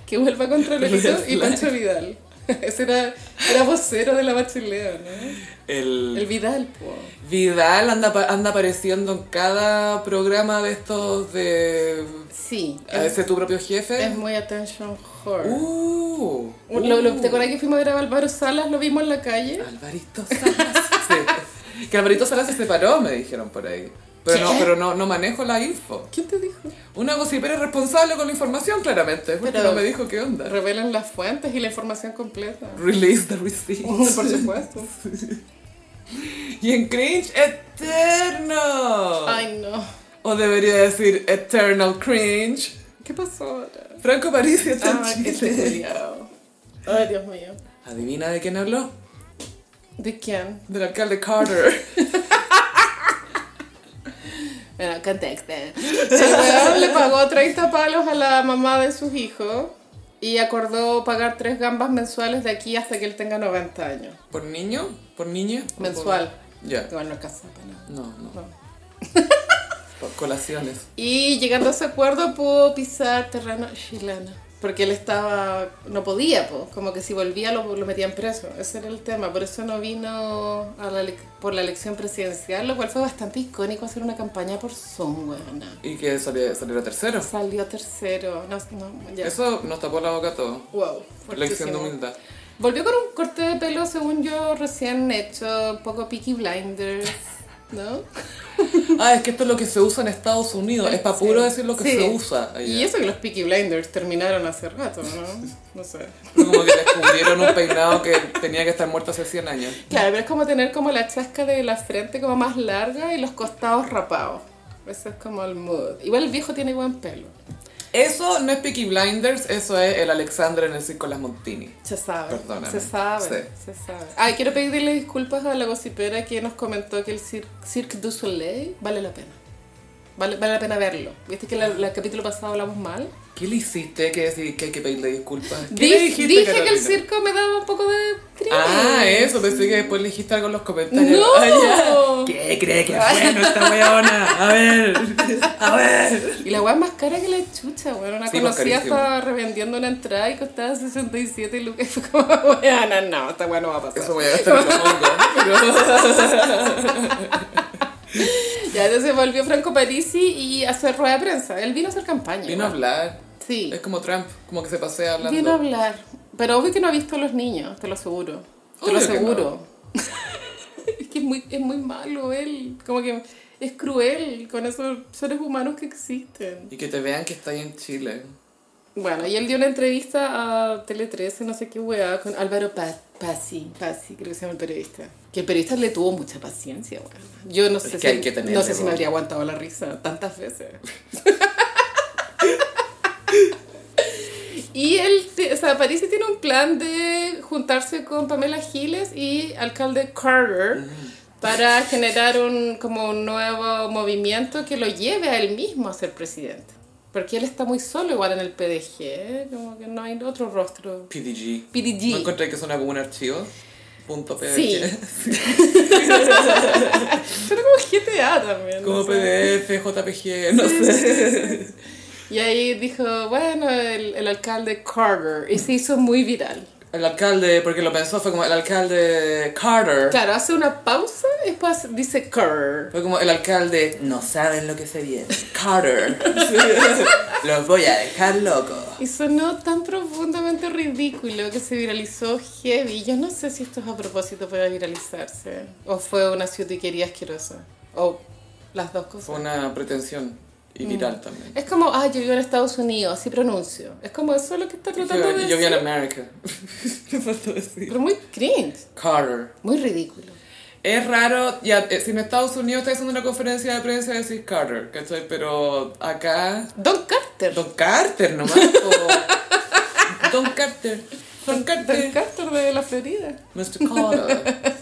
B: que vuelva contra Lorito
A: Red
B: y
A: flag.
B: Pancho Vidal. *laughs* Ese era, era vocero de la bachelera, ¿no?
A: El...
B: El Vidal, po.
A: Vidal anda, pa- anda apareciendo en cada programa de estos de...
B: Sí.
A: A
B: Es,
A: veces tu propio jefe.
B: es muy attention whore.
A: Uh,
B: Un- lo- lo-
A: uh. Ah.
B: ¿Te acuerdas que fuimos a ver a Álvaro Salas? Lo vimos en la calle.
A: Alvarito Salas. Sí. Que Alvarito Salas se separó, me dijeron por ahí. Pero no,
B: ¿Qué?
A: pero no, no manejo la info.
B: ¿Quién te dijo?
A: Una gossipera es responsable con la información, claramente. Porque
B: Pero-
A: no me dijo qué onda.
B: Revelan las fuentes y la información
A: *laughs*
B: completa.
A: Release the receipt.
B: Por supuesto.
A: Y en cringe, eterno.
B: Ay, no.
A: O debería decir eternal cringe.
B: ¿Qué pasó ahora?
A: Franco Parisi está en
B: Ah,
A: Chile.
B: este culiao. Ay, Dios mío.
A: Adivina de quién habló.
B: ¿De quién?
A: Del alcalde Carter.
B: Bueno, contexto. *laughs* El weón le pagó 30 palos a la mamá de sus hijos y acordó pagar tres gambas mensuales de aquí hasta que él tenga 90 años.
A: ¿Por niño? ¿Por niña? ¿O por-
B: Mensual.
A: Ya.
B: Igual no alcanza para nada.
A: No, no.
B: No.
A: Por colaciones.
B: Y llegando a ese acuerdo pudo pisar terreno chileno. Porque él estaba. no podía, po. como que si volvía lo, lo metían preso. Ese era el tema. Por eso no vino a la ele- por la elección presidencial, lo cual fue bastante icónico hacer una campaña por Zoom, weona.
A: Y que saliera, saliera tercero.
B: Salió tercero. No, no, ya.
A: Eso nos tapó la boca a todos.
B: Wow.
A: Lección de
B: fuertísimo.
A: humildad.
B: Volvió con un corte de pelo, según yo, recién hecho, un poco Peaky Blinders, ¿no?
A: Ah, es que esto es lo que se usa en Estados Unidos. Es para puro
B: Sí.
A: decir lo que
B: Sí.
A: se usa. allá.
B: Y eso que los Peaky Blinders terminaron hace rato, ¿no? No sé.
A: Como que descubrieron un peinado que tenía que estar muerto hace 100 años.
B: Claro, pero es como tener como la chasca de la frente como más larga y los costados rapados. Eso es como el mood. Igual el viejo tiene buen pelo.
A: Eso no es Peaky Blinders, eso es el Alexander en el circo Las Montini.
B: Se sabe.
A: Perdóname.
B: Se sabe.
A: Sí.
B: Se sabe. Ay, quiero pedirle disculpas a la gocipera que nos comentó que el Cir- Cirque du Soleil vale la pena. Vale, vale la pena verlo. ¿Viste que la- el capítulo pasado hablamos mal?
A: ¿Qué le hiciste que decir que hay que pedirle disculpas? ¿Qué
B: Dije-
A: le dijiste,
B: dije que el
A: Carolina?
B: circo me daba un poco de cringe.
A: Ah, eso, pensé que después Ah, le dijiste algo en los comentarios.
B: ¡No!
A: Ah, ya. ¿Qué cree que es bueno esta weona? A ver.
C: A ver.
B: Y la weá es más cara que la chucha, weón. Una
A: Sí, más
B: conocida
A: carísimo.
B: estaba revendiendo una entrada y costaba 67 lucas. *laughs* Y fue como, weón, no, no, esta weá no va a pasar.
A: Eso voy a gastar en los hongos.
B: Ya entonces volvió Franco Parisi y a hacer rueda de prensa. Él vino a hacer campaña.
A: Vino a
B: weón.
A: hablar.
B: Sí,
A: Es como Trump, como que se pasea hablando.
B: vino a hablar. Pero obvio que no ha visto a los niños, te lo aseguro. Te lo
A: Obvio que
B: aseguro. *laughs* es que es muy, es muy malo él. Como que es cruel con esos seres humanos que existen.
A: Y que te vean que está ahí en Chile.
B: Bueno, y él dio una entrevista a Tele 13, no sé qué weá, con Álvaro Pa- Pasi, Pasi, creo que se llama el periodista. Que el periodista le tuvo mucha paciencia, weón. Yo no sé,
A: que
B: si,
A: hay que tenerle,
B: no sé si
A: weón.
B: me habría aguantado la risa tantas veces. y él, te- o sea, París tiene un plan de juntarse con Pamela Giles y alcalde Carter
A: Mm.
B: para generar un, como un nuevo movimiento que lo lleve a él mismo a ser presidente. Porque él está muy solo igual en el PDG, ¿eh? como que no hay otro rostro.
A: PDG.
B: PDG.
A: ¿No encontré que suena como un archivo? Punto PDF.
B: Sí. *laughs* Suena como GTA
A: *laughs*
B: también.
A: Como
B: no sé.
A: PDF, JPG, no sé.
B: Y ahí dijo, bueno, el, el alcalde Carter. Y se hizo muy viral.
A: El alcalde, porque lo pensó, fue como el alcalde Carter.
B: Claro, hace una pausa y después dice Carter.
A: Fue como el alcalde, no saben lo que se viene. Carter. Los voy a dejar locos.
B: Y sonó tan profundamente ridículo que se viralizó heavy. Yo no sé si esto es a propósito para viralizarse. O fue una ciutiquería asquerosa. O las dos cosas.
A: Fue una pretensión y
B: Mm.
A: viral también.
B: Es como, ah, yo vivo en Estados Unidos, así pronuncio. Es como eso lo que está
A: Yo,
B: tratando de
A: yo vi en
B: decir. *laughs*
A: América. *laughs* ¿Qué faltó decir?
B: Pero muy cringe.
A: Carter.
B: Muy ridículo.
A: Es raro, ya, eh, si en Estados Unidos estás haciendo una conferencia de prensa decís Carter, ¿cachai? Pero acá...
B: Don Carter.
A: Don Carter nomás. *laughs* po. Don Carter. Don
B: Don
A: Carter.
B: Carter de la Florida.
A: Mr. Carter.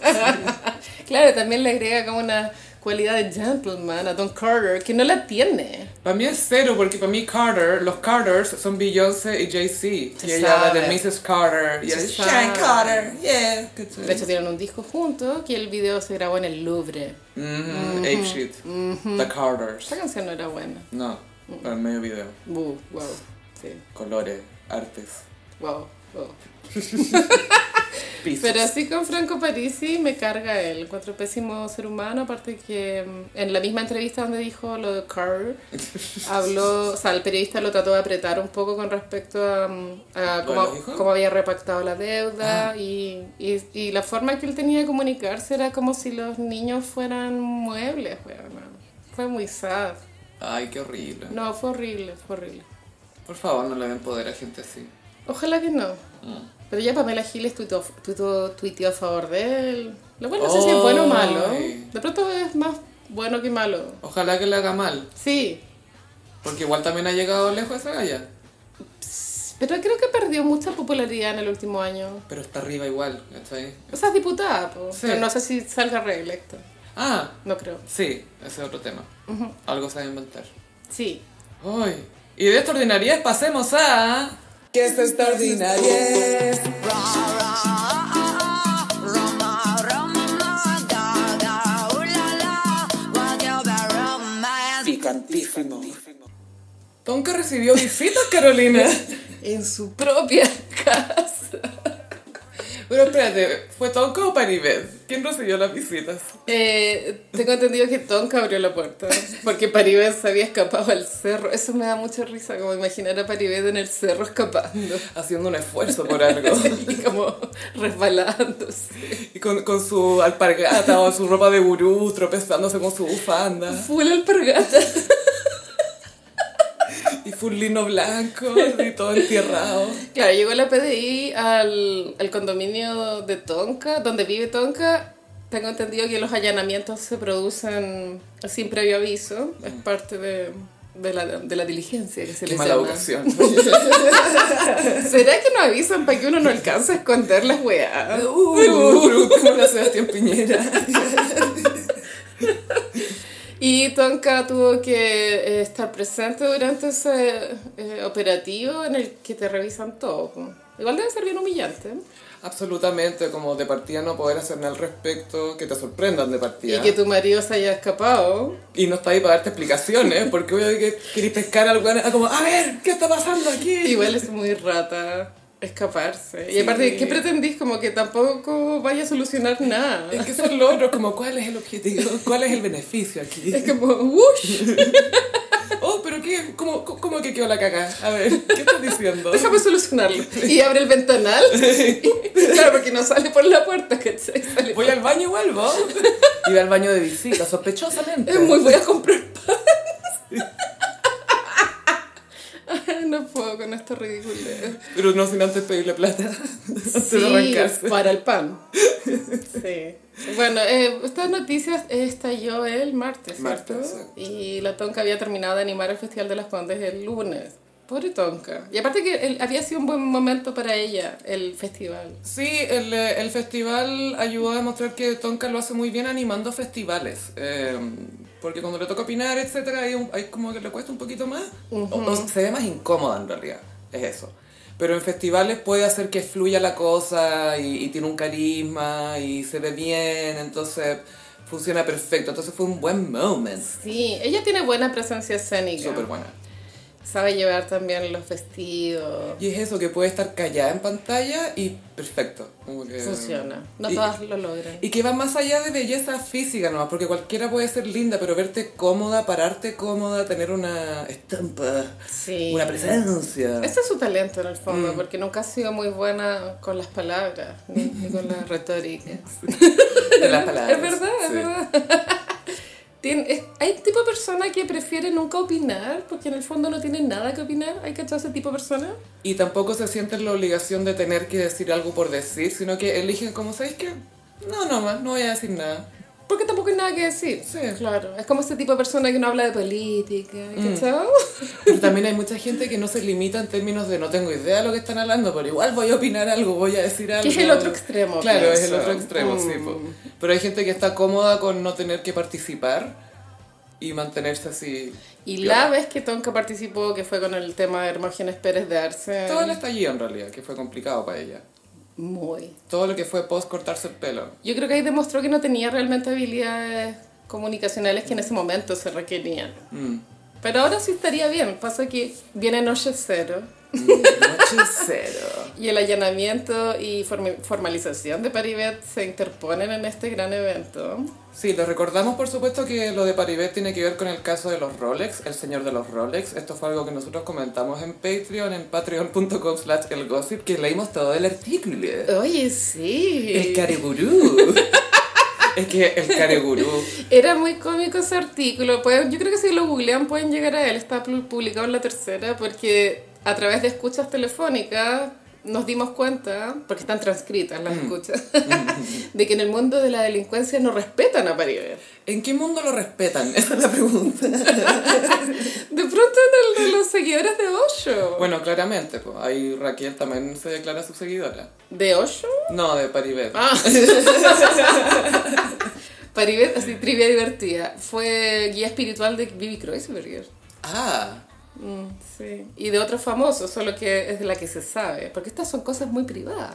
B: Claro, también le agrega como una cualidad de gentleman a Don Carter que no la tiene.
A: Para mí es cero, porque para mí Carter, los Carters son Beyoncé y Jay-Z.
B: Se
A: Y ella habla de
B: sabe.
A: Mrs. Carter. Y
B: Se
A: ella es
B: sabe.
A: Sharon Carter. Yeah.
B: De hecho, tienen un disco juntos que el video se grabó en el Louvre.
A: Mhm, Ape shit. The Carters.
B: Esa canción no era buena.
A: No, para el medio video.
B: Buh, wow. Sí,
A: Colores, artes,
B: wow, wow.
A: pisos.
B: Pero así con Franco Parisi me carga él. Encuentro pésimo ser humano. Aparte que mm, en la misma entrevista donde dijo lo de Carter, habló, o sea, el periodista lo trató de apretar un poco con respecto a, mm, a
A: ¿Lo
B: cómo,
A: de los hijos?
B: cómo había repactado la deuda y, y, y la forma que él tenía de comunicarse era como si los niños fueran muebles, weón. Fue muy sad.
A: Ay, qué horrible.
B: No, fue horrible, fue horrible.
A: Por favor, no le den poder a gente así. Mm.
B: Ojalá que no. Pero ya Pamela Giles tuiteó, tuiteó- tuiteó a favor de él. Lo cual no sé si es bueno o malo.
A: Ay.
B: De pronto es más bueno que malo.
A: Ojalá que le haga mal,
B: Sí.
A: porque igual también ha llegado lejos esa galla.
B: Pero creo que perdió mucha popularidad en el último año.
A: Pero está arriba igual, ¿cachai?
B: O sea, es diputada, po.
A: Sí.
B: pero no sé si salga reelecta.
A: Ah,
B: No creo.
A: sí, ese es otro tema. Algo se va a inventar.
B: Sí.
A: Ay, y de extraordinarias pasemos a... ¿Qué es extraordinarias? Picantísimo. Tonka recibió *laughs* visitas, Carolina.
B: En su propia casa.
A: Pero espérate, ¿fue Tonka o Paribet? ¿Quién recibió las visitas?
B: Eh, tengo entendido que Tonka abrió la puerta porque Paribet se había escapado al cerro. Eso me da mucha risa, como imaginar a Paribet en el cerro escapando. *laughs*
A: Haciendo un esfuerzo por algo.
B: y como resbalándose.
A: Y con, con su alpargata o su ropa de gurú, tropezándose con su bufanda.
B: Full alpargata.
A: Y full lino blanco, y todo entierrado.
B: *laughs* Claro, llegó la PDI al, al condominio de Tonka, donde vive Tonka. Tengo entendido que los allanamientos se producen sin previo aviso. Es parte de, de la, de la diligencia que se
A: Qué
B: les
A: mala
B: llama.
A: vocación.
B: *laughs* ¿Será que no avisan para que uno no alcance a esconder las
A: *laughs*
B: weas?
A: Uh, como la Sebastián Piñera.
B: Y Tonka tuvo que eh, estar presente durante ese eh, operativo en el que te revisan todo. Igual debe ser bien humillante.
A: Absolutamente, como de partida no poder hacer nada al respecto, que te sorprendan de partida.
B: Y que tu marido se haya escapado.
A: Y no está ahí para darte explicaciones, porque obvio que querés pescar al weón, ah, como, a ver, ¿qué está pasando aquí?
B: Igual es muy rata escaparse. Y
A: Sí.
B: aparte, ¿qué pretendís? Como que tampoco vaya a solucionar
A: *laughs*
B: nada.
A: Es que son los otros, como, ¿cuál es el objetivo? ¿Cuál es el beneficio aquí?
B: Es como, ¡wush!
A: Oh, pero ¿qué? ¿Cómo, cómo que quedó la caca? A ver, ¿qué estás diciendo?
B: Déjame solucionarlo. Y abre el ventanal. *laughs* claro, porque no sale por la puerta, ¿cachai? Sale
A: Voy
B: por-
A: al baño y vuelvo. Iba al baño de visita, sospechosamente.
B: Es muy voy a comprar pan. *laughs* no puedo con esto ridículo.
A: Pero no sin antes pedirle plata. *laughs* Antes de arrancarse.
B: para
A: *laughs*
B: el pan. Sí. Bueno, eh, estas noticias estalló el martes, ¿cierto?
A: Martes, exacto.
B: Y la Tonka había terminado de animar el Festival de las Condes el lunes. Pobre Tonka. Y aparte que el- había sido un buen momento para ella, el festival.
A: Sí, el, eh, el festival ayudó a demostrar que Tonka lo hace muy bien animando festivales. eh, porque cuando le toca opinar, etcétera, hay, un- hay como que le cuesta un poquito más. O- o se ve más incómoda en realidad. Es eso. Pero en festivales puede hacer que fluya la cosa y, y tiene un carisma y se ve bien. Entonces funciona perfecto. Entonces fue un buen moment.
B: Sí, ella tiene buena presencia escénica.
A: Súper buena.
B: Sabe llevar también los vestidos.
A: Y es eso, que puede estar callada en pantalla y perfecto. como que-
B: Funciona. No
A: Eh, y-
B: todas lo logran.
A: Y que va más allá de belleza física nomás, porque cualquiera puede ser linda, pero verte cómoda, pararte cómoda, tener una estampa,
B: Sí.
A: una presencia. Mm.
B: Ese es su talento en el fondo, porque nunca ha sido muy buena con las palabras, ni, ni con la retórica.
A: de las palabras.
B: Es verdad, es
A: sí.
B: verdad. *laughs* Tien- es- hay tipo de persona que prefiere nunca opinar, porque en el fondo no tiene nada que opinar. ¿Hay cachado ese tipo de persona?
A: Y tampoco se sienten la obligación de tener que decir algo por decir, sino que eligen como, ¿sabéis qué? No, nomás, no voy a decir nada.
B: Porque tampoco hay nada que decir.
A: Sí.
B: claro. Es como ese tipo de persona que no habla de política,
A: Mm.
B: ¿cachado? *laughs*
A: Pero también hay mucha gente que no se limita en términos de no tengo idea de lo que están hablando, pero igual voy a opinar algo, voy a decir algo.
B: Que es el otro extremo,
A: Claro,
B: pienso.
A: es el otro extremo, sí.
B: Mm.
A: po. Pero hay gente que está cómoda con no tener que participar y mantenerse así.
B: Y la vez que Tonka participó, que fue con el tema de Hermógenes Pérez de Arce,
A: Todo el estallido en realidad, que fue complicado para ella.
B: muy
A: Todo lo que fue post cortarse el pelo.
B: Yo creo que ahí demostró que no tenía realmente habilidades comunicacionales que en ese momento se requerían.
A: Mm.
B: *laughs* Pero ahora sí estaría bien. Pasa que viene Noche Cero
A: Noche cero.
B: y el allanamiento y form- formalización de Paribet se interponen en este gran evento.
A: Sí, les recordamos por supuesto que lo de Paribet tiene que ver con el caso de los Rolex, el señor de los Rolex. Esto fue algo que nosotros comentamos en Patreon, en patreon.com slash el gossip, que leímos todo el artículo.
B: Oye, sí.
A: El caregurú. es que el caregurú.
B: Era muy cómico ese artículo. Pueden- yo creo que si lo googlean pueden llegar a él. Está pu- publicado en la tercera porque a través de escuchas telefónicas nos dimos cuenta, porque están transcritas
A: Mm.
B: las escuchas,
A: *laughs*
B: *laughs* de que en el mundo de la delincuencia no respetan a Paribet.
A: ¿En qué mundo lo respetan? Esa es la pregunta.
B: De pronto en el de los seguidores de Osho.
A: Bueno, claramente, pues, ahí Raquel también se declara su seguidora.
B: ¿De Osho?
A: No, de Paribet.
B: Ah. *laughs* Paribet, así trivia divertida, fue guía espiritual de Bibi Kreuzberger.
A: Ah.
B: Mm, sí. Y de otros famosos, solo que es de la que se sabe. Porque estas son cosas muy privadas.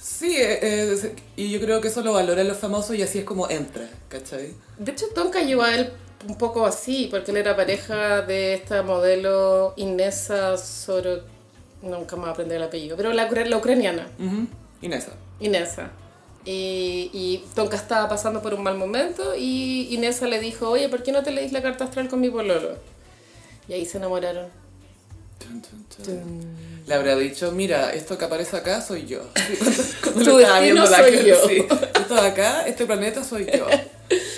A: Sí, eh, eh, y yo creo que eso lo valora los famosos y así es como entra, ¿cachai?
B: De hecho, Tonka llegó a él un poco así, porque él era pareja de esta modelo Inesa Soro... Nunca me voy a aprender el apellido, pero la, ucra- la ucraniana,
A: Ujú. Inesa.
B: Inesa. Y, y Tonka estaba pasando por un mal momento y Inesa le dijo, oye, ¿por qué no te leís la carta astral con mi pololo? Y ahí se enamoraron.
A: Tun, tun, tun. Le habrá dicho, mira, esto que aparece acá soy yo. *laughs* Cuando
B: Tu
A: lo estaba
B: destino
A: la
B: soy
A: gente,
B: yo.
A: sí. Esto de acá, este planeta soy yo.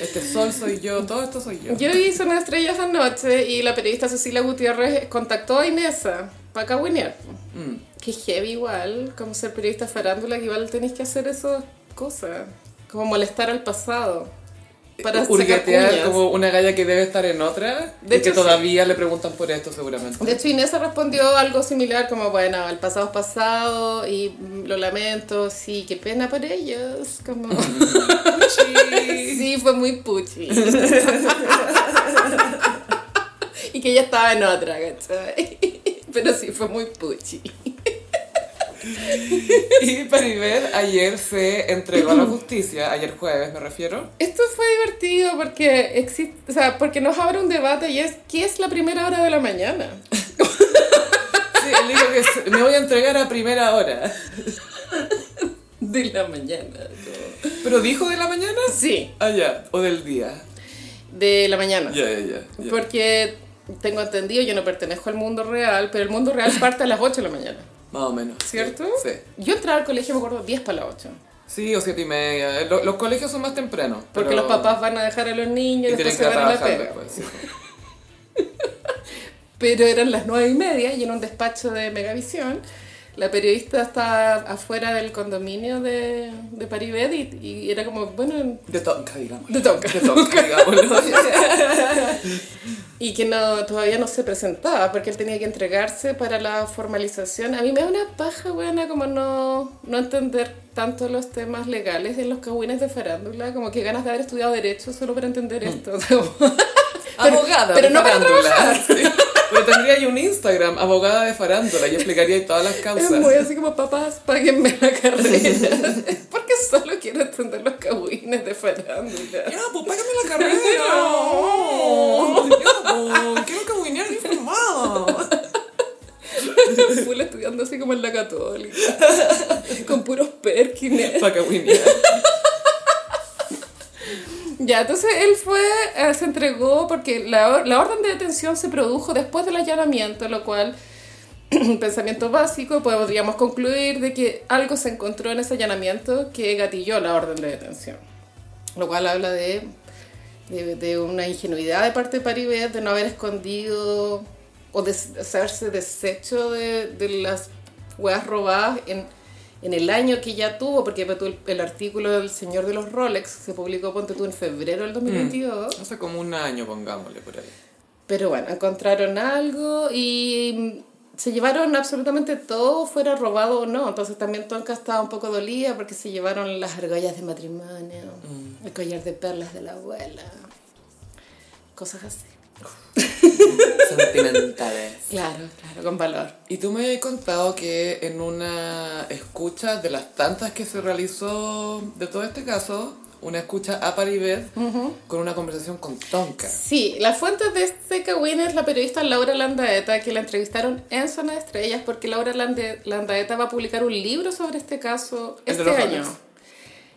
A: Este sol soy yo, todo esto soy yo.
B: Yo hice una estrella esa noche y la periodista Cecilia Gutiérrez contactó a Inesa para cagüinear. Que heavy igual, como ser periodista farándula, que igual tenés que hacer esas cosas. Como molestar al pasado. Para sacar
A: Urgatear
B: cuñas.
A: como una galla que debe estar en otra
B: De
A: y que
B: hecho, sí.
A: todavía le preguntan por esto seguramente.
B: De hecho, Inés respondió algo similar, como, bueno, el pasado es pasado y mm, lo lamento, sí, qué pena por ellos, como... *laughs* sí, fue muy puchi. *laughs* *laughs* y que ella estaba en otra, ¿cachai? Pero sí, fue muy puchi.
A: Y Paribet ayer se entregó a la justicia, ayer jueves me refiero.
B: Esto fue divertido porque existe, o sea, porque nos abre un debate y es ¿qué es la primera hora de la mañana?
A: Sí, él dijo que se- me voy a entregar a primera hora.
B: De la mañana. como-
A: ¿Pero dijo de la mañana?
B: Sí,
A: Ah, ya, o del día.
B: de la mañana.
A: Ya, ya, ya, ya.
B: Porque tengo entendido, yo no pertenezco al mundo real, pero el
A: *laughs*
B: mundo real parte a las 8 de la mañana,
A: Más o menos.
B: ¿cierto?
A: Sí.
B: Yo entraba al colegio, me acuerdo, 10 para las 8.
A: Sí, o siete y media. Eh, Lo- los colegios son más tempranos.
B: Porque
A: pero-
B: los papás van a dejar a los niños y,
A: Y tienen
B: después se
A: que ir a
B: van a la
A: trabajar
B: pega.
A: después. sí.
B: Pero eran las nueve y media y en un despacho de Megavisión la periodista estaba afuera del condominio de, de Paribet y, y era como, bueno,
A: De tonca, digamos.
B: *laughs* de toca. *laughs*
A: De tonca, digámoslo.
B: Y que no, todavía no se presentaba porque él tenía que entregarse para la formalización. A mí me da una paja buena como no, no entender tanto los temas legales en los cagüines de farándula, como que ganas de haber estudiado derecho solo para entender esto. *laughs* Pero-
A: abogada
B: pero
A: de
B: no para
A: farándula.
B: *laughs*
A: Sí. Pero tendría ahí un Instagram, abogada de farándula, y explicaría ahí todas las
B: Es
A: causas.
B: muy así como, papás, páguenme la carrera. *laughs* Porque solo quiero entender los cagüines
A: *laughs*
B: de farándula.
A: Ya, pues págame la carrera. Ya, pues, quiero cabinear informado.
B: Full estudiando así como en la católica. *laughs* Con puros perkines.
A: Para cabinear.
B: Ya, entonces él fue, eh, se entregó porque la, or- la orden de detención se produjo después del allanamiento, lo cual, *laughs* pensamiento básico, podríamos concluir de que algo se encontró en ese allanamiento que gatilló la orden de detención. Lo cual habla de, de, de una ingenuidad de parte de Paribet de no haber escondido o de s- haberse deshecho de, de las huevas robadas en, en el año que ya tuvo, porque ponte tú, el, el artículo del señor de los Rolex que se publicó, ponte tú, en febrero del 2022.
A: Hace como un año, pongámosle por ahí.
B: Pero bueno, encontraron algo y mm, se llevaron absolutamente todo, fuera robado o no. Entonces también Tonka estaba un poco dolida porque se llevaron las argollas de matrimonio, el collar de perlas de la abuela, cosas así.
A: Sentimentales.
B: Claro, claro, con valor.
A: Y tú me habías contado que en una escucha de las tantas que se realizó de todo este caso, una escucha a Paribet con una conversación con Tonka.
B: Sí, la fuente de este cagüín es la periodista Laura Landaeta, que la entrevistaron en Zona de Estrellas, porque Laura Lande- Landaeta va a publicar un libro sobre este caso
A: El de
B: este
A: los
B: año.
A: Rolex.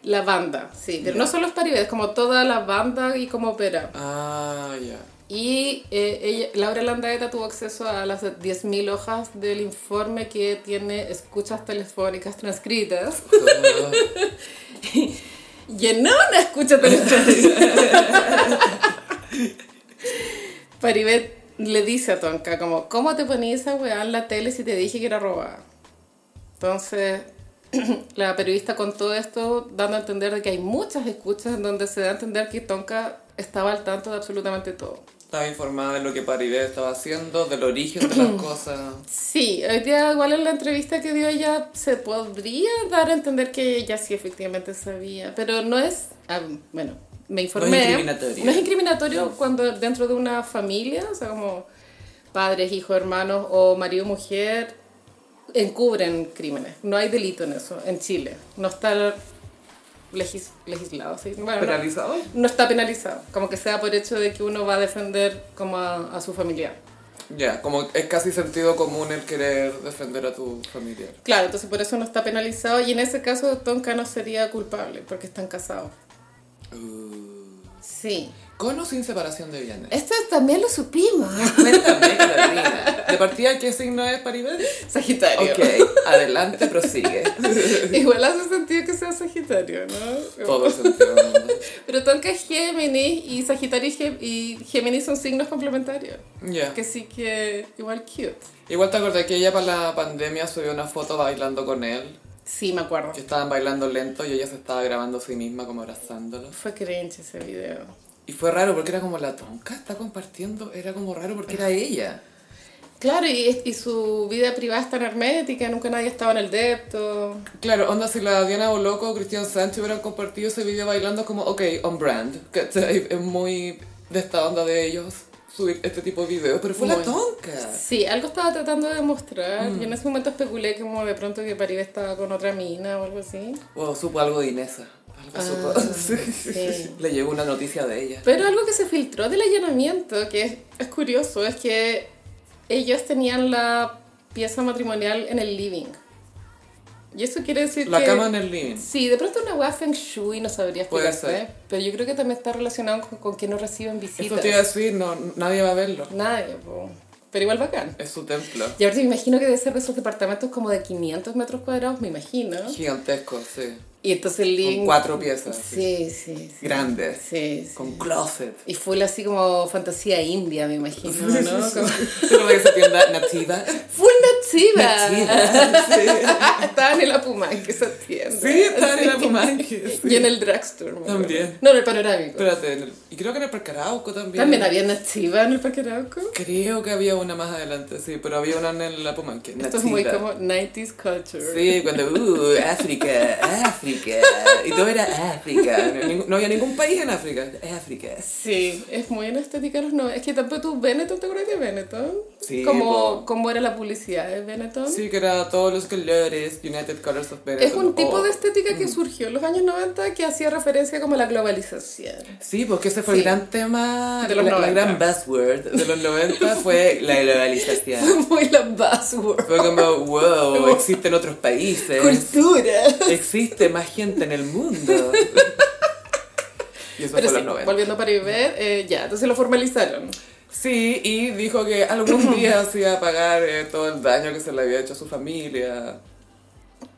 B: La banda, sí, pero no solo es Paribet, es como toda la banda y cómo opera.
A: Ah, *laughs* ya.
B: Y eh, ella- Laura Landaeta tuvo acceso a las 10.000 hojas del informe que tiene escuchas telefónicas transcritas. Llenó una escucha telefónica. Paribet le dice a Tonka como, ¿cómo te ponías esa weá en la tele si te dije que era robada? Entonces, *clears throat* la periodista contó esto dando a entender de que hay muchas escuchas en donde se da a entender que Tonka estaba al tanto de absolutamente todo.
A: Estaba informada de lo que Paribet estaba haciendo, del origen de las cosas.
B: Sí, hoy día igual en la entrevista que dio ella se podría dar a entender que ella sí efectivamente sabía, pero no es, ah, bueno, me informé.
A: discriminatorio.
B: No es discriminatorio cuando dentro de una familia, o sea, como padres, hijos, hermanos o marido, mujer, encubren crímenes. No hay delito en eso, en Chile. No está legis- legislado. ¿sí? Bueno, no-
A: ¿Penalizado?
B: no está penalizado, como que sea por hecho de que uno va a defender como a, a su familiar.
A: Ya, como es casi sentido común el querer defender a tu familiar.
B: Claro, entonces por eso no está penalizado y en ese caso Tonka no sería culpable porque están casados.
A: Uh.
B: Sí.
A: Con o sin separación de bienes.
B: Esto también lo supimos.
A: Cuéntame, Carolina. ¿De partida qué signo es Paribet?
B: *laughs*
A: *laughs*
B: Sagitario.
A: Ok, adelante, prosigue.
B: *laughs* Igual hace sentido que sea Sagitario, ¿no?
A: Todo el sentido del mundo. *laughs*
B: Pero Tonka es Géminis y Sagitario y, Gem- y Géminis son signos complementarios.
A: Ya.
B: Que sí que igual cute.
A: Igual te acordás que ella para la pandemia subió una foto bailando con él,
B: Sí, me acuerdo.
A: que estaban bailando lento y ella se estaba grabando a sí misma como abrazándolo.
B: Fue cringe ese video.
A: Y fue raro porque era como la tonca está compartiendo, era como raro porque era ella.
B: Claro, y, y su vida privada es tan hermética, nunca nadie estaba en el depto.
A: Claro, onda, si la Diana Boloco o Cristian Sánchez hubieran compartido ese video bailando es como, ok, on brand, que es muy de esta onda de ellos, subir este tipo de videos, pero fue la
B: Muy.
A: tonca.
B: Sí, algo estaba tratando de demostrar.
A: Mm.
B: Y en ese momento especulé como de pronto que París estaba con otra mina o algo así.
A: O supo algo de Inesa. Algo
B: Ah,
A: supo. *laughs*
B: sí.
A: Le llegó una noticia de ella.
B: Pero algo que se filtró del allanamiento, que es, es curioso, es que ellos tenían la pieza matrimonial en el living. Y eso quiere decir
A: La
B: que...
A: cama en el living.
B: Sí, de pronto una weá feng shui no sabría
A: Puede
B: explicarse. Pero yo creo que también está relacionado con, con que no reciben
A: Esto te iba a
B: visitas.
A: decir, no, nadie va a verlo.
B: Nadie, po. pero igual bacán.
A: Es su templo.
B: Y ahora me imagino que debe ser de esos departamentos como de 500 metros cuadrados, me imagino.
A: Gigantesco, sí.
B: Y entonces el living...
A: Con cuatro piezas.
B: Sí, sí, sí.
A: Grandes.
B: Sí, sí.
A: Con closet.
B: Y fue así como fantasía india, me imagino, ¿no? Como-
A: *laughs* Solo que esa tienda nativa.
B: Full nativa.
A: Nativa.
B: *laughs* Estaban en la Pumanque esa tienda.
A: Sí, está en la Pumanque.
B: Y en el drugstore. me acuerdo.
A: También.
B: No, en el panorámico.
A: Espérate, en el- y creo que en el Parque Arauco también.
B: También había nativa en el Parque Arauco.
A: Creo que había una más adelante, sí, pero había una en la Pumanque.
B: Esto es muy
A: nativa.
B: como 90s culture.
A: Sí, cuando, uh, África, África. Y todo era África. No, ningún- no había ningún país en África. África.
B: Sí, es muy una estética de los 90. Es que tampoco tú, Benetton, ¿te acuerdas de Benetton?
A: Sí, po.
B: Como, como era la publicidad de Benetton.
A: Sí, que era todos los colores, United Colors of Benetton.
B: Es un tipo
A: Oh.
B: de estética que surgió en los años 90 que hacía referencia como a la globalización.
A: Sí, porque ese fue el
B: Sí.
A: gran tema,
B: De los
A: la, la
B: 90.
A: gran buzzword de los 90 *laughs* fue la globalización.
B: Muy la buzzword.
A: Fue como, wow, existen otros países.
B: Cultura.
A: Existe más gente en el mundo. Y eso
B: Pero
A: fue
B: sí,
A: los 90.
B: volviendo para Iber, eh, ya, entonces lo formalizaron.
A: Sí, y dijo que
B: *clears throat*
A: algún día se iba a pagar eh, todo el daño que se le había hecho a su familia.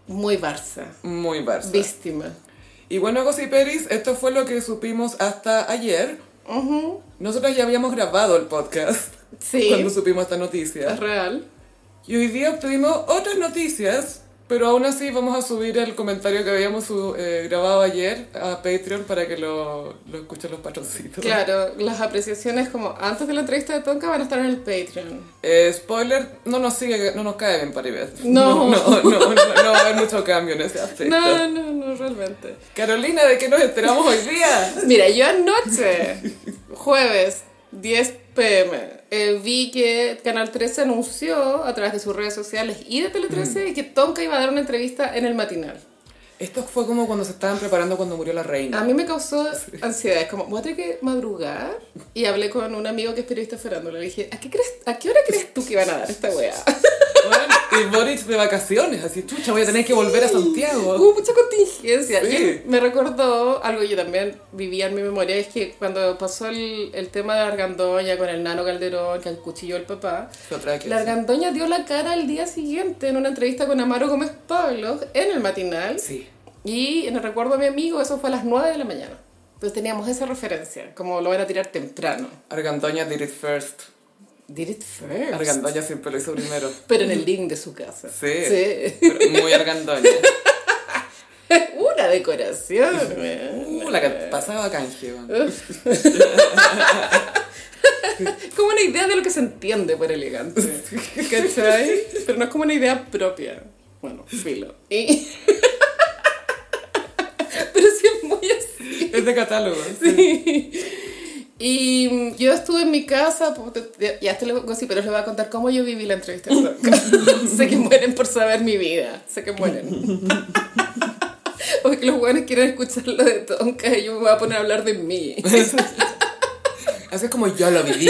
B: Muy Barça.
A: Muy Barça.
B: Víctima.
A: Y bueno, Gossiperis, esto fue lo que supimos hasta ayer. Nosotros ya habíamos grabado el podcast
B: Sí,
A: cuando supimos esta noticia.
B: es real.
A: Y hoy día obtuvimos otras noticias, pero aún así vamos a subir el comentario que habíamos su- eh, grabado ayer a Patreon para que lo, lo escuchen los patroncitos.
B: Claro, las apreciaciones como antes de la entrevista de Tonka van a estar en el Patreon.
A: Eh, spoiler, no nos sigue, no nos cae bien Paribet. No,
B: No.
A: no, no, no va a haber mucho cambio en ese aspecto.
B: No, no, no, realmente.
A: Carolina, ¿de qué nos enteramos hoy día?
B: Mira, yo anoche, jueves 10 pm, eh, vi que Canal 13 anunció a través de sus redes sociales y de Tele 13 que Tonka iba a dar una entrevista en el matinal.
A: Esto fue como cuando se estaban preparando cuando murió la
B: A
A: reina.
B: mí me causó ansiedad, es como, voy a tener que madrugar. Y hablé con un amigo que es periodista farándula, le dije, ¿a qué, crees, ¿a qué hora crees tú que van a dar esta weá?
A: Bueno, y Boric de vacaciones, así, chucha, voy a tener que volver a Santiago.
B: Hubo mucha contingencia.
A: Sí.
B: Y me recordó algo que yo también vivía en mi memoria, es que cuando pasó el, el tema de Argandoña con el nano Calderón, que cuchillo el papá,
A: Lo trae aquí.
B: la Argandoña dio la cara al día siguiente en una entrevista con Amaro Gómez Pablo en el matinal.
A: Sí.
B: Y en el recuerdo a mi amigo, eso fue a las 9 de la mañana. Entonces teníamos esa referencia, como lo van a tirar temprano.
A: Argandoña did it first.
B: Did it first.
A: Argandoña siempre lo hizo primero.
B: Pero en el link de su casa.
A: Sí.
B: Sí. *laughs*
A: Pero muy argandoña.
B: Una decoración. weón.
A: *laughs* Uh, la que pasaba canje. man.
B: Es como una idea de lo que se entiende por elegante. *laughs* ¿Cachai? Pero no es como una idea propia. Bueno, filo. Y- *laughs* Pero sí es muy así.
A: Es de catálogo. Sí.
B: Y mm, yo estuve en mi casa, puta, ya- ya te lo gossip, pero les voy a contar cómo yo viví la entrevista. sé que mueren por saber mi vida, sé que mueren. Porque los buenos quieren escuchar lo de Tonka y yo me voy a poner a hablar de mí.
A: Así es como yo lo *laughs* viví.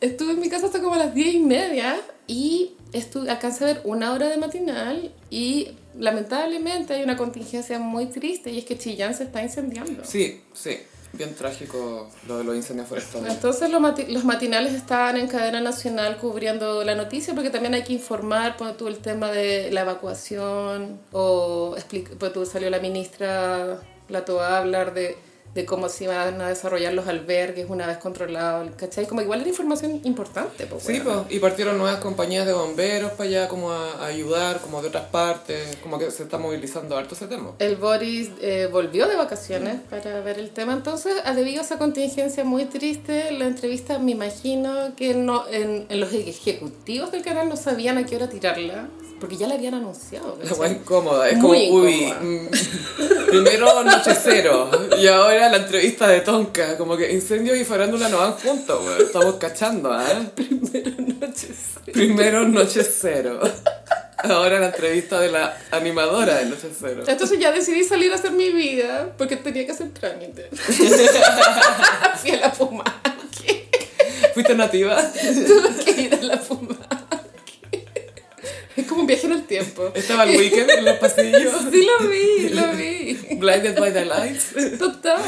B: Estuve en mi casa hasta como a las 10 y media y estuve, alcancé a ver una hora de matinal y lamentablemente hay una contingencia muy triste y es que Chillán se está incendiando.
A: Sí, sí. Bien trágico lo de los incendios forestales.
B: Entonces los, mati- los matinales estaban en cadena nacional cubriendo la noticia porque también hay que informar por todo el tema de la evacuación o por tú salió la ministra Latoa a hablar de, de cómo se iban a desarrollar los albergues una vez controlado, ¿cachai? Como igual era información importante. Pues,
A: Sí,
B: bueno.
A: po. y partieron nuevas compañías de bomberos para allá, como a, a ayudar, como de otras partes, como que se está movilizando harto ese tema.
B: El Boris eh, volvió de vacaciones para ver el tema, entonces, a- debido a esa contingencia muy triste, la entrevista me imagino que no en, en los ejecutivos del canal no sabían a qué hora tirarla, porque ya la habían anunciado.
A: *laughs* La
B: ¿cachai?
A: weá incómoda, es
B: Muy
A: como, uy,
B: incómoda.
A: mm, primero noche cero y ahora wea la entrevista de Tonka. Como que incendios y farándula no van juntos, weón. Estamos cachando, ¿eh?
B: *laughs* Primero noches.
A: Primero Noche Cero. Ahora la entrevista de la animadora de Noche Cero.
B: Entonces ya decidí salir a hacer mi vida porque tenía que hacer trámite. Fui a la *laughs* Pumaque.
A: ¿Fuiste nativa?
B: Tuve que ir a la Pumaque. Es como un viaje en el tiempo.
A: Estaba el weekend en los pasillos.
B: Sí, lo vi, lo vi.
A: Blinded by the lights.
B: Total.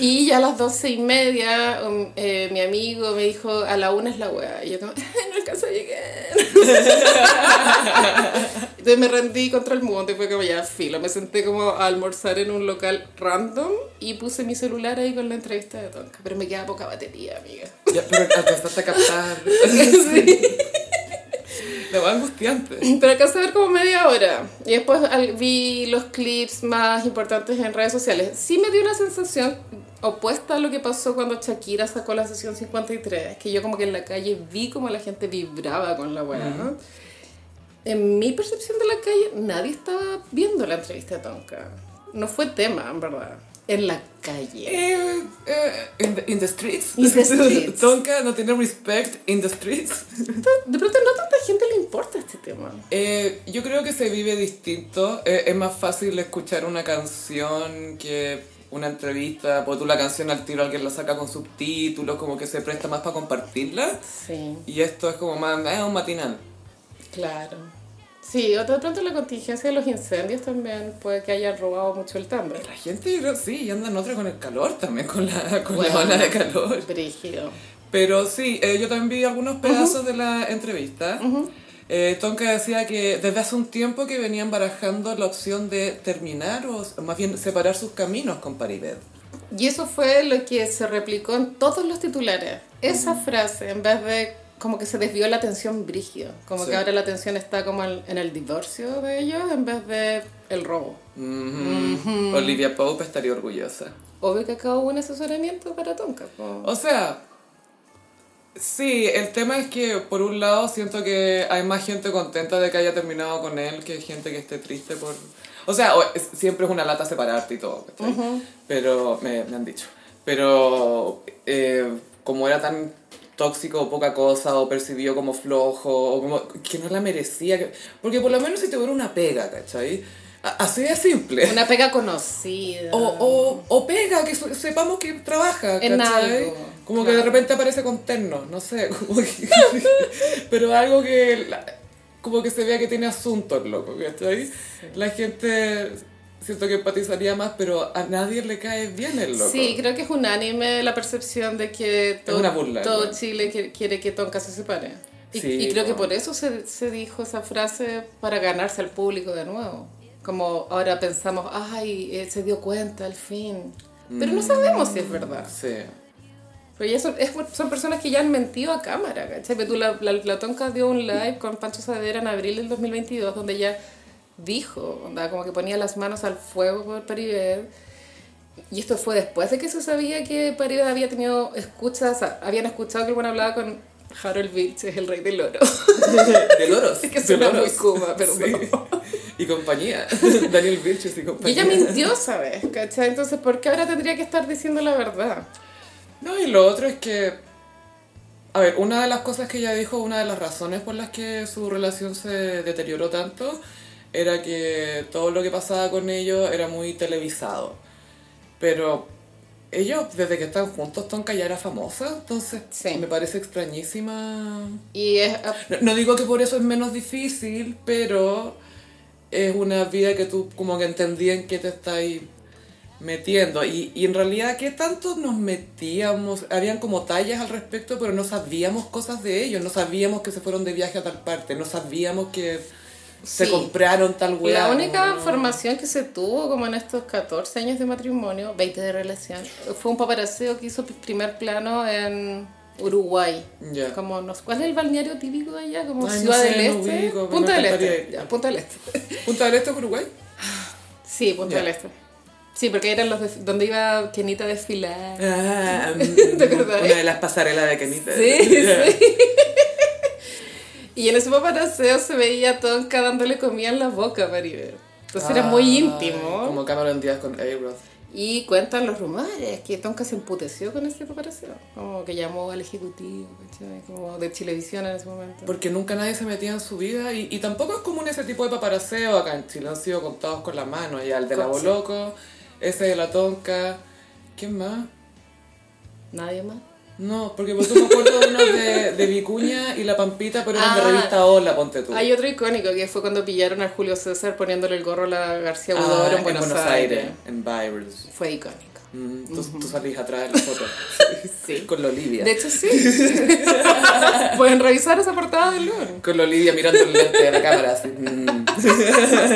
B: Y ya a las doce y media, um, eh, mi amigo me dijo, a la una es la weá. Y yo como, *laughs* no alcanzo a llegar. Entonces me rendí contra el mundo y fue como ya filo. Me senté como a almorzar en un local random y puse mi celular ahí con la entrevista de Tonka. Pero me queda poca batería, amiga. *laughs*
A: Ya, pero alcanzaste a captar.
B: Sí.
A: La wea angustiante.
B: *clears throat* Pero alcancé a ver como media hora. Y después al- vi los clips más importantes en redes sociales. Sí me dio una sensación opuesta a lo que pasó cuando Shakira sacó la sesión 53. Que yo como que en la calle vi como la gente vibraba con la weá. ¿no? En mi percepción de la calle, nadie estaba viendo la entrevista de Tonka. No fue tema, en verdad. En la calle.
A: Eh, eh, in, the, in the streets.
B: In the streets.
A: Tonka no tiene respect in the streets.
B: De pronto no tanta gente le importa este tema.
A: Eh, yo creo que se vive distinto. Eh, es más fácil escuchar una canción que una entrevista. Porque tú la canción al tiro alguien la saca con subtítulos, como que se presta más para compartirla.
B: Sí.
A: Y esto es como más, es un matinal.
B: Claro. Sí, o de pronto la contingencia de los incendios también puede que haya robado mucho el tambo.
A: La gente, yo creo, sí, y anda en otra con el calor también, con la, con
B: Bueno.
A: la ola de calor.
B: Brígido.
A: Pero sí, eh, yo también vi algunos pedazos de la entrevista. Eh, Tonka decía que desde hace un tiempo que venían barajando la opción de terminar o s- más bien separar sus caminos con Paribet.
B: Y eso fue lo que se replicó en todos los titulares. Esa frase, en vez de como que se desvió la atención brígido, como
A: Sí.
B: que ahora la atención está como en, en el divorcio de ellos en vez de el robo.
A: Olivia Pope estaría orgullosa.
B: Obvio que acá hubo un asesoramiento para Tonka. po.
A: O sea, sí, el tema es que por un lado siento que hay más gente contenta de que haya terminado con él que gente que esté triste por... O sea, o- es- siempre es una lata separarte y todo, ¿cachai? Pero me, me han dicho. Pero eh, como era tan tóxico o poca cosa o percibido como flojo o como que no la merecía. que- Porque por lo menos si te hubiera una pega, ¿cachai? A- Así de simple.
B: Una pega conocida.
A: O, o, o pega, que su- sepamos que trabaja,
B: En
A: ¿cachai?
B: algo,
A: Como que de
B: claro.
A: repente aparece con terno, no sé, *laughs* como que- pero algo que la- como que se vea que tiene asuntos, loco, ¿cachai? La gente siento que empatizaría más, pero a nadie le cae bien el loco.
B: Sí, creo que es unánime la percepción de que todo,
A: una burla,
B: todo
A: ¿no?
B: Chile qui- quiere que Tonka se separe. Y,
A: Sí,
B: y creo que
A: no.
B: por eso se, se dijo esa frase para ganarse al público de nuevo. Como ahora pensamos, ay, eh, se dio cuenta al fin. Pero
A: Mm.
B: no sabemos si es verdad.
A: Sí.
B: Pero ya son, es- son personas que ya han mentido a cámara, ¿cachai? Pero tú, la, la, la Tonka dio un live con Pancho Sadera en abril del 2022 donde ella dijo, onda, como que ponía las manos al fuego por Paribet. Y esto fue después de que se sabía que Paribet había tenido escuchas, a- habían escuchado que el buen hablaba con Harold Vilches, el rey del oro.
A: *laughs* De loros.
B: Es que
A: de
B: suena muy
A: loros.
B: Cuba, perdón.
A: Y compañía. *laughs* Daniel Vilches y
B: Y
A: compañía.
B: ella mintió, ¿sabes? ¿Cachai? Entonces, ¿por qué ahora tendría que estar diciendo la verdad?
A: No, y lo otro es que, a ver, una de las cosas que ella dijo, una de las razones por las que su relación se deterioró tanto, era que todo lo que pasaba con ellos era muy televisado. Pero ellos, desde que están juntos, Tonka ya era famosa, entonces
B: Sí.
A: me parece extrañísima.
B: Y es...
A: No, no digo que por eso es menos difícil, pero es una vida que tú como que entendí en qué te estáis metiendo. Y, y en realidad, ¿qué tanto nos metíamos? Habían como tallas al respecto, pero no sabíamos cosas de ellos. No sabíamos que se fueron de viaje a tal parte. No sabíamos que se
B: Sí.
A: compraron tal weá.
B: La única
A: no.
B: información que se tuvo como en estos 14 años de matrimonio, 20 de relación, fue un paparazzo que hizo primer plano en Uruguay.
A: Ya.
B: Como, no sé, ¿Cuál es el balneario típico de allá? Como
A: Ay, no
B: Ciudad
A: sé,
B: del
A: no
B: Este.
A: ubico, me
B: Punta del
A: encantaría
B: Este.
A: ir.
B: Ya, Punta del Este. *laughs*
A: ¿Punta del Este es Uruguay?
B: Sí, Punta
A: Ya.
B: del Este. Sí, porque eran los desf- donde iba Kenita a desfilar.
A: Ah,
B: acordás?
A: una de las pasarelas de Kenita.
B: Sí,
A: Ya. *laughs*
B: sí. Y en ese paparaseo se veía a Tonka dándole comida en la boca a Maribel. Entonces era muy
A: Ay,
B: íntimo.
A: Ah, Como Cameron Díaz con A-Rod.
B: Y cuentan los rumores que Tonka se emputeció con esta preparación. Como que llamó al ejecutivo, ¿cachai? Como de televisión en ese momento.
A: Porque nunca nadie se metía en su vida y, y tampoco es común ese tipo de paparaseo acá en Chile. Han sido contados con la mano. Ya el de la
B: Con- Ah, sí.
A: Boloco, ese de la Tonka. ¿Quién más?
B: Nadie más.
A: No, porque por tú me acuerdo de uno de, de Vicuña y La Pampita, pero eran de
B: Ah.
A: revista Hola, ponte tú.
B: Hay otro icónico que fue cuando pillaron a Julio César poniéndole el gorro a la García
A: Ah,
B: Huidobro en,
A: en
B: Buenos Aires.
A: En Virus.
B: Fue icónico.
A: Mm, tú, tú salís atrás de la foto.
B: *laughs* Sí.
A: Con la Olivia.
B: De hecho, *laughs* sí. Pueden revisar esa portada del lunes.
A: Con la Olivia mirando el lente de la cámara. Así. mm. *laughs*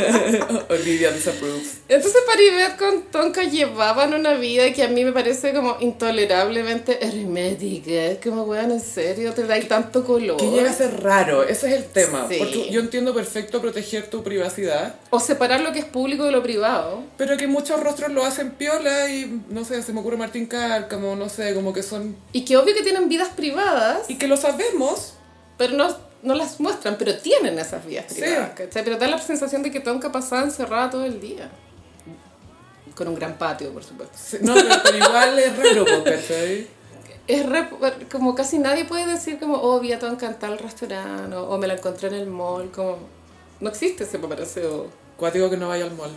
A: Olivia disapproves.
B: Entonces Paribet con Tonka llevaban una vida que a mí me parece como intolerablemente hermética. Como, weón, en serio, te dais tanto color.
A: Que llega a ser raro, ese es el tema.
B: Sí.
A: Porque yo entiendo perfecto proteger tu privacidad,
B: O separar lo que es público de lo privado.
A: pero que muchos rostros lo hacen piola y no sé, se me ocurre Martín Cárcamo, no sé, como que son.
B: Y que obvio que tienen vidas privadas,
A: Y que lo sabemos,
B: pero no, no las muestran, pero tienen esas vidas
A: Sí.
B: privadas. ¿cachai? Pero da la sensación de que Tonka pasaba encerrada todo el día. Con un gran patio, por supuesto.
A: Sí, No, pero, pero igual es raro, po, ¿cachai?
B: Es re- como casi nadie puede decir como, oh, vi a Tonka en tal restaurante, o, o me la encontré en el mall, como... No existe ese paparazzo.
A: Cuático que no vaya al mall.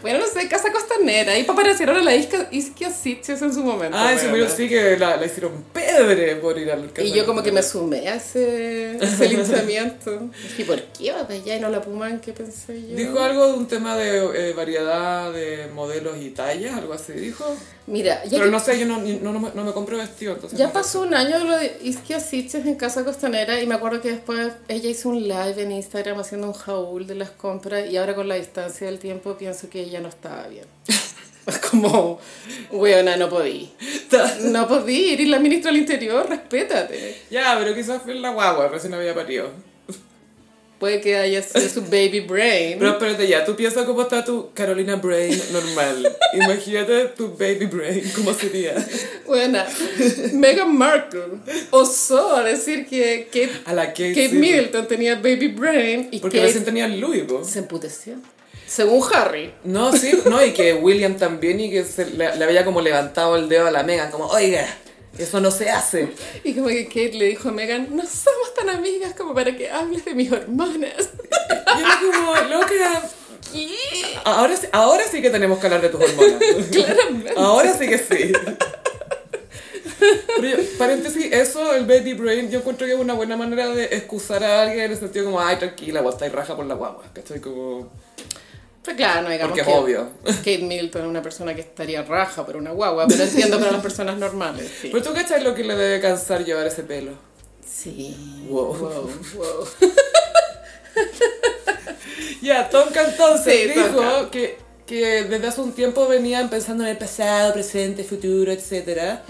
B: Bueno, no sé, Casa Costanera. Y paparazzaron a la Isca, Isquia Sitches en su momento.
A: Ah, ese
B: weona.
A: video sí que la, la hicieron pedre por ir al
B: Y yo como que me sumé a ese,
A: *laughs*
B: ese linchamiento. Dije, ¿por qué va para allá y no la puman? ¿Qué pensé yo?
A: Dijo algo de un tema de eh, variedad de modelos y tallas, algo así dijo.
B: Mira, ya,
A: Pero no sé, yo no, no, no me- no me compro vestido, entonces...
B: ya
A: no-
B: pasó un año de lo de Isquia Sitches en Casa Costanera y me acuerdo que después ella hizo un live en Instagram haciendo un haul de las compras y ahora con la distancia del tiempo pienso que ella no estaba bien. *laughs* como, weona, no podí. No podí, eres la ministra del Interior, respétate.
A: Ya, pero quizás fue en la guagua, recién había parido.
B: Puede que haya sido su baby brain.
A: Pero espérate ya, tú piensas cómo está tu Carolina Brain normal. Imagínate tu baby brain, cómo sería.
B: Buena. Meghan Markle osó a decir que Kate,
A: A la Kate,
B: Kate
A: sí.
B: Middleton tenía baby brain y
A: Porque
B: Kate
A: recién tenía el Louis, po.
B: se emputeció. Según Harry.
A: No, sí, no, y que William también y que se le, le había como levantado el dedo a la Megan, como, oiga, eso no se hace.
B: Y como que Kate le dijo a Meghan, no somos tan amigas como para que hables de mis hormonas.
A: Y era como, loca,
B: ¿Qué?
A: ahora, sí- ahora sí que tenemos que hablar de tus hormonas.
B: Claramente.
A: Ahora sí que sí. Pero yo- paréntesis, eso, el baby brain, yo encuentro que es una buena manera de excusar a alguien en el sentido como, ay, tranquila, vos estáis raja por la guagua, ¿cachai? Como...
B: Pero Pues claro, no digamos
A: Porque es
B: que
A: obvio.
B: Kate Middleton es una persona que estaría raja por una guagua, pero entiendo para las personas normales. Sí.
A: Pero tú, ¿cachai lo que le debe cansar llevar ese pelo?
B: sí.
A: Wow.
B: Wow, wow.
A: Ya, Tonka entonces
B: Sí,
A: dijo
B: Tonka.
A: Que, que desde hace un tiempo venían pensando en el pasado, presente, futuro, etc.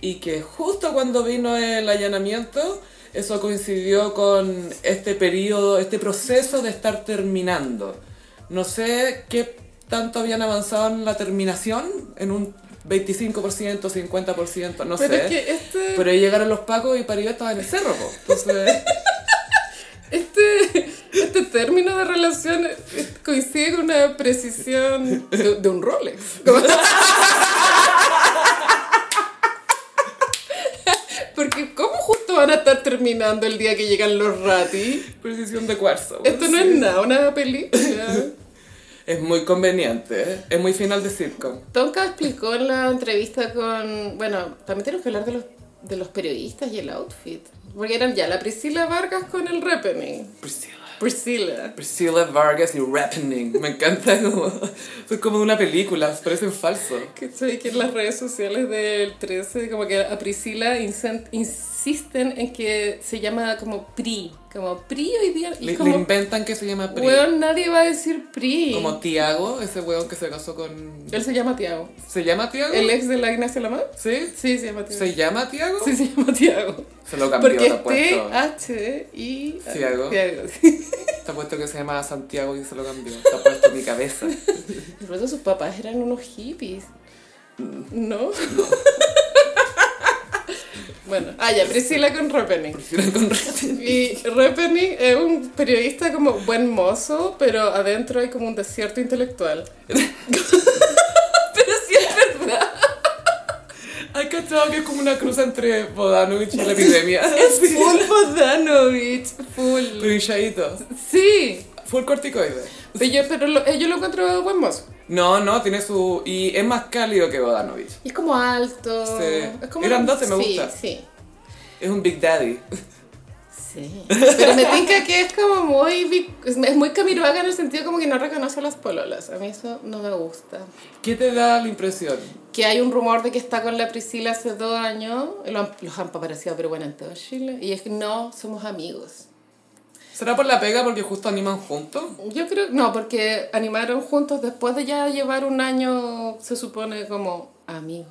A: Y que justo cuando vino el allanamiento, eso coincidió con este periodo, este proceso de estar terminando. No sé qué tanto habían avanzado en la terminación, en un 25%, 50%, no
B: Pero
A: sé.
B: es que este...
A: Pero ahí llegaron los pacos y Paribet estaba en el cerro, po.
B: *laughs*
A: Entonces...
B: Este, este término de relación coincide con una precisión de, de un Rolex. Porque ¿cómo justo van a estar terminando el día que llegan los rati?
A: Precisión de cuarzo. po.
B: Esto no es nada, una película.
A: Es muy conveniente, ¿eh? es muy final de sitcom.
B: Tonka explicó en la entrevista con... Bueno, también tenemos que hablar de los, de los periodistas y el outfit. Porque eran ya la Priscila Vargas con el Repening.
A: Priscilla.
B: Priscila.
A: Priscilla Vargas y Rappening. Me encanta como... Es como de una película, parecen falso.
B: Que sé que en las redes sociales del 13, como que a Priscila incen- insisten en que se llama como PRI. Como PRI hoy día. Y
A: Le,
B: como,
A: le inventan que se llama Pri.
B: weón, nadie va a decir PRI.
A: Como Tiago, ese weón que se casó con...
B: Él se llama Tiago.
A: ¿Se llama Tiago?
B: ¿El ex de la Ignacia Lamar?
A: ¿Sí?
B: Sí, se llama Tiago.
A: ¿Se llama Tiago?
B: Sí, se llama Tiago.
A: Se lo cambió,
B: Porque
A: está
B: es
A: puesto.
B: T-H-I.
A: Tiago.
B: Tiago, sí.
A: Está puesto que se llama Santiago y se lo cambió. Está puesto en mi cabeza.
B: De pronto sus papás eran unos
A: *laughs*
B: hippies. ¿No? bueno, Ah, ya, Priscila con Ropenny.
A: Con *laughs* Rotten.
B: Y Ropenny es un periodista como buen mozo, pero adentro hay como un desierto intelectual.
A: Pero sí es verdad. Hay cachado que es como una cruz entre Bodanovich y la *laughs* epidemia.
B: Full *laughs* Bodanovich, full.
A: Pero hinchadito.
B: Sí,
A: Full corticoide.
B: pero yo, pero lo, eh, yo lo encuentro buen mozo.
A: No, no, tiene su. Y es más cálido que Bodanovich.
B: Y es como alto.
A: Sí.
B: Es como
A: Y grandote, me
B: sí,
A: gusta.
B: Sí,
A: Es un Big Daddy.
B: sí. Pero me tinca que es como muy. vi- Es es muy Camiroaga en el sentido como que no reconoce a las pololas. A mí eso no me gusta.
A: ¿Qué te da la impresión?
B: que hay un rumor de que está con la Priscila hace dos años, lo han- los han paparecido, pero bueno, en todo Chile, y es que no somos amigos.
A: ¿Será por la pega porque justo animan juntos?
B: Yo creo, no, porque animaron juntos después de ya llevar un año, se supone, como amigos.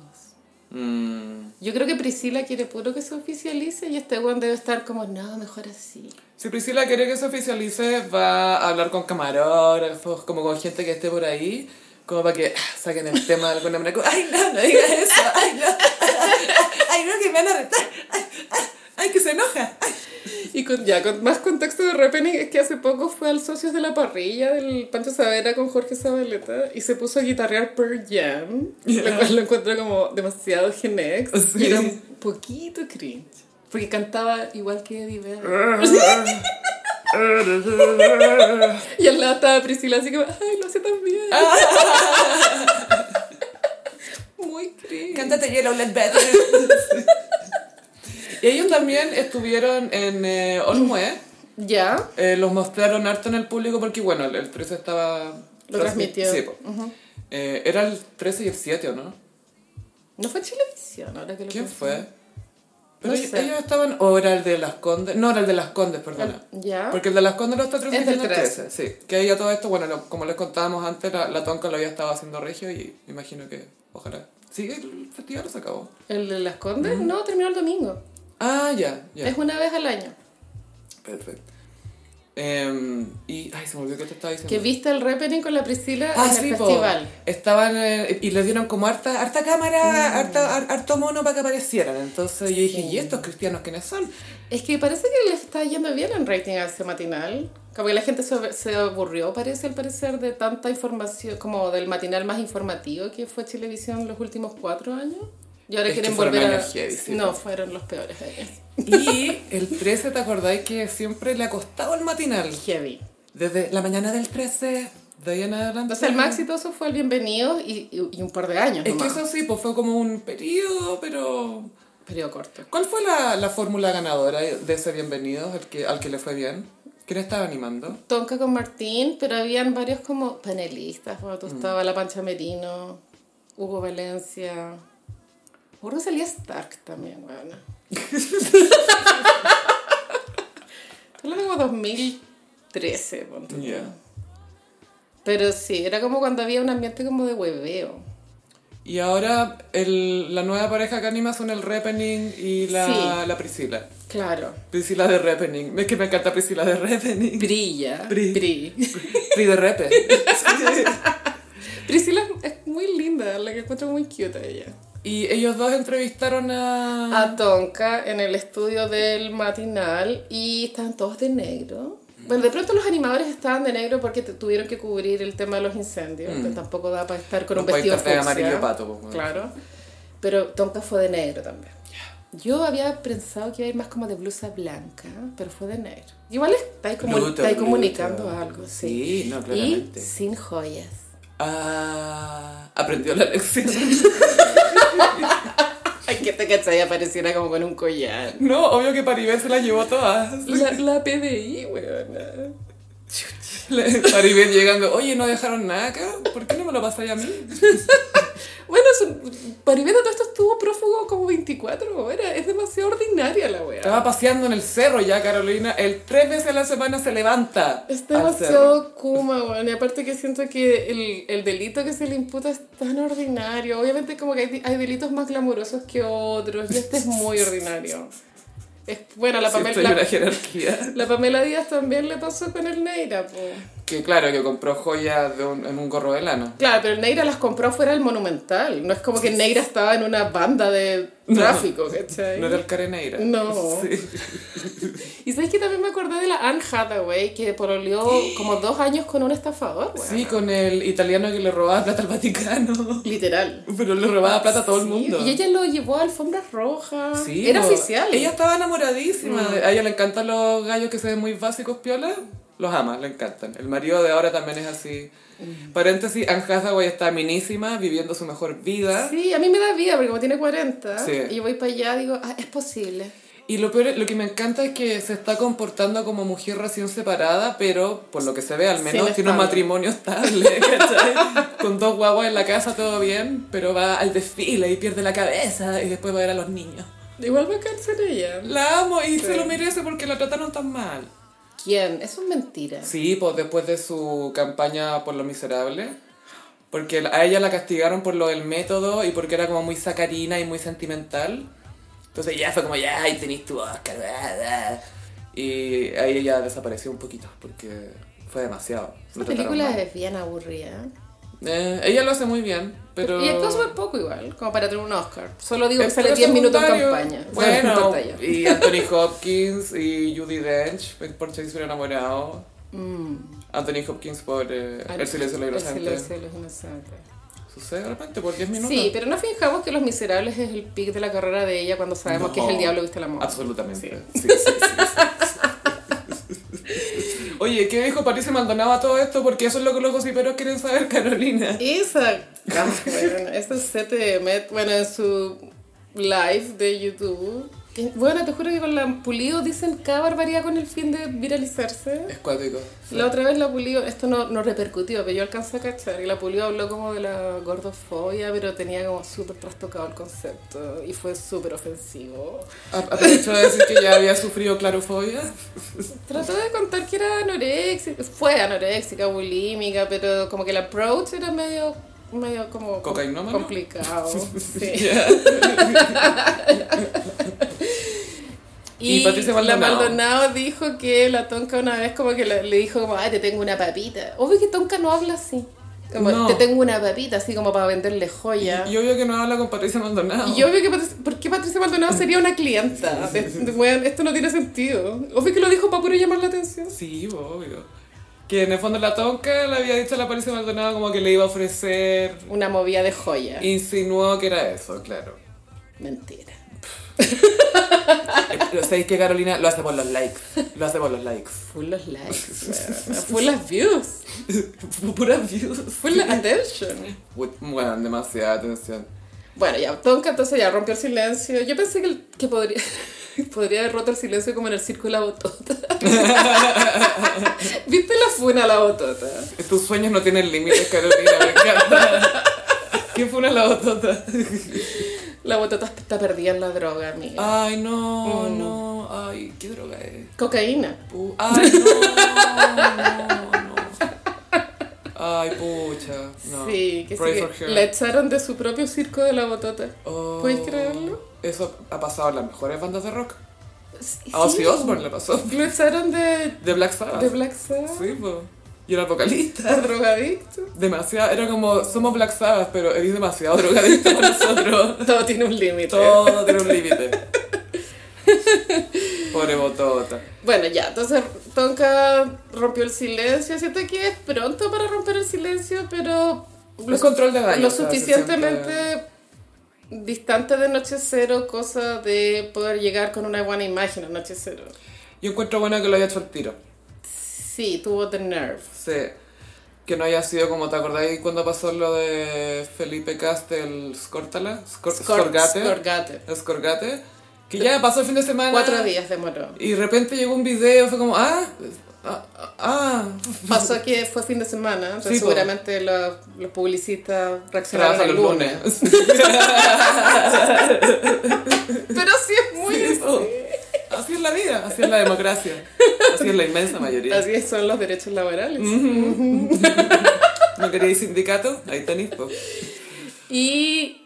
A: Mm.
B: Yo creo que Priscila quiere puro que se oficialice y este weón debe estar como, no, mejor así.
A: Si Priscila quiere que se oficialice, va a hablar con camarógrafos, como con gente que esté por ahí, como para que ah, saquen el tema de alguna manera. Como, ay, no, no digas eso. Ay, no. *laughs* Ay, no, que me van a retar. Ay, ay, Ay, que se enoja. Ay.
B: Y con, ya, con más contexto de Repenning es que hace poco fue al Socios de la Parrilla del Pancho Savera con Jorge Zabaleta y se puso a guitarrear Pearl Jam, lo cual lo encuentro como demasiado genex
A: *laughs* Sí.
B: y era un poquito cringe, porque cantaba igual que
A: *laughs*
B: Eddie Vedder. *laughs* Y al lado estaba Priscila así como, ay, lo hace tan bien.
A: *laughs*
B: Muy cringe.
A: Cántate Yellow Let Better. Y ellos también estuvieron en eh, Olmué.
B: Ya,
A: Eh, los mostraron harto en el público porque, bueno, el, el 13 estaba...
B: Lo transmitió.
A: Sí, po. Eh, era el 13 y el 7, ¿o no?
B: no fue televisión ahora que lo
A: ¿Quién
B: pienso.
A: fue? Pero
B: pues, No
A: ellos,
B: sé.
A: ellos estaban... ¿O era el de Las Condes? No, era el de Las Condes, perdona.
B: Ah, Ya.
A: Porque el de Las Condes lo está transmitiendo
B: del
A: el 13. Sí, que ahí a todo esto, bueno, lo- como les contábamos antes, la, la Tonka lo había estado haciendo regio y me imagino que, ojalá... Sí, el festival se acabó.
B: ¿El de las Condes? No, terminó el domingo.
A: Ah, ya, Mm. ya.
B: Es una vez al año.
A: Perfecto. Em, y, ay, se me olvidó que te estaba diciendo.
B: Que viste el rapping con la Priscila
A: Ah,
B: en
A: sí,
B: el
A: po.
B: festival.
A: Estaban eh, y les dieron como harta, harta cámara,
B: Mm.
A: harta, har- harto mono para que aparecieran. Entonces yo dije, ¿y estos cristianos quiénes son?
B: Es que parece que le está yendo bien en rating a ese matinal. Como que la gente se, se aburrió, parece, al parecer, de tanta información, como del matinal más informativo que fue Televisión los últimos cuatro años. Y ahora
A: Es que
B: quieren
A: fueron
B: volver a...
A: años heavy, sí,
B: no, fueron los peores años.
A: Y el 13, ¿te acordáis que siempre le ha costado el matinal?
B: Heavy.
A: Desde la mañana del 13, de ahí en adelante.
B: O sea, el más exitoso fue el Bienvenido y, y- y un par de años
A: Es que
B: nomás.
A: eso sí, pues fue como un periodo, pero...
B: Periodo corto.
A: ¿Cuál fue la, la fórmula ganadora de ese bienvenido al que, al que le fue bien? ¿Quién estaba animando?
B: Tonka con Martín, pero habían varios como panelistas, como tú estaba la Pancha Merino, Hugo Valencia. Hugo salía Stark también, weón. Estoy hablando como 2013, ponte tú.
A: Ya.
B: Pero sí, era como cuando había un ambiente como de hueveo.
A: Y ahora el- la nueva pareja que anima son el Repening y la,
B: Sí.
A: la Priscila.
B: Claro.
A: Priscila de Repening. Es que me encanta Priscila de Repening. *laughs*
B: Brilla.
A: Bri.
B: Bri.
A: Pri de Repe.
B: Priscila es muy linda, la que encuentro muy cute a ella.
A: Y ellos dos entrevistaron a...
B: a Tonka en el estudio del matinal y estaban todos de negro. Bueno, de pronto los animadores estaban de negro porque te- tuvieron que cubrir el tema de los incendios, que tampoco da para estar con
A: Mm. No
B: un
A: puede
B: vestido
A: estar de
B: fucsia.
A: amarillo pato, pues, bueno.
B: Claro. Pero Tonka fue de negro también. Yo había pensado que iba a ir más como de blusa blanca, pero fue de negro. Igual estáis comu-
A: Luto,
B: estáis comunicando
A: luto.
B: algo, sí.
A: Sí, no,
B: y
A: claramente.
B: sin joyas.
A: Ah, aprendió la lección. *laughs*
B: Ay, que te cachai apareciera como con un collar.
A: No, obvio que Paribé se la llevó todas.
B: La, la PDI, weón.
A: Le- Paribé llegando, oye, ¿no dejaron nada acá? ¿Por qué no me lo pasáis a mí?
B: Bueno, su- Paribé de todo esto estuvo prófugo como 24 horas. Es demasiado ordinaria la wea.
A: Estaba paseando en el cerro ya, Carolina. El tres veces a la semana se levanta.
B: Es
A: al cerro.
B: demasiado kuma, weón. Y aparte que siento que el, el delito que se le imputa es tan ordinario. Obviamente como que hay, hay delitos más glamurosos que otros. Y este es muy ordinario. Es, bueno, la
A: Sí,
B: Pamela,
A: estoy en una
B: la,
A: jerarquía.
B: la Pamela Díaz también le pasó con el Neira, po.
A: que claro, que compró joyas de un- en un gorro de lana.
B: Claro, pero Neira las compró fuera del Monumental. No es como que Neira estaba en una banda de tráfico, ¿cachai?
A: No era el Careneira.
B: No.
A: Sí.
B: Y sabes que también me acordé de la Anne Hathaway, que pololeó como dos años con un estafador, weón.
A: Sí, con el italiano que le robaba plata al Vaticano. *laughs*
B: Literal.
A: Pero le robaba plata a todo el
B: Sí,
A: mundo.
B: Y ella lo llevó a alfombras rojas.
A: Sí,
B: Era
A: po.
B: oficial. Mm.
A: Ella estaba enamoradísima. A ella le encantan los gallos que se ven muy básicos, piola. Los ama, le encantan. El marido de ahora también es así.
B: Mm.
A: Paréntesis, Anne Hathaway está minísima, viviendo su mejor vida.
B: Sí, a mí me da vida porque como tiene 40
A: Sí.
B: y yo voy para allá digo, ah, es posible.
A: Y lo peor, es- lo que me encanta es que se está comportando como mujer recién separada, pero por lo que se ve al menos
B: Sin
A: tiene un
B: estable.
A: matrimonio estable, *laughs* ¿cachai? Con dos guaguas en la casa, todo bien, pero va al desfile y pierde la cabeza y después va a ver a los niños.
B: Igual me cansa de ella.
A: La amo y se
B: Sí.
A: lo merece porque la trataron tan mal.
B: ¿Quién? Eso es mentira.
A: Sí, pues después de su campaña por los miserables. Porque a ella la castigaron por lo del método y porque era como muy sacarina y muy sentimental. Entonces ya fue como, ya, ahí tenés tu Oscar. bla, bla". Y ahí ella desapareció un poquito porque fue demasiado.
B: Esta
A: La
B: película es bien aburrida.
A: Eh, ella lo hace muy bien, pero...
B: Y actúa súper poco igual, como para tener un Oscar. Solo digo que
A: Es
B: sale
A: pero
B: 10 minutos en
A: secundario.
B: campaña. o sea, en
A: Bueno,
B: pantalla.
A: y Anthony Hopkins y Judy Dench por Shakespeare enamorado. Anthony Hopkins por eh, El silencio de los
B: El
A: inocentes.
B: silencio de los inocentes.
A: Sucede de repente por 10 minutos.
B: Sí, pero no fijamos que Los Miserables es el pic de la carrera de ella cuando sabemos
A: No.
B: que es el diablo viste la moda.
A: Absolutamente. Sí, sí, sí, sí. *laughs* Oye, ¿qué dijo Patricia Maldonado a todo esto? Porque eso es lo que los gossiperos quieren saber, *laughs* Carolina.
B: Esa bueno, esa CTM, bueno, en su live de YouTube. que- Bueno, te juro que con la Pulido dicen cada barbaridad con el fin de viralizarse.
A: Es cuático.
B: La otra vez la Pulido, esto no, no repercutió, pero yo alcancé a cachar. Y la Pulido habló como de la gordofobia, pero tenía como súper trastocado el concepto y fue súper ofensivo.
A: A- Aprovecho de decir que ya había sufrido clarofobia.
B: Trató de contar que era anoréxica, fue anoréxica, bulímica, pero como que el approach era medio, medio como
A: ¿Cocainómana? *laughs*
B: complicado. sí.
A: Ya. Y
B: Y,
A: Patricia
B: la
A: Maldonado.
B: Maldonado dijo que la Tonka una vez como que le, le dijo como, ay, te tengo una papita. Obvio que Tonka no habla así. Como,
A: No.
B: te tengo una papita, así como para venderle joya.
A: Y obvio que no habla con Patricia Maldonado.
B: Y obvio que Patric- ¿por qué Patricia Maldonado sería una clienta? De- de- weón, esto no tiene sentido. Obvio que lo dijo para puro llamar la atención.
A: Sí, obvio. Que en el fondo la tonca le había dicho a la Patricia Maldonado como que le iba a ofrecer.
B: Una movida de joya.
A: Insinuó que era eso, claro. *laughs*
B: Mentira.
A: *laughs* Pero sabéis que Carolina lo hace por los likes. Lo hace por los likes.
B: Full los
A: *laughs*
B: likes, weón. full las views,
A: Puras views.
B: full la attention.
A: Bueno, demasiada atención.
B: Bueno, ya, Tonka entonces ya rompió el silencio. Yo pensé que, el- que podría, *laughs* podría haber roto el silencio como en el circo de la botota. *laughs* ¿Viste la funa a la botota?
A: Tus sueños no tienen límites, Carolina. Me
B: *laughs*
A: encanta. ¿Quién fue una la botota?
B: La botota está perdida en la droga, amiga.
A: Ay, no,
B: Mm.
A: no. Ay, qué droga es.
B: Cocaína.
A: Pu- Ay, no, no, no. Ay, pucha. No.
B: Sí, que sí.
A: Pray
B: que
A: for her.
B: La echaron de su propio circo de la botota.
A: Oh.
B: ¿Puedes creerlo?
A: Eso ha pasado en las mejores bandas de rock.
B: Sí.
A: A Ozzy Osbourne le pasó.
B: Lo echaron de,
A: De Black Sabbath.
B: de Black Sabbath.
A: Ah, Sí, po. Y era vocalista.
B: Está drogadicto.
A: Demasiado, era como, somos Black Sabbath, pero eres demasiado drogadicto para nosotros.
B: Todo tiene un límite.
A: Todo tiene
B: *laughs*
A: un límite. Pobre botota.
B: Bueno, ya, entonces Tonka rompió el silencio. Siento que es pronto para romper el silencio, pero
A: Es control de daño,
B: lo
A: o sea, se
B: suficientemente distante de Noche Cero, cosa de poder llegar con una buena imagen a Noche Cero.
A: Yo encuentro bueno que lo haya hecho al tiro.
B: Sí, tuvo The Nerve.
A: Sí. Que no haya sido como, ¿te acordáis cuando pasó lo de Felipe Castel Scortala? Scor-
B: Scor-
A: Scorgate.
B: Scorgate.
A: Scorgate. Que ya pasó el fin de semana.
B: Cuatro días demoró.
A: Y de repente llegó un video, fue como, ah, ah, ah, ah.
B: Pasó que fue fin de semana, entonces
A: Sí, po.
B: seguramente los, los publicistas reaccionaron
A: Trabaja
B: el
A: los
B: lunes.
A: lunes. *laughs*
B: Pero sí es muy
A: Sí, po. Así es la vida, así es la democracia, así es la inmensa mayoría.
B: Así son los derechos laborales.
A: ¿No queréis sindicato? Ahí tenéis, po.
B: Y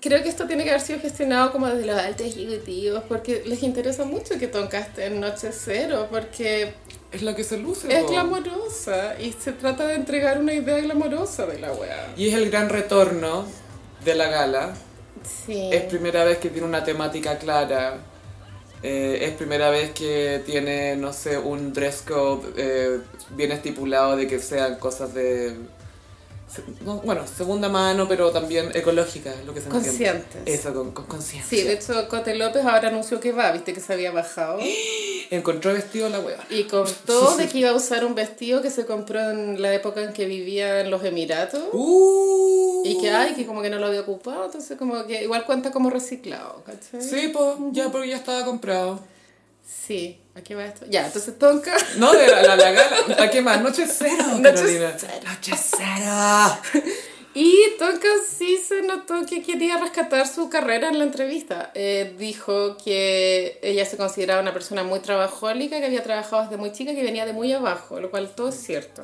B: creo que esto tiene que haber sido gestionado como desde los altos ejecutivos, porque les interesa mucho que Tonka esté en Noche Cero, porque
A: es la que se luce.
B: Es
A: po.
B: glamorosa y se trata de entregar una idea glamorosa de la weá.
A: Y es el gran retorno de la gala.
B: Sí.
A: Es primera vez que tiene una temática clara. Eh, es primera vez que tiene, no sé, un dress code eh, bien estipulado de que sean cosas de... se- no, Bueno, segunda mano, pero también ecológica, lo que se entiende.
B: Conscientes.
A: Eso, con, con conciencia.
B: Sí, de hecho, Cote López ahora anunció que va, viste que se había bajado.
A: Encontró vestido la hueva.
B: Y contó de que iba a usar un vestido que se compró en la época en que vivía en los Emiratos. Uh.
A: Uh.
B: Y que, ay, que como que no lo había ocupado, entonces como que igual cuenta como reciclado, ¿cachai?
A: Sí, pues, ya, porque ya estaba comprado.
B: Sí, aquí va esto. Ya, entonces tonka.
A: No, de la, la, la gala. ¿A qué más? Noche cero,
B: *laughs* Noche
A: Carolina.
B: cero.
A: Noche cero.
B: Y Tonka sí se notó que quería rescatar su carrera en la entrevista. Eh, dijo que ella se consideraba una persona muy trabajólica, que había trabajado desde muy chica, que venía de muy abajo, lo cual todo es cierto.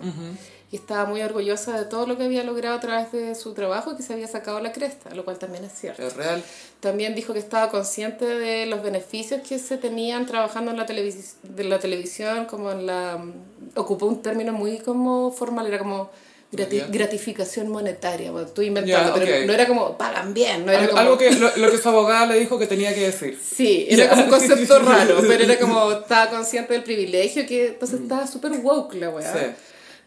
B: Y estaba muy orgullosa de todo lo que había logrado a través de su trabajo y que se había sacado la cresta, lo cual también es cierto.
A: Es real.
B: También dijo que estaba consciente de los beneficios que se tenían trabajando en la, televis- de la televisión, como en la... mm, ocupó un término muy como formal, era como grati-
A: Ya.
B: gratificación monetaria, bueno, estoy inventando,
A: Ya, ok.
B: pero no era como pagan bien, no era
A: Algo,
B: como...
A: algo que lo, lo que su abogada le dijo que tenía que decir.
B: Sí, era
A: Ya.
B: como un
A: *laughs*
B: concepto raro, pero era como estaba consciente del privilegio, que entonces estaba súper woke la weá.
A: Mm. Sí.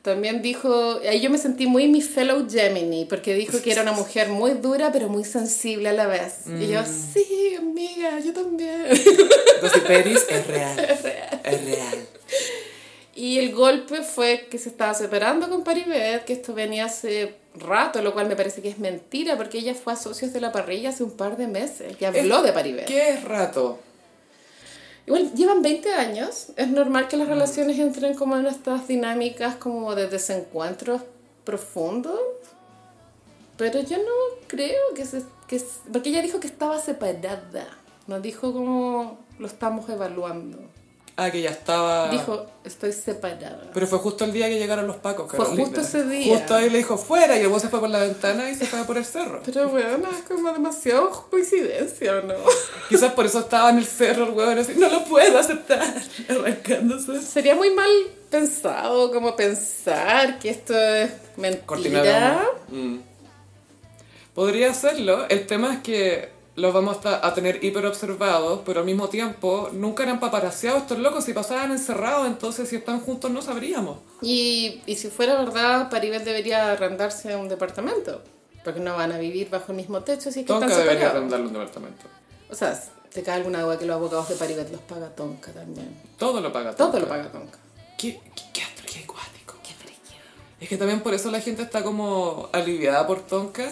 B: También dijo, ahí yo me sentí muy mi fellow Gemini, porque dijo que era una mujer muy dura, pero muy sensible a la vez. Y yo, sí, amiga, yo también. *laughs*
A: Gossip Peris es real. *laughs* Es real. Es real.
B: Y el golpe fue que se estaba separando con Paribet, que esto venía hace rato, lo cual me parece que es mentira, porque ella fue a Socios de la Parrilla hace un par de meses, que habló de Paribet.
A: ¿Qué es rato?
B: Igual llevan 20 años, es normal que las relaciones entren como en estas dinámicas como de desencuentros profundos, pero yo no creo que se... Que, s- porque ella dijo que estaba separada, no dijo como lo estamos evaluando,
A: Ah, que ya estaba.
B: dijo estoy separada.
A: Pero fue justo el día que llegaron los pacos,
B: Fue
A: Carolina.
B: justo ese día.
A: Justo ahí le dijo fuera y el vos se fue por la ventana y se fue por el cerro.
B: Pero bueno, es como demasiado coincidencia, ¿o no?
A: Quizás por eso estaba en el cerro el huevón así, no lo puedo aceptar, *laughs* arrancándose.
B: *laughs* Sería muy mal pensado como pensar que esto es mentira.
A: Cortina de humo. Mm. Podría hacerlo, el tema es que los vamos a ta- a tener hiper observados, pero al mismo tiempo nunca eran paparaseados estos locos, si pasaban encerrados, entonces si están juntos no sabríamos.
B: Y, y si fuera verdad, Paribet debería arrendarse un departamento. Porque no van a vivir bajo el mismo techo si es que
A: Tonka
B: están
A: debería
B: separados.
A: arrendarle un departamento.
B: O sea, si te cae alguna agua que los abogados de Paribet los paga Tonka también.
A: Todo lo paga
B: Todo
A: Tonka.
B: lo paga Tonka.
A: Qué, qué, qué astro, qué acuático. Es que también por eso la gente está como aliviada por Tonka,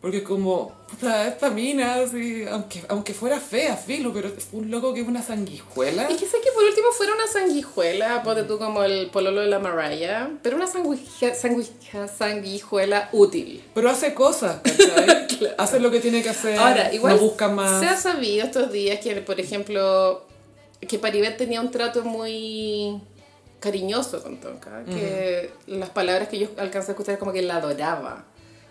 A: porque es como, puta, esta mina, así, aunque, aunque fuera fea, filo, pero es un loco que es una sanguijuela.
B: Es que sé que por último fuera una sanguijuela, ponte tú como el pololo de la Mariah, pero una sanguija- sanguija- sanguijuela útil.
A: Pero hace cosas,
B: *laughs*
A: ¿cachai? Hace lo que tiene que hacer,
B: Ahora, igual
A: no busca más.
B: se ha sabido estos días que, por ejemplo, que Paribet tenía un trato muy cariñoso con Tonka, que las palabras que yo alcancé a escuchar como que la adoraba.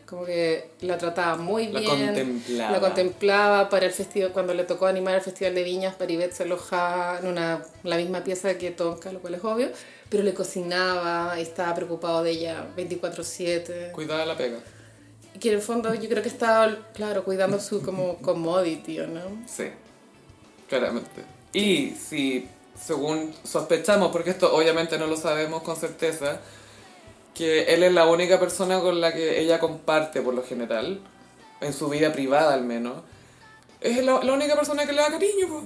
B: Como que la trataba muy
A: La
B: bien.
A: contemplaba.
B: La contemplaba para el festival. Cuando le tocó animar el Festival de Viñas, Paribet se alojaba en una, la misma pieza que Tonka, lo cual es obvio. Pero le cocinaba, estaba preocupado de ella 24-7
A: Cuidado la pega.
B: que en el fondo yo creo que estaba, claro, cuidando su como commodity, ¿o ¿no?
A: Sí, claramente. Y si, según sospechamos, porque esto obviamente no lo sabemos con certeza, que él es la única persona con la que ella comparte por lo general, en su vida privada al menos, es la, la única persona que le da cariño, po.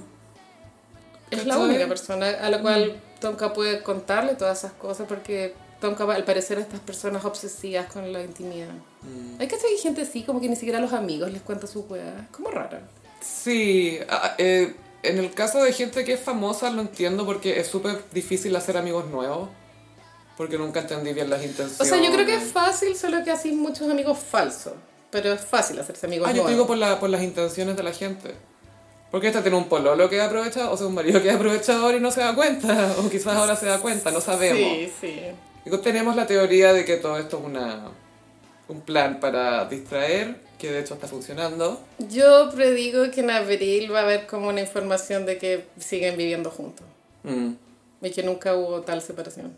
B: Es la
A: ¿Cachai? Mm.
B: única persona a la cual Tonka puede contarle todas esas cosas porque Tonka, al parecer, estas personas obsesivas con la intimidad.
A: Mm.
B: Hay que hay gente así, como que ni siquiera a los amigos les cuenta su hueá. Es como raro.
A: Sí, a- eh, en el caso de gente que es famosa lo entiendo porque es súper difícil hacer amigos nuevos, porque nunca entendí bien las intenciones.
B: O sea, yo creo que es fácil, solo que así muchos amigos falsos. Pero es fácil hacerse amigos
A: Ah, yo te digo
B: nuevos.
A: por, la- por las intenciones de la gente. Porque esta tiene un pololo que es aprovechado, o sea, un marido que es aprovechador y no se da cuenta, *laughs* o quizás ahora se da cuenta, no sabemos.
B: Sí, sí.
A: Digo, Tenemos la teoría de que todo esto es una, un plan para distraer, que de hecho está funcionando.
B: Yo
A: Mm,
B: predigo que en abril va a haber como una información de que siguen viviendo juntos. Y que nunca hubo tal separación.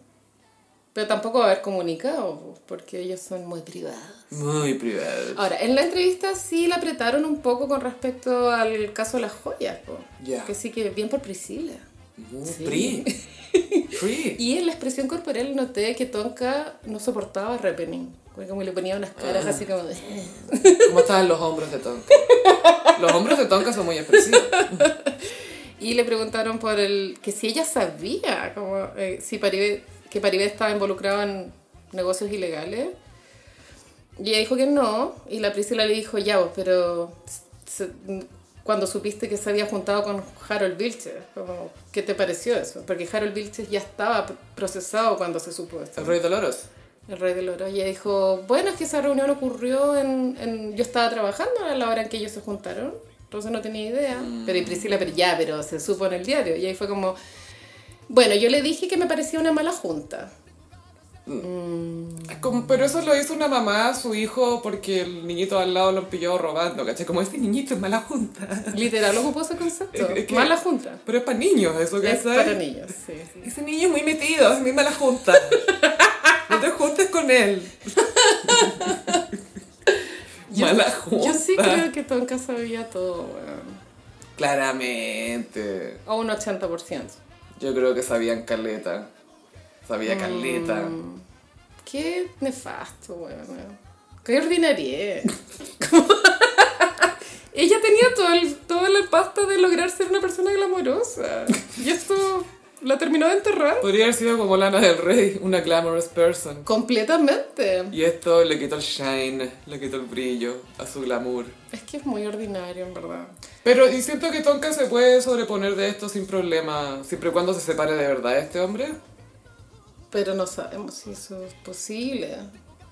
B: Pero tampoco va a haber comunicado, porque ellos son muy privados.
C: Muy privado.
B: Ahora, en la entrevista sí la apretaron un poco con respecto al caso de las joyas, po.
C: Ya.
B: que sí que bien por Priscila.
C: Muy
B: Ah, Sí. *laughs*
C: Pri. Pri.
B: Y en la expresión corporal noté que Tonka no soportaba a Repening, porque como le ponía unas caras así como de...
A: ¿Cómo estaban los hombros de Tonka? Los hombros de Tonka son muy expresivos.
B: Y le preguntaron por el que si ella sabía como, eh, si Paribet, que Paribet estaba involucrado en negocios ilegales. Y ella dijo que no. Y la Priscila le dijo, ya vos, pero se- cuando supiste que se había juntado con Harold Vilches, como, ¿qué te pareció eso? Porque Harold Vilches ya estaba pr- procesado cuando se supo esto.
A: El rey Dolores.
B: El rey del oro. Y ella dijo, bueno, es que esa reunión ocurrió en, en- Yo estaba trabajando a la hora en que ellos se juntaron. Entonces no tenía idea.
A: Mm.
B: Pero y Priscila, pero ya, pero se supo en el diario. Y ahí fue como... Bueno, yo le dije que me parecía una mala junta.
A: Como- pero eso lo hizo una mamá a su hijo porque el niñito al lado lo pilló robando, ¿cachai? Como este niñito es mala junta.
B: Literal, ocupó ese concepto.
A: Es que-
B: Mala junta.
A: Pero es para niños eso, ¿cachai?
B: Es para niños, sí. sí.
A: Ese niño es muy metido, es muy mala junta. No te juntes con *laughs* él. mala junta.
B: Yo sí creo que Tonka sabía todo, weón.
A: Claramente.
B: A un 80%.
A: Yo creo que sabían Caleta. Sabía Caleta.
B: Qué nefasto, weón. Qué ordinarie. *laughs* Ella tenía todo el, toda la pasta de lograr ser una persona glamorosa. Y esto la terminó de enterrar.
A: Podría haber sido como Lana del Rey, una glamorous person.
B: Completamente.
A: Y esto le quitó el shine, le quitó el brillo a su glamour.
B: Es que es muy ordinario, en verdad.
A: Pero y siento que Tonka se puede sobreponer de esto sin problema, siempre y cuando se separe de verdad de este hombre.
B: Pero no sabemos si eso es posible.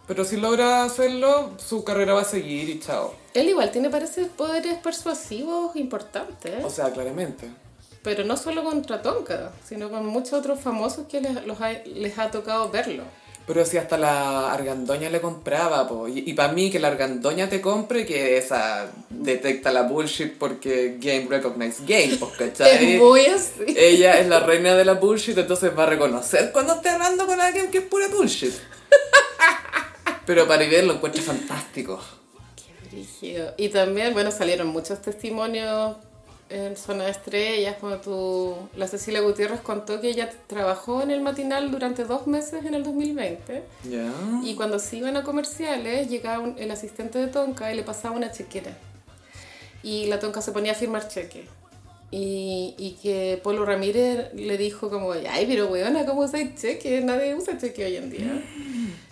A: Pero si logra hacerlo, su carrera va a seguir y chao.
B: Él igual tiene, parece, poderes persuasivos importantes.
A: O sea, claramente.
B: Pero no solo contra Tonka, sino con muchos otros famosos que les, los ha, les ha tocado verlo.
A: Pero si hasta la argandoña le compraba, po. Y, para mí que la argandoña te compre, que esa detecta la bullshit porque game recognize game, *laughs* pues,
B: Es
A: ¿cachai?
B: muy así.
A: Ella es la reina de la bullshit, entonces va a reconocer cuando esté hablando con alguien que es pura bullshit. Pero para ver lo encuentro fantástico.
B: Qué brígido. Y también, bueno, salieron muchos testimonios en Zona de Estrellas, cuando tú, la Cecilia Gutiérrez contó que ella trabajó en el matinal durante dos meses en el 2020
A: Ya.
B: y cuando se iban a comerciales llegaba un- el asistente de Tonka y le pasaba una chequera y la Tonka se ponía a firmar cheques. Y, y que Polo Ramírez le dijo como, ay, pero weona, ¿cómo usáis cheques? Nadie usa cheques hoy en día.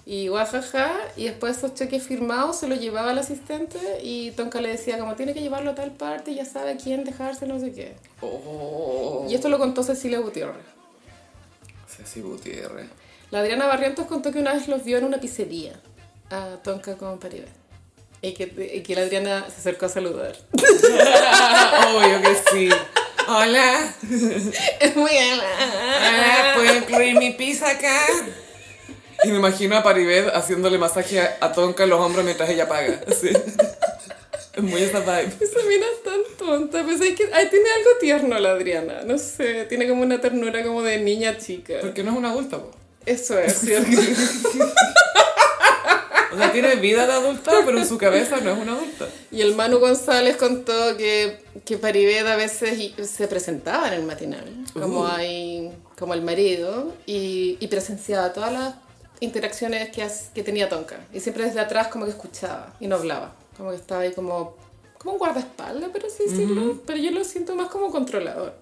B: Y guajaja, y después esos cheques firmados se los llevaba el asistente y Tonka le decía como, tiene que llevarlo a tal parte, ya sabe quién dejarse, no sé qué.
A: Oh,
B: Y esto lo contó Cecilia Gutiérrez.
A: Ceci Gutiérrez.
B: La Adriana Barrientos contó que una vez los vio en una pizzería a Tonka con Paribet. Y que, y que la Adriana se acercó a saludar. *laughs*
A: *laughs* Obvio que sí. Hola.
B: Es muy...
A: Ah, ¿Puedo incluir mi pizza acá? Y me imagino a Paribet haciéndole masaje a, a Tonka en los hombros mientras ella paga. Sí. Es muy esa vibe.
B: Esa mina es tan tonta, pues es que ay, tiene algo tierno la Adriana, no sé, tiene como una ternura como de niña chica.
A: Porque no es una adulta, po.
B: Eso es, ¿cierto?
A: O sea, tiene vida de adulta, pero en su cabeza no es una adulta.
B: Y el Manu González contó que, que Paribet a veces i- se presentaba en el matinal, como,
A: Uh.
B: hay, como el marido, y, y presenciaba todas las interacciones que, has- que tenía Tonka. Y siempre desde atrás como que escuchaba y no hablaba, como que estaba ahí como, como un guardaespaldas, pero así decirlo. Pero yo lo siento más como controlador.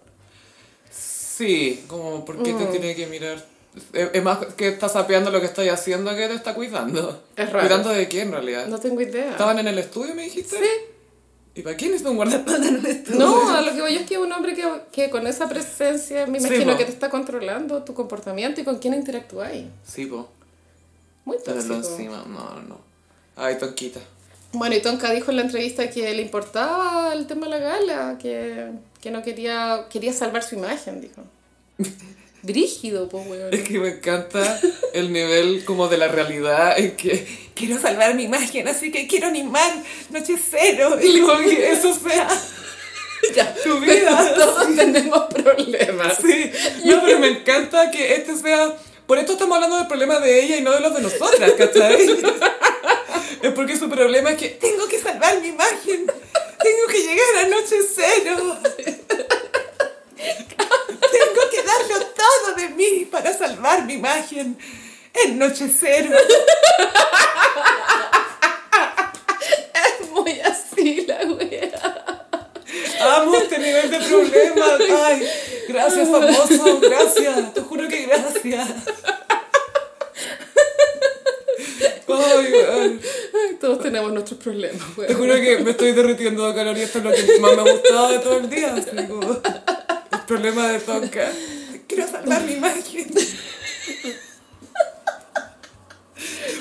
A: Sí, como, ¿por
B: Mm.
A: qué te tiene que mirar? Es es más que está sapeando lo que estoy haciendo que te está cuidando.
B: Es raro.
A: ¿Cuidando de quién, en realidad?
B: No tengo idea.
A: ¿Estaban en el estudio, me dijiste?
B: Sí.
A: *laughs* ¿Y para quién es un guardaespaldas en este el estudio?
B: No, a lo que voy es que un hombre que, que con esa presencia, me
A: Sí,
B: imagino
A: po.
B: que te está controlando tu comportamiento y con quién interactúas.
A: Sí, po.
B: Muy
A: Tenerlo
B: tóxico.
A: encima. No, no, no. Ay, tonquita.
B: Bueno, y Tonka dijo en la entrevista que le importaba el tema de la gala, que, que no quería, quería salvar su imagen, dijo. *laughs* Brígido, pues,
A: Es
B: weón.
A: que me encanta el nivel como de la realidad en que quiero salvar mi imagen, así que quiero animar Noche *laughs* Cero. Y como que eso sea
B: Ya,
A: tu vida.
B: todos *laughs* tenemos problemas.
A: Sí, no, pero me encanta que este sea... Por esto estamos hablando del problema de ella y no de los de nosotras, ¿cachai? *laughs* es porque su problema es que tengo que salvar mi imagen, tengo que llegar a noche cero, tengo que darlo todo de mí para salvar mi imagen en noche cero.
B: Es muy así la wea.
A: Amo este nivel de problemas. Ay, gracias, famoso. Gracias. Te juro que gracias. Ay, weón.
B: Todos tenemos nuestros problemas,
A: Te
B: weón.
A: juro que me estoy derritiendo de calor y esto es lo que más me ha gustado de todo el día. Así como, el problema de Tonka. Quiero salvar mi imagen.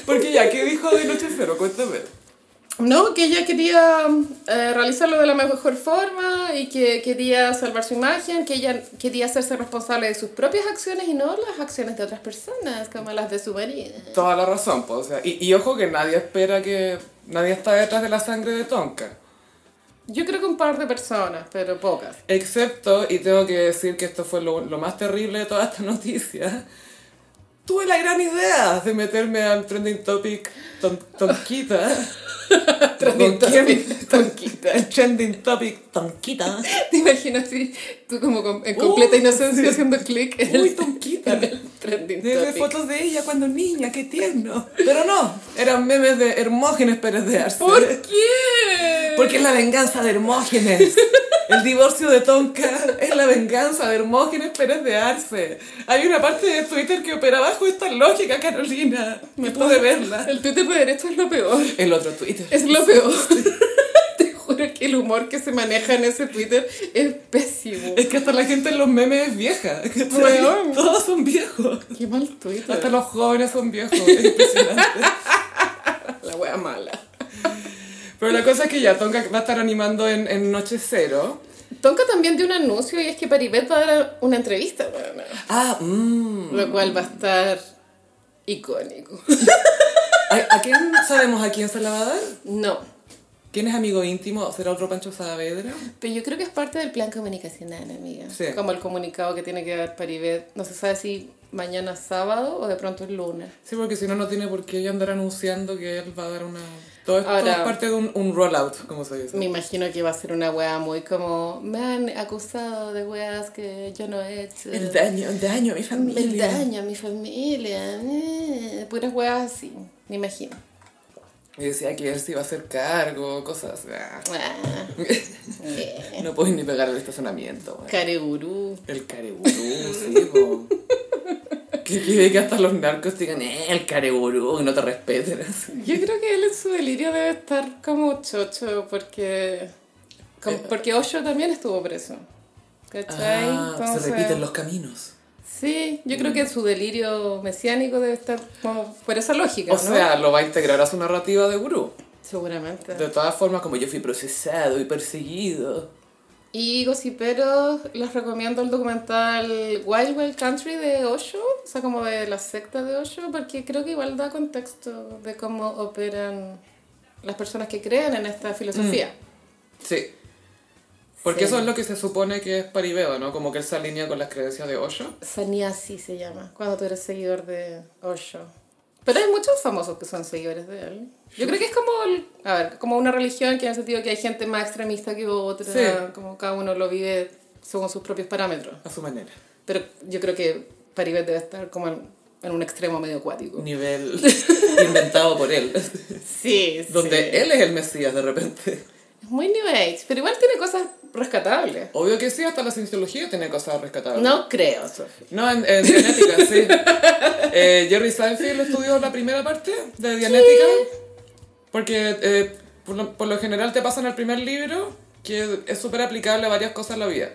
A: Porque ya, ¿qué dijo de Noche Cero? Cuéntame.
B: No, que ella quería eh, realizarlo de la mejor forma y que quería salvar su imagen, que ella quería hacerse responsable de sus propias acciones y no las acciones de otras personas, como las de su marido.
A: Toda la razón, pues, o sea, y, y ojo que nadie espera que... Nadie está detrás de la sangre de Tonka.
B: Yo creo que un par de personas, pero pocas.
A: Excepto, y tengo que decir que esto fue lo, lo más terrible de toda esta noticia, tuve la gran idea de meterme al trending topic ton- tonquita.
B: *laughs* Trending
A: ¿Con quién?
B: topic, tonquita.
A: El trending topic tonquita.
B: *laughs* ¿Te imaginas si tú como con- en completa
A: Uy,
B: inocencia
A: sí.
B: haciendo clic en
A: Uy,
B: el,
A: tonquita.
B: en el *laughs* trending
A: Debe
B: topic?
A: fotos de ella cuando niña, qué tierno. Pero no, eran memes de Hermógenes Pérez de Arce.
B: ¿Por qué?
A: Porque es la venganza de Hermógenes. El divorcio de Tonka es la venganza de Hermógenes Pérez de Arce. Hay una parte de Twitter que opera bajo esta lógica, Carolina. Me pude verla.
B: el Twitter de derecho es lo peor.
A: El otro Twitter.
B: Es lo peor. *laughs* Te juro que el humor que se maneja en ese Twitter es pésimo.
A: Es que hasta la gente en los memes es vieja. ¿cachai?
B: Weón.
A: Todos son viejos.
B: Qué mal
A: Hasta
B: Twitter.
A: los jóvenes son viejos. *laughs* Es impresionante.
B: La wea mala.
A: Pero la cosa es que ya Tonka va a estar animando en, en Noche Cero.
B: Tonka también dio un anuncio y es que Paribet va a dar una entrevista, weona.
A: Ah, mmm.
B: lo cual va a estar icónico.
A: ¿A, a quién sabemos a quién se la va a dar?
B: No,
A: ¿Quién es amigo íntimo? ¿Será otro Pancho Saavedra?
B: Pero yo creo que es parte del plan comunicacional, amiga.
A: Sí.
B: Como el comunicado que tiene que dar Paribet. No se sabe si mañana es sábado o de pronto es lunes.
A: Sí, porque si no, no tiene por qué ella andar anunciando que él va a dar una... Todo esto
B: Ahora-
A: es parte de un, un rollout, como se dice.
B: Me imagino que va a ser una wea muy como... Me han acusado de weas que yo no he hecho.
A: daño, el daño a mi
B: El daño a mi familia. eh, Puras weas así. Me imagino.
A: Y decía que él se iba a hacer cargo, cosas... ah. *laughs*
B: Ah, eh.
A: No puedes ni pegar el estacionamiento. güey.
B: Caregurú.
A: El careburú, sí, po. Que quiere que hasta los narcos digan, eh, el careburú, y no te respeten. así.
B: Yo creo que él en su delirio debe estar como chocho porque... com-
A: Eh.
B: Porque Osho también estuvo preso. ¿Cachai?
A: Ah,
B: Entonces-
A: se repiten los caminos.
B: Sí, yo creo que en su delirio mesiánico debe estar como por esa lógica,
A: O
B: ¿no?
A: sea, lo va a integrar a su narrativa de gurú.
B: Seguramente.
A: De todas formas, como yo fui procesado y perseguido.
B: Y gossiperos, les recomiendo el documental Wild Wild Country de Osho, o sea, como de la secta de Osho, porque creo que igual da contexto de cómo operan las personas que creen en esta filosofía.
A: Mm. Sí. Porque
B: Sí.
A: eso es lo que se supone que es Paribeo, ¿no? Como que él se alinea con las creencias de Osho.
B: Sannyasi se llama, cuando tú eres seguidor de Osho. Pero hay muchos famosos que son seguidores de él. Yo creo que es como, el- a ver, como una religión que en el sentido que hay gente más extremista que otra,
A: Sí.
B: como cada uno lo vive según sus propios parámetros.
A: A su manera.
B: Pero yo creo que Paribet debe estar como en, en un extremo medio acuático.
A: Nivel *laughs* inventado por él.
B: Sí, sí.
A: Donde él es el Mesías de repente.
B: Es muy New Age, pero igual tiene cosas rescatables.
A: Obvio que sí, hasta la cienciología tiene cosas rescatables.
B: No creo, Sofía.
A: No, en, en Dianética, sí. Eh, Jerry Seinfeld estudió la primera parte de Dianética. Porque eh, por, lo, por lo general te pasan el primer libro, que es súper aplicable a varias cosas en la vida.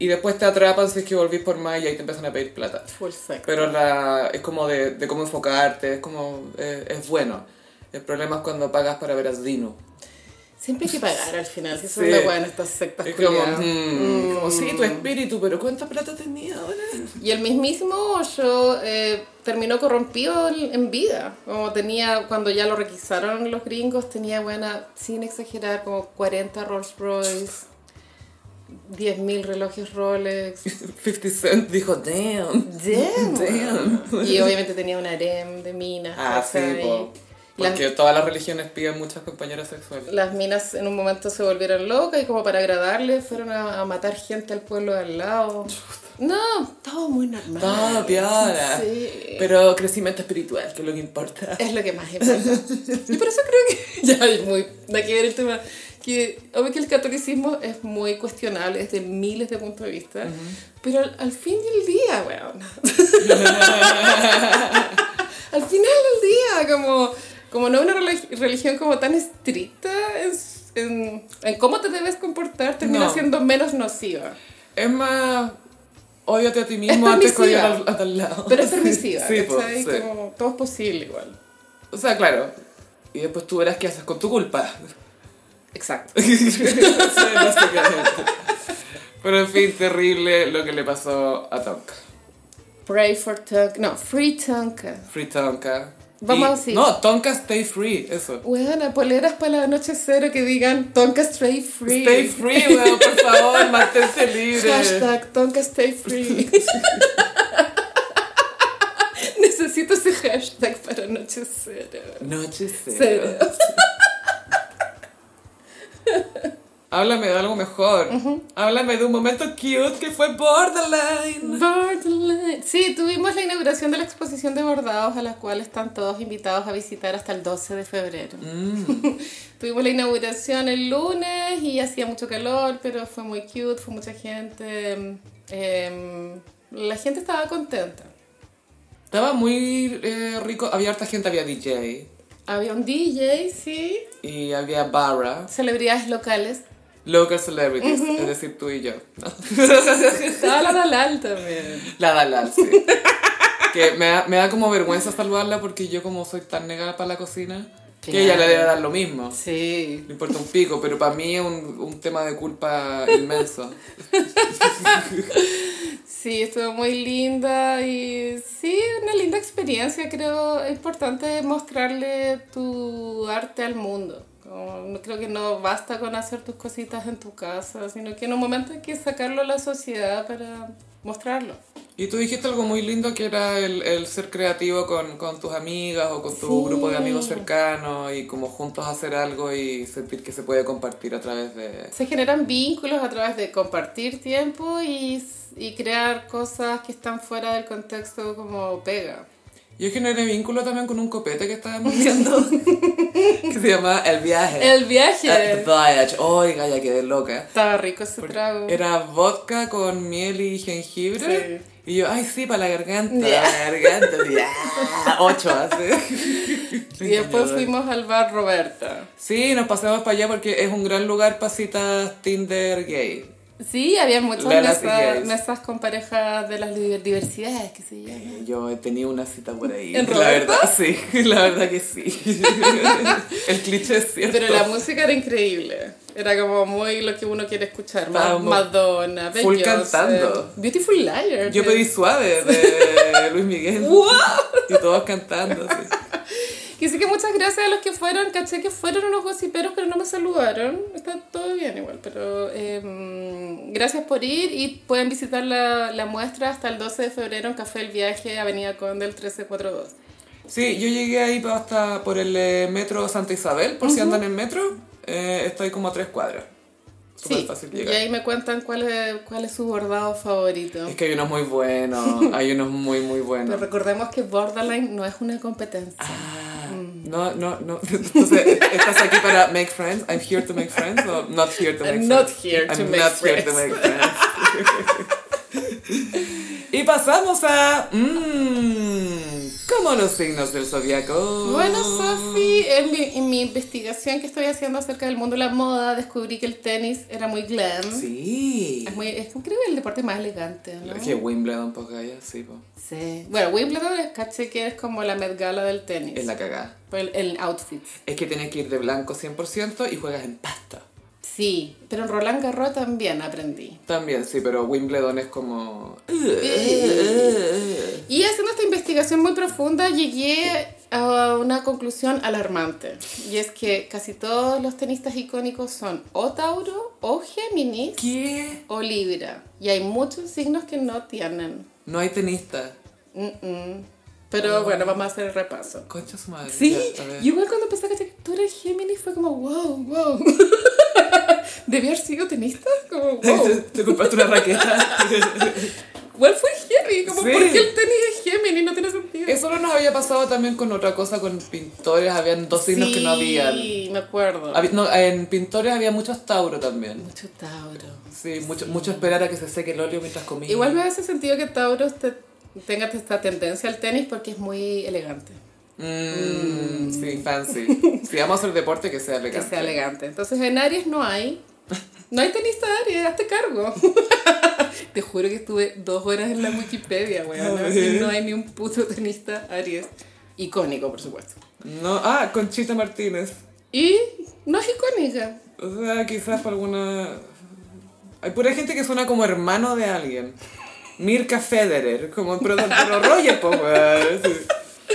A: Y después te atrapan si es que volvís por más y ahí te empiezan a pedir plata.
B: Full sex.
A: Pero la, es como de, de cómo enfocarte, es como. eh, es bueno. El problema es cuando pagas para ver a Dino.
B: Siempre hay que pagar al final, si son
A: Sí.
B: la weá en estas sectas
A: Es como,
B: culiadas.
A: mm, como, sí, tu espíritu, pero ¿cuánta plata tenía ahora? *laughs*
B: Y el mismísimo Osho eh, terminó corrompido en en vida. Como tenía, cuando ya lo requisaron los gringos, tenía buena, sin exagerar, como 40 Rolls Royce, 10.000 relojes Rolex.
A: 50 Cent dijo, damn.
B: Damn.
A: Damn.
B: Y obviamente tenía un harem de minas.
A: Ah, sí,
B: ¿cachai?
A: po.
B: Las,
A: Porque todas las religiones piden muchas compañeras sexuales.
B: las minas en un momento se volvieron locas y como para agradarle fueron a, a matar gente al pueblo de al lado. No, todo muy normal.
A: Todo *laughs* piola.
B: Sí.
A: Pero crecimiento espiritual, que es lo que importa.
B: Es lo que más importa. Y por eso creo que *laughs* ya es muy... Da que ver el tema. Que, obvio que el catolicismo es muy cuestionable desde miles de puntos de vista. Pero al, al fin del día,
A: *laughs*
B: weón. al final del día, como, como no una relig- religión como tan estricta en, en, en cómo te debes comportar, termina
A: No.
B: siendo menos nociva.
A: Es más, ódiate a ti mismo
B: Es
A: antes que odiar
B: permisiva.
A: al, a tal lado.
B: Pero es permisiva,
A: *laughs* Sí, po,
B: ¿cachai?
A: sí.
B: Como todo es posible igual.
A: O sea, claro. Y después tú verás qué haces con tu culpa. *laughs*
B: Exacto.
A: Sí, básicamente. Pero en fin, terrible lo que le pasó a Tonka.
B: Pray for Tonka. No, Free Tonka.
A: Free Tonka.
B: Vamos
A: Y-
B: a decir-
A: No, Tonka Stay Free, eso.
B: Weona, poleras para la noche cero que digan Tonka Stay Free.
A: Stay free, weón, por favor, manténse libre.
B: Hashtag Tonka Stay Free. *laughs* Necesito ese hashtag para noche cero.
A: Noche cero.
B: Cero.
A: Háblame de algo mejor. Háblame de un momento cute que fue Borderline.
B: Borderline. Sí, tuvimos la inauguración de la exposición de bordados a la cual están todos invitados a visitar hasta el 12 de febrero. *laughs* tuvimos la inauguración el lunes y hacía mucho calor, pero fue muy cute, fue mucha gente. em, la gente estaba contenta.
A: Estaba muy eh, rico, había harta gente, había DJ
B: Había un DJ, sí,
A: y había barra,
B: celebridades locales. local
A: local celebrities, es decir, tú y yo.
B: Estaba la Dalal también.
A: La Dalal,
B: *laughs*
A: sí. que me da, me da como vergüenza saludarla porque yo como soy tan negada para la cocina, que
B: Claro.
A: ella le debe dar lo mismo.
B: Sí.
A: No importa un pico, pero para mí es un, un tema de culpa
B: *laughs*
A: inmenso.
B: Sí, estuvo muy linda y sí, una linda experiencia. Creo es importante mostrarle tu arte al mundo. Como, no- creo que no basta con hacer tus cositas en tu casa, sino que en un momento hay que sacarlo a la sociedad para mostrarlo.
A: Y tú dijiste algo muy lindo que era el, el ser creativo con, con tus amigas o con tu
B: Sí.
A: grupo de amigos cercanos y como juntos hacer algo y sentir que se puede compartir a través de...
B: Se generan vínculos a través de compartir tiempo y, y crear cosas que están fuera del contexto como pega.
A: Yo generé vínculo también con un copete que estábamos
B: *laughs*
A: viendo *laughs* que se llama El Viaje.
B: El
A: El
B: viaje.
A: Voyage. Oiga, ya quedé loca.
B: Estaba rico ese trago.
A: Era vodka con miel y jengibre.
B: Sí.
A: Y yo, ay, sí, para la garganta,
B: Ya.
A: para la garganta, ya. Ocho hace.
B: Y después fuimos al bar Roberta.
A: Sí, nos pasamos para allá porque es un gran lugar para citas Tinder gay.
B: Sí, había muchas
A: Lelas y
B: mesas,
A: gays.
B: mesas con parejas de las diver- diversidades que se llaman.
A: Yo he tenido una cita por ahí.
B: ¿En
A: la
B: Roberto?
A: verdad, sí, *laughs* la verdad que sí. El cliché es cierto.
B: Pero la música era increíble. Era como muy lo que uno quiere escuchar. Ma-
A: Estábamos
B: Madonna,
A: full
B: Beyoncé,
A: cantando.
B: Beautiful Liar.
A: Yo
B: que-
A: pedí suave
B: *laughs*
A: de Luis Miguel. Y todos cantando. sí.
B: Que sí que muchas gracias a los que fueron. Caché que fueron unos gossiperos, pero no me saludaron. Está todo bien igual. Pero em, gracias por ir y pueden visitar la, la muestra hasta el 12 de febrero en Café El Viaje, Avenida Conde, el 1342.
A: Sí, yo llegué ahí pa- hasta por el eh, metro Santa Isabel, por si andan en metro. Eh, estoy como a tres cuadras. Súper
B: Sí,
A: fácil
B: y
A: llegar.
B: ahí me cuentan cuál es, cuál es su bordado favorito.
A: Es que hay unos muy
B: *laughs*
A: buenos, hay unos muy, muy
B: Pero
A: buenos.
B: recordemos que Borderline no es una competencia.
A: Ah,
B: mm.
A: No, no, no. *laughs* Entonces, ¿estás aquí para make friends? ¿I'm here to make friends? ¿O not here to make
B: I'm
A: friends?
B: not here to
A: I'm
B: make
A: not here to
B: friends.
A: make friends. *laughs* y pasamos a. Mmm, ¿Cómo los signos del zodiaco?
B: Bueno, Sofi, en mi, en mi investigación que estoy haciendo acerca del mundo de la moda, descubrí que el tenis era muy glam.
A: Sí.
B: Es muy, es, creo que es el deporte más elegante, ¿no?
A: Que Wimbledon, pues, Gaya, sí, pues.
B: Sí. Bueno, Wimbledon es caché que es como la Met Gala del tenis.
A: Es la cagada.
B: Por El, el outfit.
A: Es que tienes que ir de blanco 100% y juegas en pasta.
B: Sí, pero en Roland Garros también aprendí.
A: También, sí, pero Wimbledon es como... Eh,
B: Y haciendo esta investigación muy profunda llegué a una conclusión alarmante. Y es que casi todos los tenistas icónicos son o Tauro, o Géminis,
A: ¿Qué?
B: o Libra. Y hay muchos signos que no tienen.
A: No hay tenista.
B: Mm, mm. Pero bueno, vamos a hacer el repaso.
A: Concha su madre.
B: Sí,
A: ya, a ver. *laughs*
B: yo igual cuando empecé a cachar que tú eres Géminis fue como, wow, wow. *laughs* Debí haber sido tenista, como, wow.
A: Te compraste una raqueta. *laughs*
B: Igual fue Géminis, como,
A: Sí.
B: ¿por qué el tenis es Géminis? No tiene sentido.
A: Eso no nos había pasado también con otra cosa, con pintores. Habían dos signos que no habían.
B: Sí, me acuerdo.
A: Habi- no, en pintores había muchos Tauro también.
B: Mucho Tauro.
A: Sí, mucho, mucho esperar a que se seque el óleo mientras comía.
B: Igual me hace sentido que Tauro te- tenga esta tendencia al tenis porque es muy elegante.
A: Mm, Sí,
B: *laughs*
A: fancy. Si vamos a hacer deporte, que sea
B: Que
A: elegante.
B: sea elegante. Entonces en Aries no hay. No hay tenista de Aries, hazte cargo. *laughs* Te juro que estuve dos horas en la Wikipedia, weón. Y no hay ni un puto tenista Aries. Icónico, por supuesto.
A: No, ah, Conchita Martínez.
B: Y no es icónica.
A: O sea, quizás para alguna... Hay pura gente que suena como hermano de alguien. Mirka Federer, como pero, pero Roger, po, weón. Sí.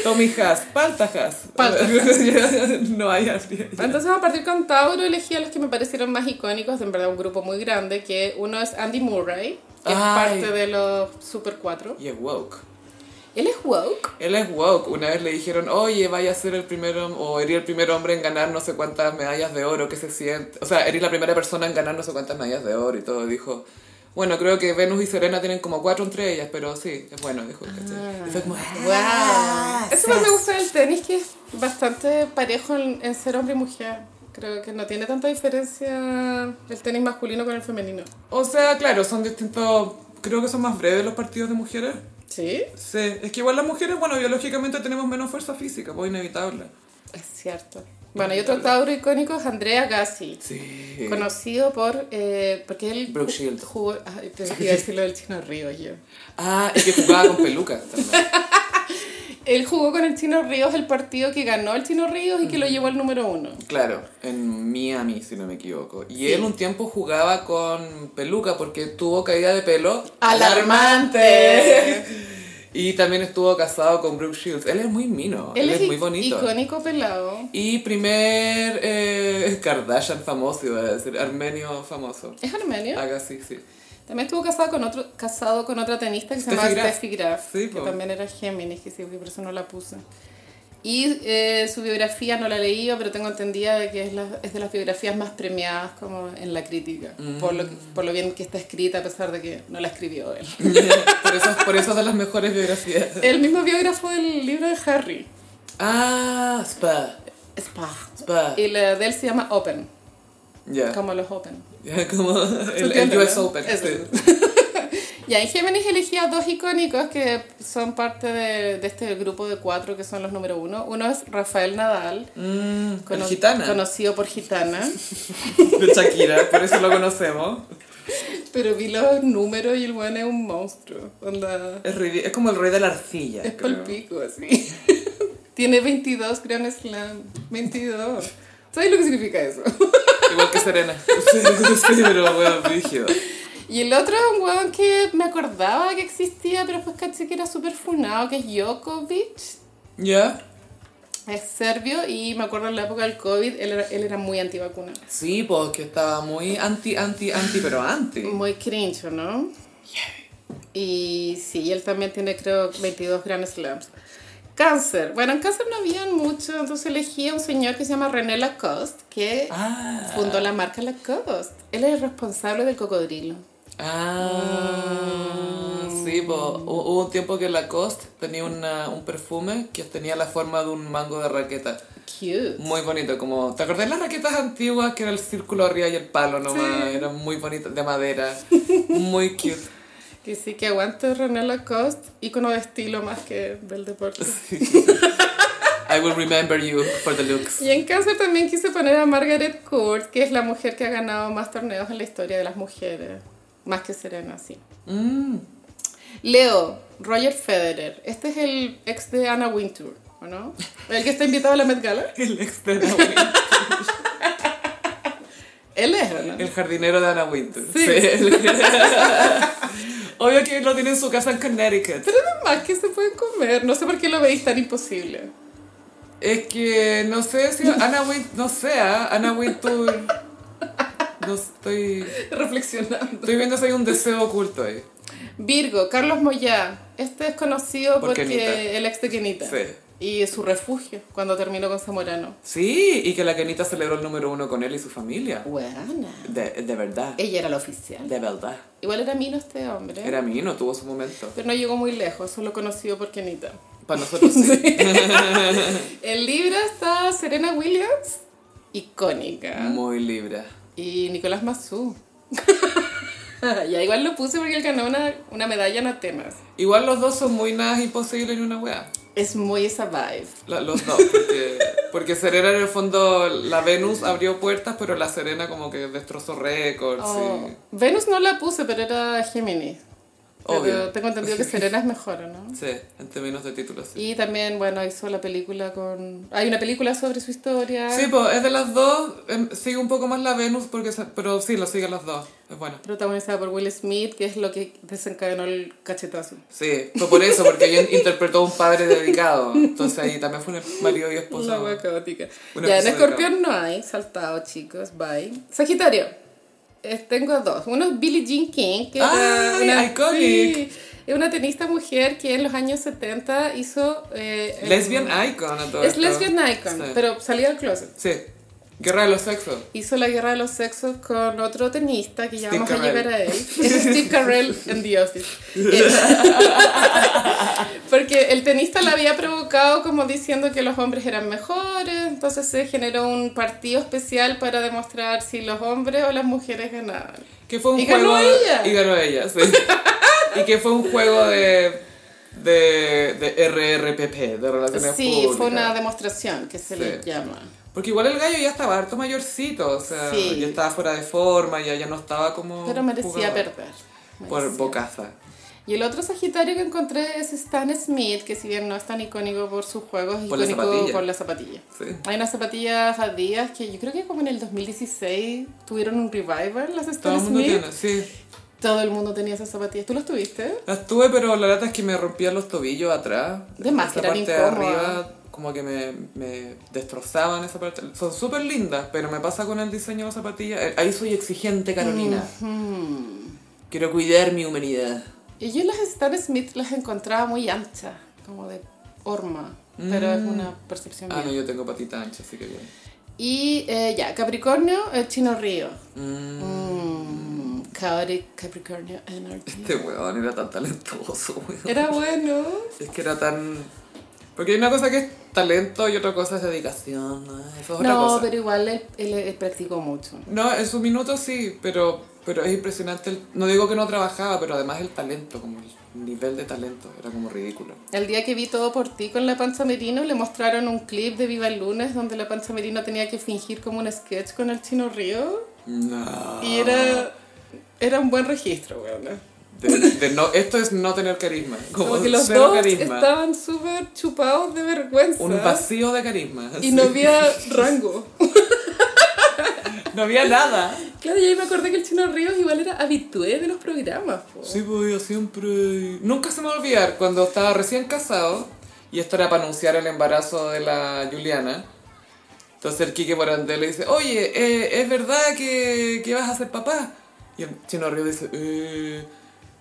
A: Tommy Haas, Palta Haas. *laughs*
B: Palta
A: no hay alguien.
B: Entonces vamos a partir con Tauro. Elegí a los que me parecieron más icónicos. En verdad, un grupo muy grande. Que uno es Andy Murray, que es
A: Ay.
B: parte de los Super 4.
A: Y es woke.
B: Él es woke.
A: Él es woke. Una vez le dijeron, oye, vaya a ser el primer hom- o eres el primer hombre en ganar no sé cuántas medallas de oro, que se siente. O sea, eres la primera persona en ganar no sé cuántas medallas de oro y todo. Dijo, bueno, creo que Venus y Serena tienen como cuatro entre ellas, pero sí, es bueno, dijo. ¿cachai? Y fue como,
B: Wow. Eso más me gusta del tenis, que es bastante parejo en, en ser hombre y mujer. Creo que no tiene tanta diferencia el tenis masculino con el femenino.
A: O sea, claro, son distintos. Creo que son más breves los partidos de mujeres.
B: ¿Sí?
A: Sí, es que igual las mujeres, bueno, biológicamente tenemos menos fuerza física, pues inevitable.
B: Es cierto. Bueno, y otro Tauro icónico es Andrea Gassi.
A: Sí.
B: Conocido por... eh, porque él
A: Brooke Shields.
B: jugó... Ay, pensé que iba a decir lo del Chino Ríos yo.
A: Ah, y que jugaba con pelucas también.
B: Él jugó con el Chino Ríos el partido que ganó el Chino Ríos y que
A: Mm.
B: lo llevó al número uno.
A: Claro, en Miami, si no me equivoco. Y él un tiempo jugaba con peluca porque tuvo caída de pelo.
B: ¡Alarmante!
A: Y también estuvo casado con Brooke Shields. Él es muy mino, él, es, muy bonito.
B: icónico pelado.
A: Y primer eh, Kardashian famoso, iba a decir, armenio famoso.
B: ¿Es armenio?
A: Agassi, sí. *laughs*
B: También estuvo casado con otro casado con otra tenista que se
A: Steffi
B: llama
A: Graf.
B: Steffi Graf,
A: Sí,
B: que
A: po.
B: también era Géminis, que sí, por eso no la puse. Y eh, su biografía no la he leído, pero tengo entendida de que es, la- es de las biografías más premiadas como en la crítica, por, lo, que-
A: Mm.
B: por lo bien que está escrita, a pesar de que no la escribió él. *laughs*
A: por, eso, por eso es de las mejores biografías.
B: El mismo biógrafo del libro de Harry,
A: Ah, Spa.
B: Spa.
A: Spa.
B: Y la de él se llama Open,
A: Ya.
B: como los Open.
A: Ya, *laughs* como el, el
B: entiendes,
A: US
B: no?
A: Open.
B: Eso.
A: sí.
B: Ya, en Géminis elegí a dos icónicos que son parte de, de este grupo de cuatro que son los número uno. Uno es Rafael Nadal,
A: Mm, el
B: cono-
A: gitana.
B: conocido por
A: *laughs*
B: gitana,
A: de Shakira, por eso lo conocemos.
B: pero vi los números y el bueno es un monstruo. Onda,
A: Es, ridi- es como el rey de la arcilla.
B: es
A: creo.
B: palpico, así. *laughs* Tiene 22 Grand Slam, 22. ¿Sabes lo que significa eso?
A: Igual que Serena. Sí, sí, pero bueno, rígido.
B: Y el otro es un weón que me acordaba que existía, pero después caché que era súper funado, que es Djokovic.
A: ¿Ya?
B: Es serbio y me acuerdo en la época del COVID, él era, él era muy antivacuna.
A: Sí, pues que estaba muy anti, anti, anti, pero anti.
B: Muy cringe, ¿no? Y sí, él también tiene creo 22 Grand Slams. Cáncer. Bueno, en cáncer no habían mucho, entonces elegí a un señor que se llama René Lacoste, que
A: Ah.
B: fundó la marca Lacoste. Él es el responsable del cocodrilo.
A: Ah. Sí, pues hu- hubo un tiempo que Lacoste tenía una, un perfume que tenía la forma de un mango de raqueta.
B: Cute.
A: Muy bonito, como... ¿Te acordás las raquetas antiguas que era el círculo arriba y el palo nomás?
B: Sí.
A: Eran muy bonitas, de madera. Muy cute.
B: Que sí, que aguante René Lacoste, ícono de estilo más que del deporte.
A: I will remember you for the looks.
B: Y en cáncer también quise poner a Margaret Court, que es la mujer que ha ganado más torneos en la historia de las mujeres, más que Serena, sí.
A: Mm.
B: Leo, Roger Federer. Este es el ex de Anna Wintour, ¿o no? El que está invitado a la Met Gala.
A: El externo. güey.
B: Él Él es, ¿o no?
A: El jardinero de Anna Winter.
B: Sí.
A: *laughs* Obvio que lo tiene en su casa en Connecticut.
B: Pero además que se pueden comer. No sé por qué lo veis tan imposible. *laughs*
A: Es que no sé si Anna Wintour, no sé, ¿ah? Anna Wintour. No estoy.
B: Reflexionando.
A: Estoy viendo si hay un deseo oculto ahí.
B: Virgo, Carlos Moyá. Este es conocido
A: Por
B: porque
A: Kenita.
B: el ex de Kenita.
A: Sí.
B: Y su refugio cuando terminó con Zamorano.
A: Sí, y que la Kenita celebró el número uno con él y su familia.
B: Buena.
A: De, de verdad.
B: Ella era la oficial.
A: De verdad.
B: Igual era mino este hombre.
A: Era mío, tuvo su momento.
B: Pero no llegó muy lejos, solo conocido por Kenita.
A: Para nosotros *laughs* sí.
B: En Libra está Serena Williams, icónica.
A: Muy libra.
B: Y Nicolás Mazú. *laughs* ya igual lo puse porque él ganó una, una medalla en Atenas.
A: Igual los dos son muy nada imposibles en una wea.
B: Es muy esa vibe.
A: La- los dos. Porque, porque Serena en el fondo, la Venus abrió puertas, pero la Serena como que destrozó récords.
B: Oh,
A: y-
B: Venus no la puse, pero era Gemini. Pero
A: Obvio.
B: tengo entendido que Serena es mejor, ¿o ¿no?
A: Sí, en términos de títulos. Sí,
B: Y también, bueno, hizo la película con... Hay una película sobre su historia.
A: sí pues es de las dos. em, Sigue un poco más la Venus, porque se- pero sí, lo siguen las dos. Es bueno.
B: Protagonizada por Will Smith, que es lo que desencadenó el cachetazo.
A: Sí, fue por eso, porque ella interpretó a un padre dedicado. Entonces ahí también fue un marido y esposa.
B: La wea caótica.
A: Una
B: ya, en
A: cosa de
B: escorpión no hay. Saltado, chicos. Bye. Sagitario. Eh, tengo dos. Uno es Billie Jean King, que
A: ¡Ay, iconic!
B: sí, es una tenista mujer que en los años 70 hizo... eh, el-
A: Lesbian icon a todo
B: Es
A: esto.
B: lesbian icon,
A: Sí.
B: pero salía del closet.
A: Sí. Guerra de los sexos.
B: Hizo la guerra de los sexos con otro tenista que ya
A: Steve
B: vamos
A: Carell.
B: a
A: *laughs*
B: llegar a él. Es Steve Carell en The Office. Eh, *laughs* Porque el tenista la había provocado como diciendo que los hombres eran mejores, entonces se generó un partido especial para demostrar si los hombres o las mujeres ganaban.
A: Que fue un
B: Y
A: juego.
B: ganó ella.
A: Y ganó ella, sí. *laughs* y que fue un juego de. de. de RRPP, de relaciones
B: Sí,
A: públicas.
B: fue una demostración que se le
A: Sí.
B: llama.
A: Porque igual el gallo ya estaba harto mayorcito, o sea,
B: Sí.
A: ya estaba fuera de forma, ya, ya no estaba como.
B: Pero merecía
A: jugador.
B: perder.
A: Por
B: Merecía.
A: bocaza.
B: Y el otro Sagitario que encontré es Stan Smith, que si bien no es tan icónico por sus juegos, es
A: Por la
B: icónico
A: zapatilla.
B: por la zapatilla.
A: Sí.
B: Hay unas zapatillas adidas que yo creo que como en el 2016 tuvieron un revival las
A: Todo
B: Stan
A: el mundo
B: Smith.
A: tiene, sí.
B: Todo el mundo tenía esas zapatillas. ¿Tú las tuviste?
A: Las tuve, pero la lata es que me rompían los tobillos atrás.
B: De más,
A: Esa
B: que eran
A: parte de
B: incómodas.
A: arriba, como que me, me destrozaban esa parte. Son súper lindas, pero me pasa con el diseño de las zapatillas. Eh, Ahí soy exigente,
B: Mm.
A: Carolina. Quiero cuidar mi humanidad.
B: Hmm. Y yo las Stan Smith las encontraba muy anchas, como de horma. Pero es una percepción
A: Ah, no,
B: mía.
A: yo tengo patita ancha, así que bien.
B: Y eh, ya, Capricornio, el Chino Río. Mm, chaotic Capricornio Energy.
A: Este weón era tan talentoso, weón.
B: Era bueno.
A: Es que era tan... Porque hay una cosa que es talento y otra cosa es dedicación, ¿no? Eso es otra
B: No,
A: cosa.
B: pero igual él, él- él practicó mucho.
A: No, en su minuto sí, pero, pero es impresionante. el- no digo que no trabajaba, pero además el talento, como el nivel de talento, era como ridículo.
B: El día que vi todo por ti con la panza merino, le mostraron un clip de Viva el Lunes donde la panza merino tenía que fingir como un sketch con el chino río.
A: No.
B: Y era, era un buen registro, weón.
A: De, de no, esto es no tener carisma. Como,
B: Como que los
A: cero
B: dos
A: carisma.
B: estaban súper chupados de vergüenza.
A: Un vacío de carisma.
B: y no había rango.
A: No había nada.
B: Claro, y ahí me acordé que el chino ríos igual era habitué de los programas. po.
A: Sí, podía siempre. Nunca se me va a olvidar cuando estaba recién casado, y esto era para anunciar el embarazo de la Juliana. Entonces el Quique Morandé le dice: Oye, eh, ¿es verdad que, que vas a ser papá? Y el chino Río dice: eh,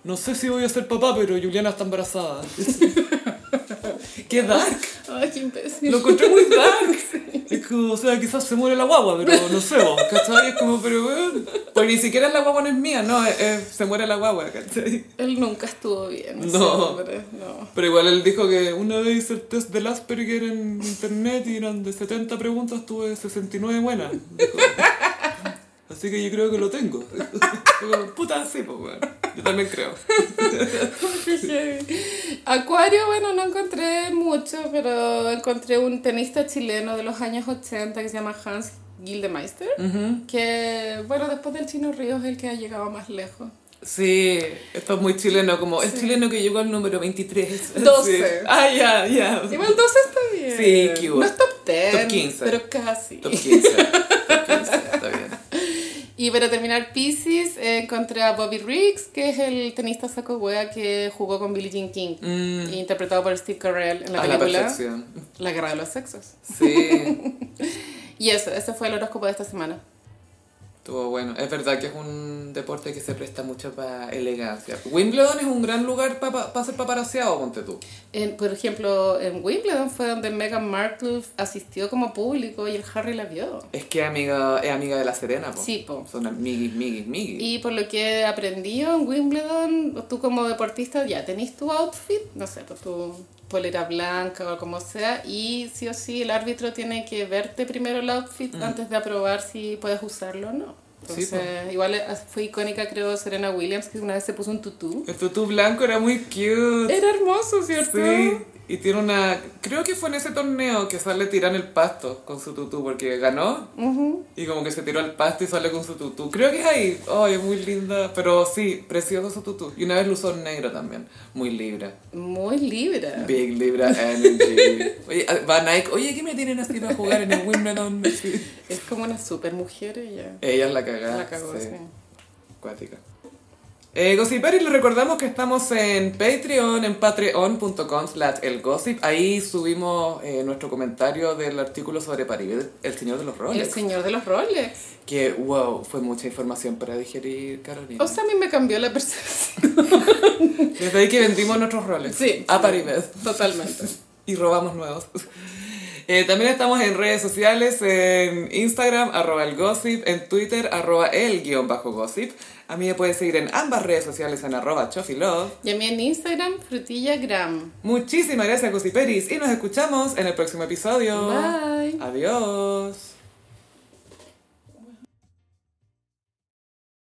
A: No sé si voy a ser papá, pero Juliana está embarazada. *laughs* ¡Qué dark!
B: Ay, qué imbécil.
A: Lo encontré muy dark. Es como, o sea, quizás se muere la guagua, pero no sé, vos, ¿cachai? Es como, pero weón. Pues ni siquiera la guagua no es mía, no, es- es- se muere la guagua, ¿cachai?
B: Él nunca estuvo bien. ese
A: No.
B: hombre, no.
A: Pero igual él dijo que una vez hice el test del Asperger en internet y eran de 70 preguntas, tuve 69 buenas. Dijo. Así que yo creo que lo tengo. *laughs* Digo, Puta, sí, pues, weón. Yo también creo.
B: Qué heavy. Acuario, bueno, no encontré mucho, pero encontré un tenista chileno de los años 80 que se llama Hans Gildemeister, que, bueno, después del Chino Ríos es el que ha llegado más lejos.
A: Sí, esto es muy chileno, como el chileno que llegó al número *laughs* 23.
B: 12.
A: Sí. Ah, ya, ya.
B: Igual 12 está bien.
A: Sí, qué bueno.
B: No es top 10,
A: Top 15.
B: pero casi.
A: Top 15. Top 15, está bien.
B: Y para terminar, Pisces, eh, encontré a Bobby Riggs, que es el tenista saco hueá que jugó con Billie Jean King, interpretado por Steve Carell en la
A: Mm. a la
B: película
A: perfección.
B: La Guerra de los Sexos.
A: Sí,
B: Y eso, ese fue el horóscopo de esta semana.
A: estuvo bueno. Es verdad que es un deporte que se presta mucho para elegancia. Wimbledon es un gran lugar para ser paparazziado, ponte tú.
B: En- por ejemplo, en Wimbledon fue donde Meghan Markle asistió como público y el Harry la vio.
A: Es que amiga, es amiga de la Serena, po.
B: Sí, po.
A: Son amiguis, miguis, miguis.
B: Y por lo que he aprendido en Wimbledon, tú como deportista ya tenés tu outfit, no sé, pues tu polera blanca o como sea, y sí o sí el árbitro tiene que verte primero el outfit antes de aprobar si puedes usarlo o no.
A: Mm. Sí, pues.
B: Entonces, igual eh, fue icónica, creo, Serena Williams, que una vez se puso
A: *laughs*
B: un tutú.
A: El tutú blanco era muy cute.
B: Era hermoso, ¿cierto?
A: Sí. Y tiene una... Creo que fue en ese torneo que sale tirando el pasto con su tutú porque ganó. Y como que se tiró al pasto y sale con su tutú. Creo que es ahí. Ay, es muy linda. Pero sí, precioso su tutú. Y una vez lo usó negro también. Muy libra.
B: Muy libra.
A: Big Libra Energy. *laughs* Oye, ah, va Nike. Oye, ¿qué me tienen así para jugar en el Wimbledon? *laughs* Sí.
B: Es como una super mujer ella.
A: Ella es la cagada.
B: La cagó,
A: sí.
B: sí.
A: Cuática. Eh, Gossiperis, les recordamos que estamos en Patreon, en patreon.com slash elgossip. Ahí subimos eh, nuestro comentario del artículo sobre Paribel, El Señor de los
B: El
A: Roles.
B: señor de los Rolex.
A: Que, wow, fue mucha información para digerir, Carolina.
B: O sea, a mí me cambió la *laughs* percepción.
A: Desde ahí que vendimos nuestros roles
B: Sí.
A: a Paribel.
B: Totalmente.
A: y robamos nuevos. Eh, también estamos en redes sociales, en Instagram, arroba el gossip, en Twitter, arroba el guión bajo gossip. A mí me puedes seguir en ambas redes sociales en arroba chofilove.
B: Y a mí en Instagram, frutillagram.
A: Muchísimas gracias, Gossiperis, y nos escuchamos en el próximo episodio.
B: Bye.
A: Adiós.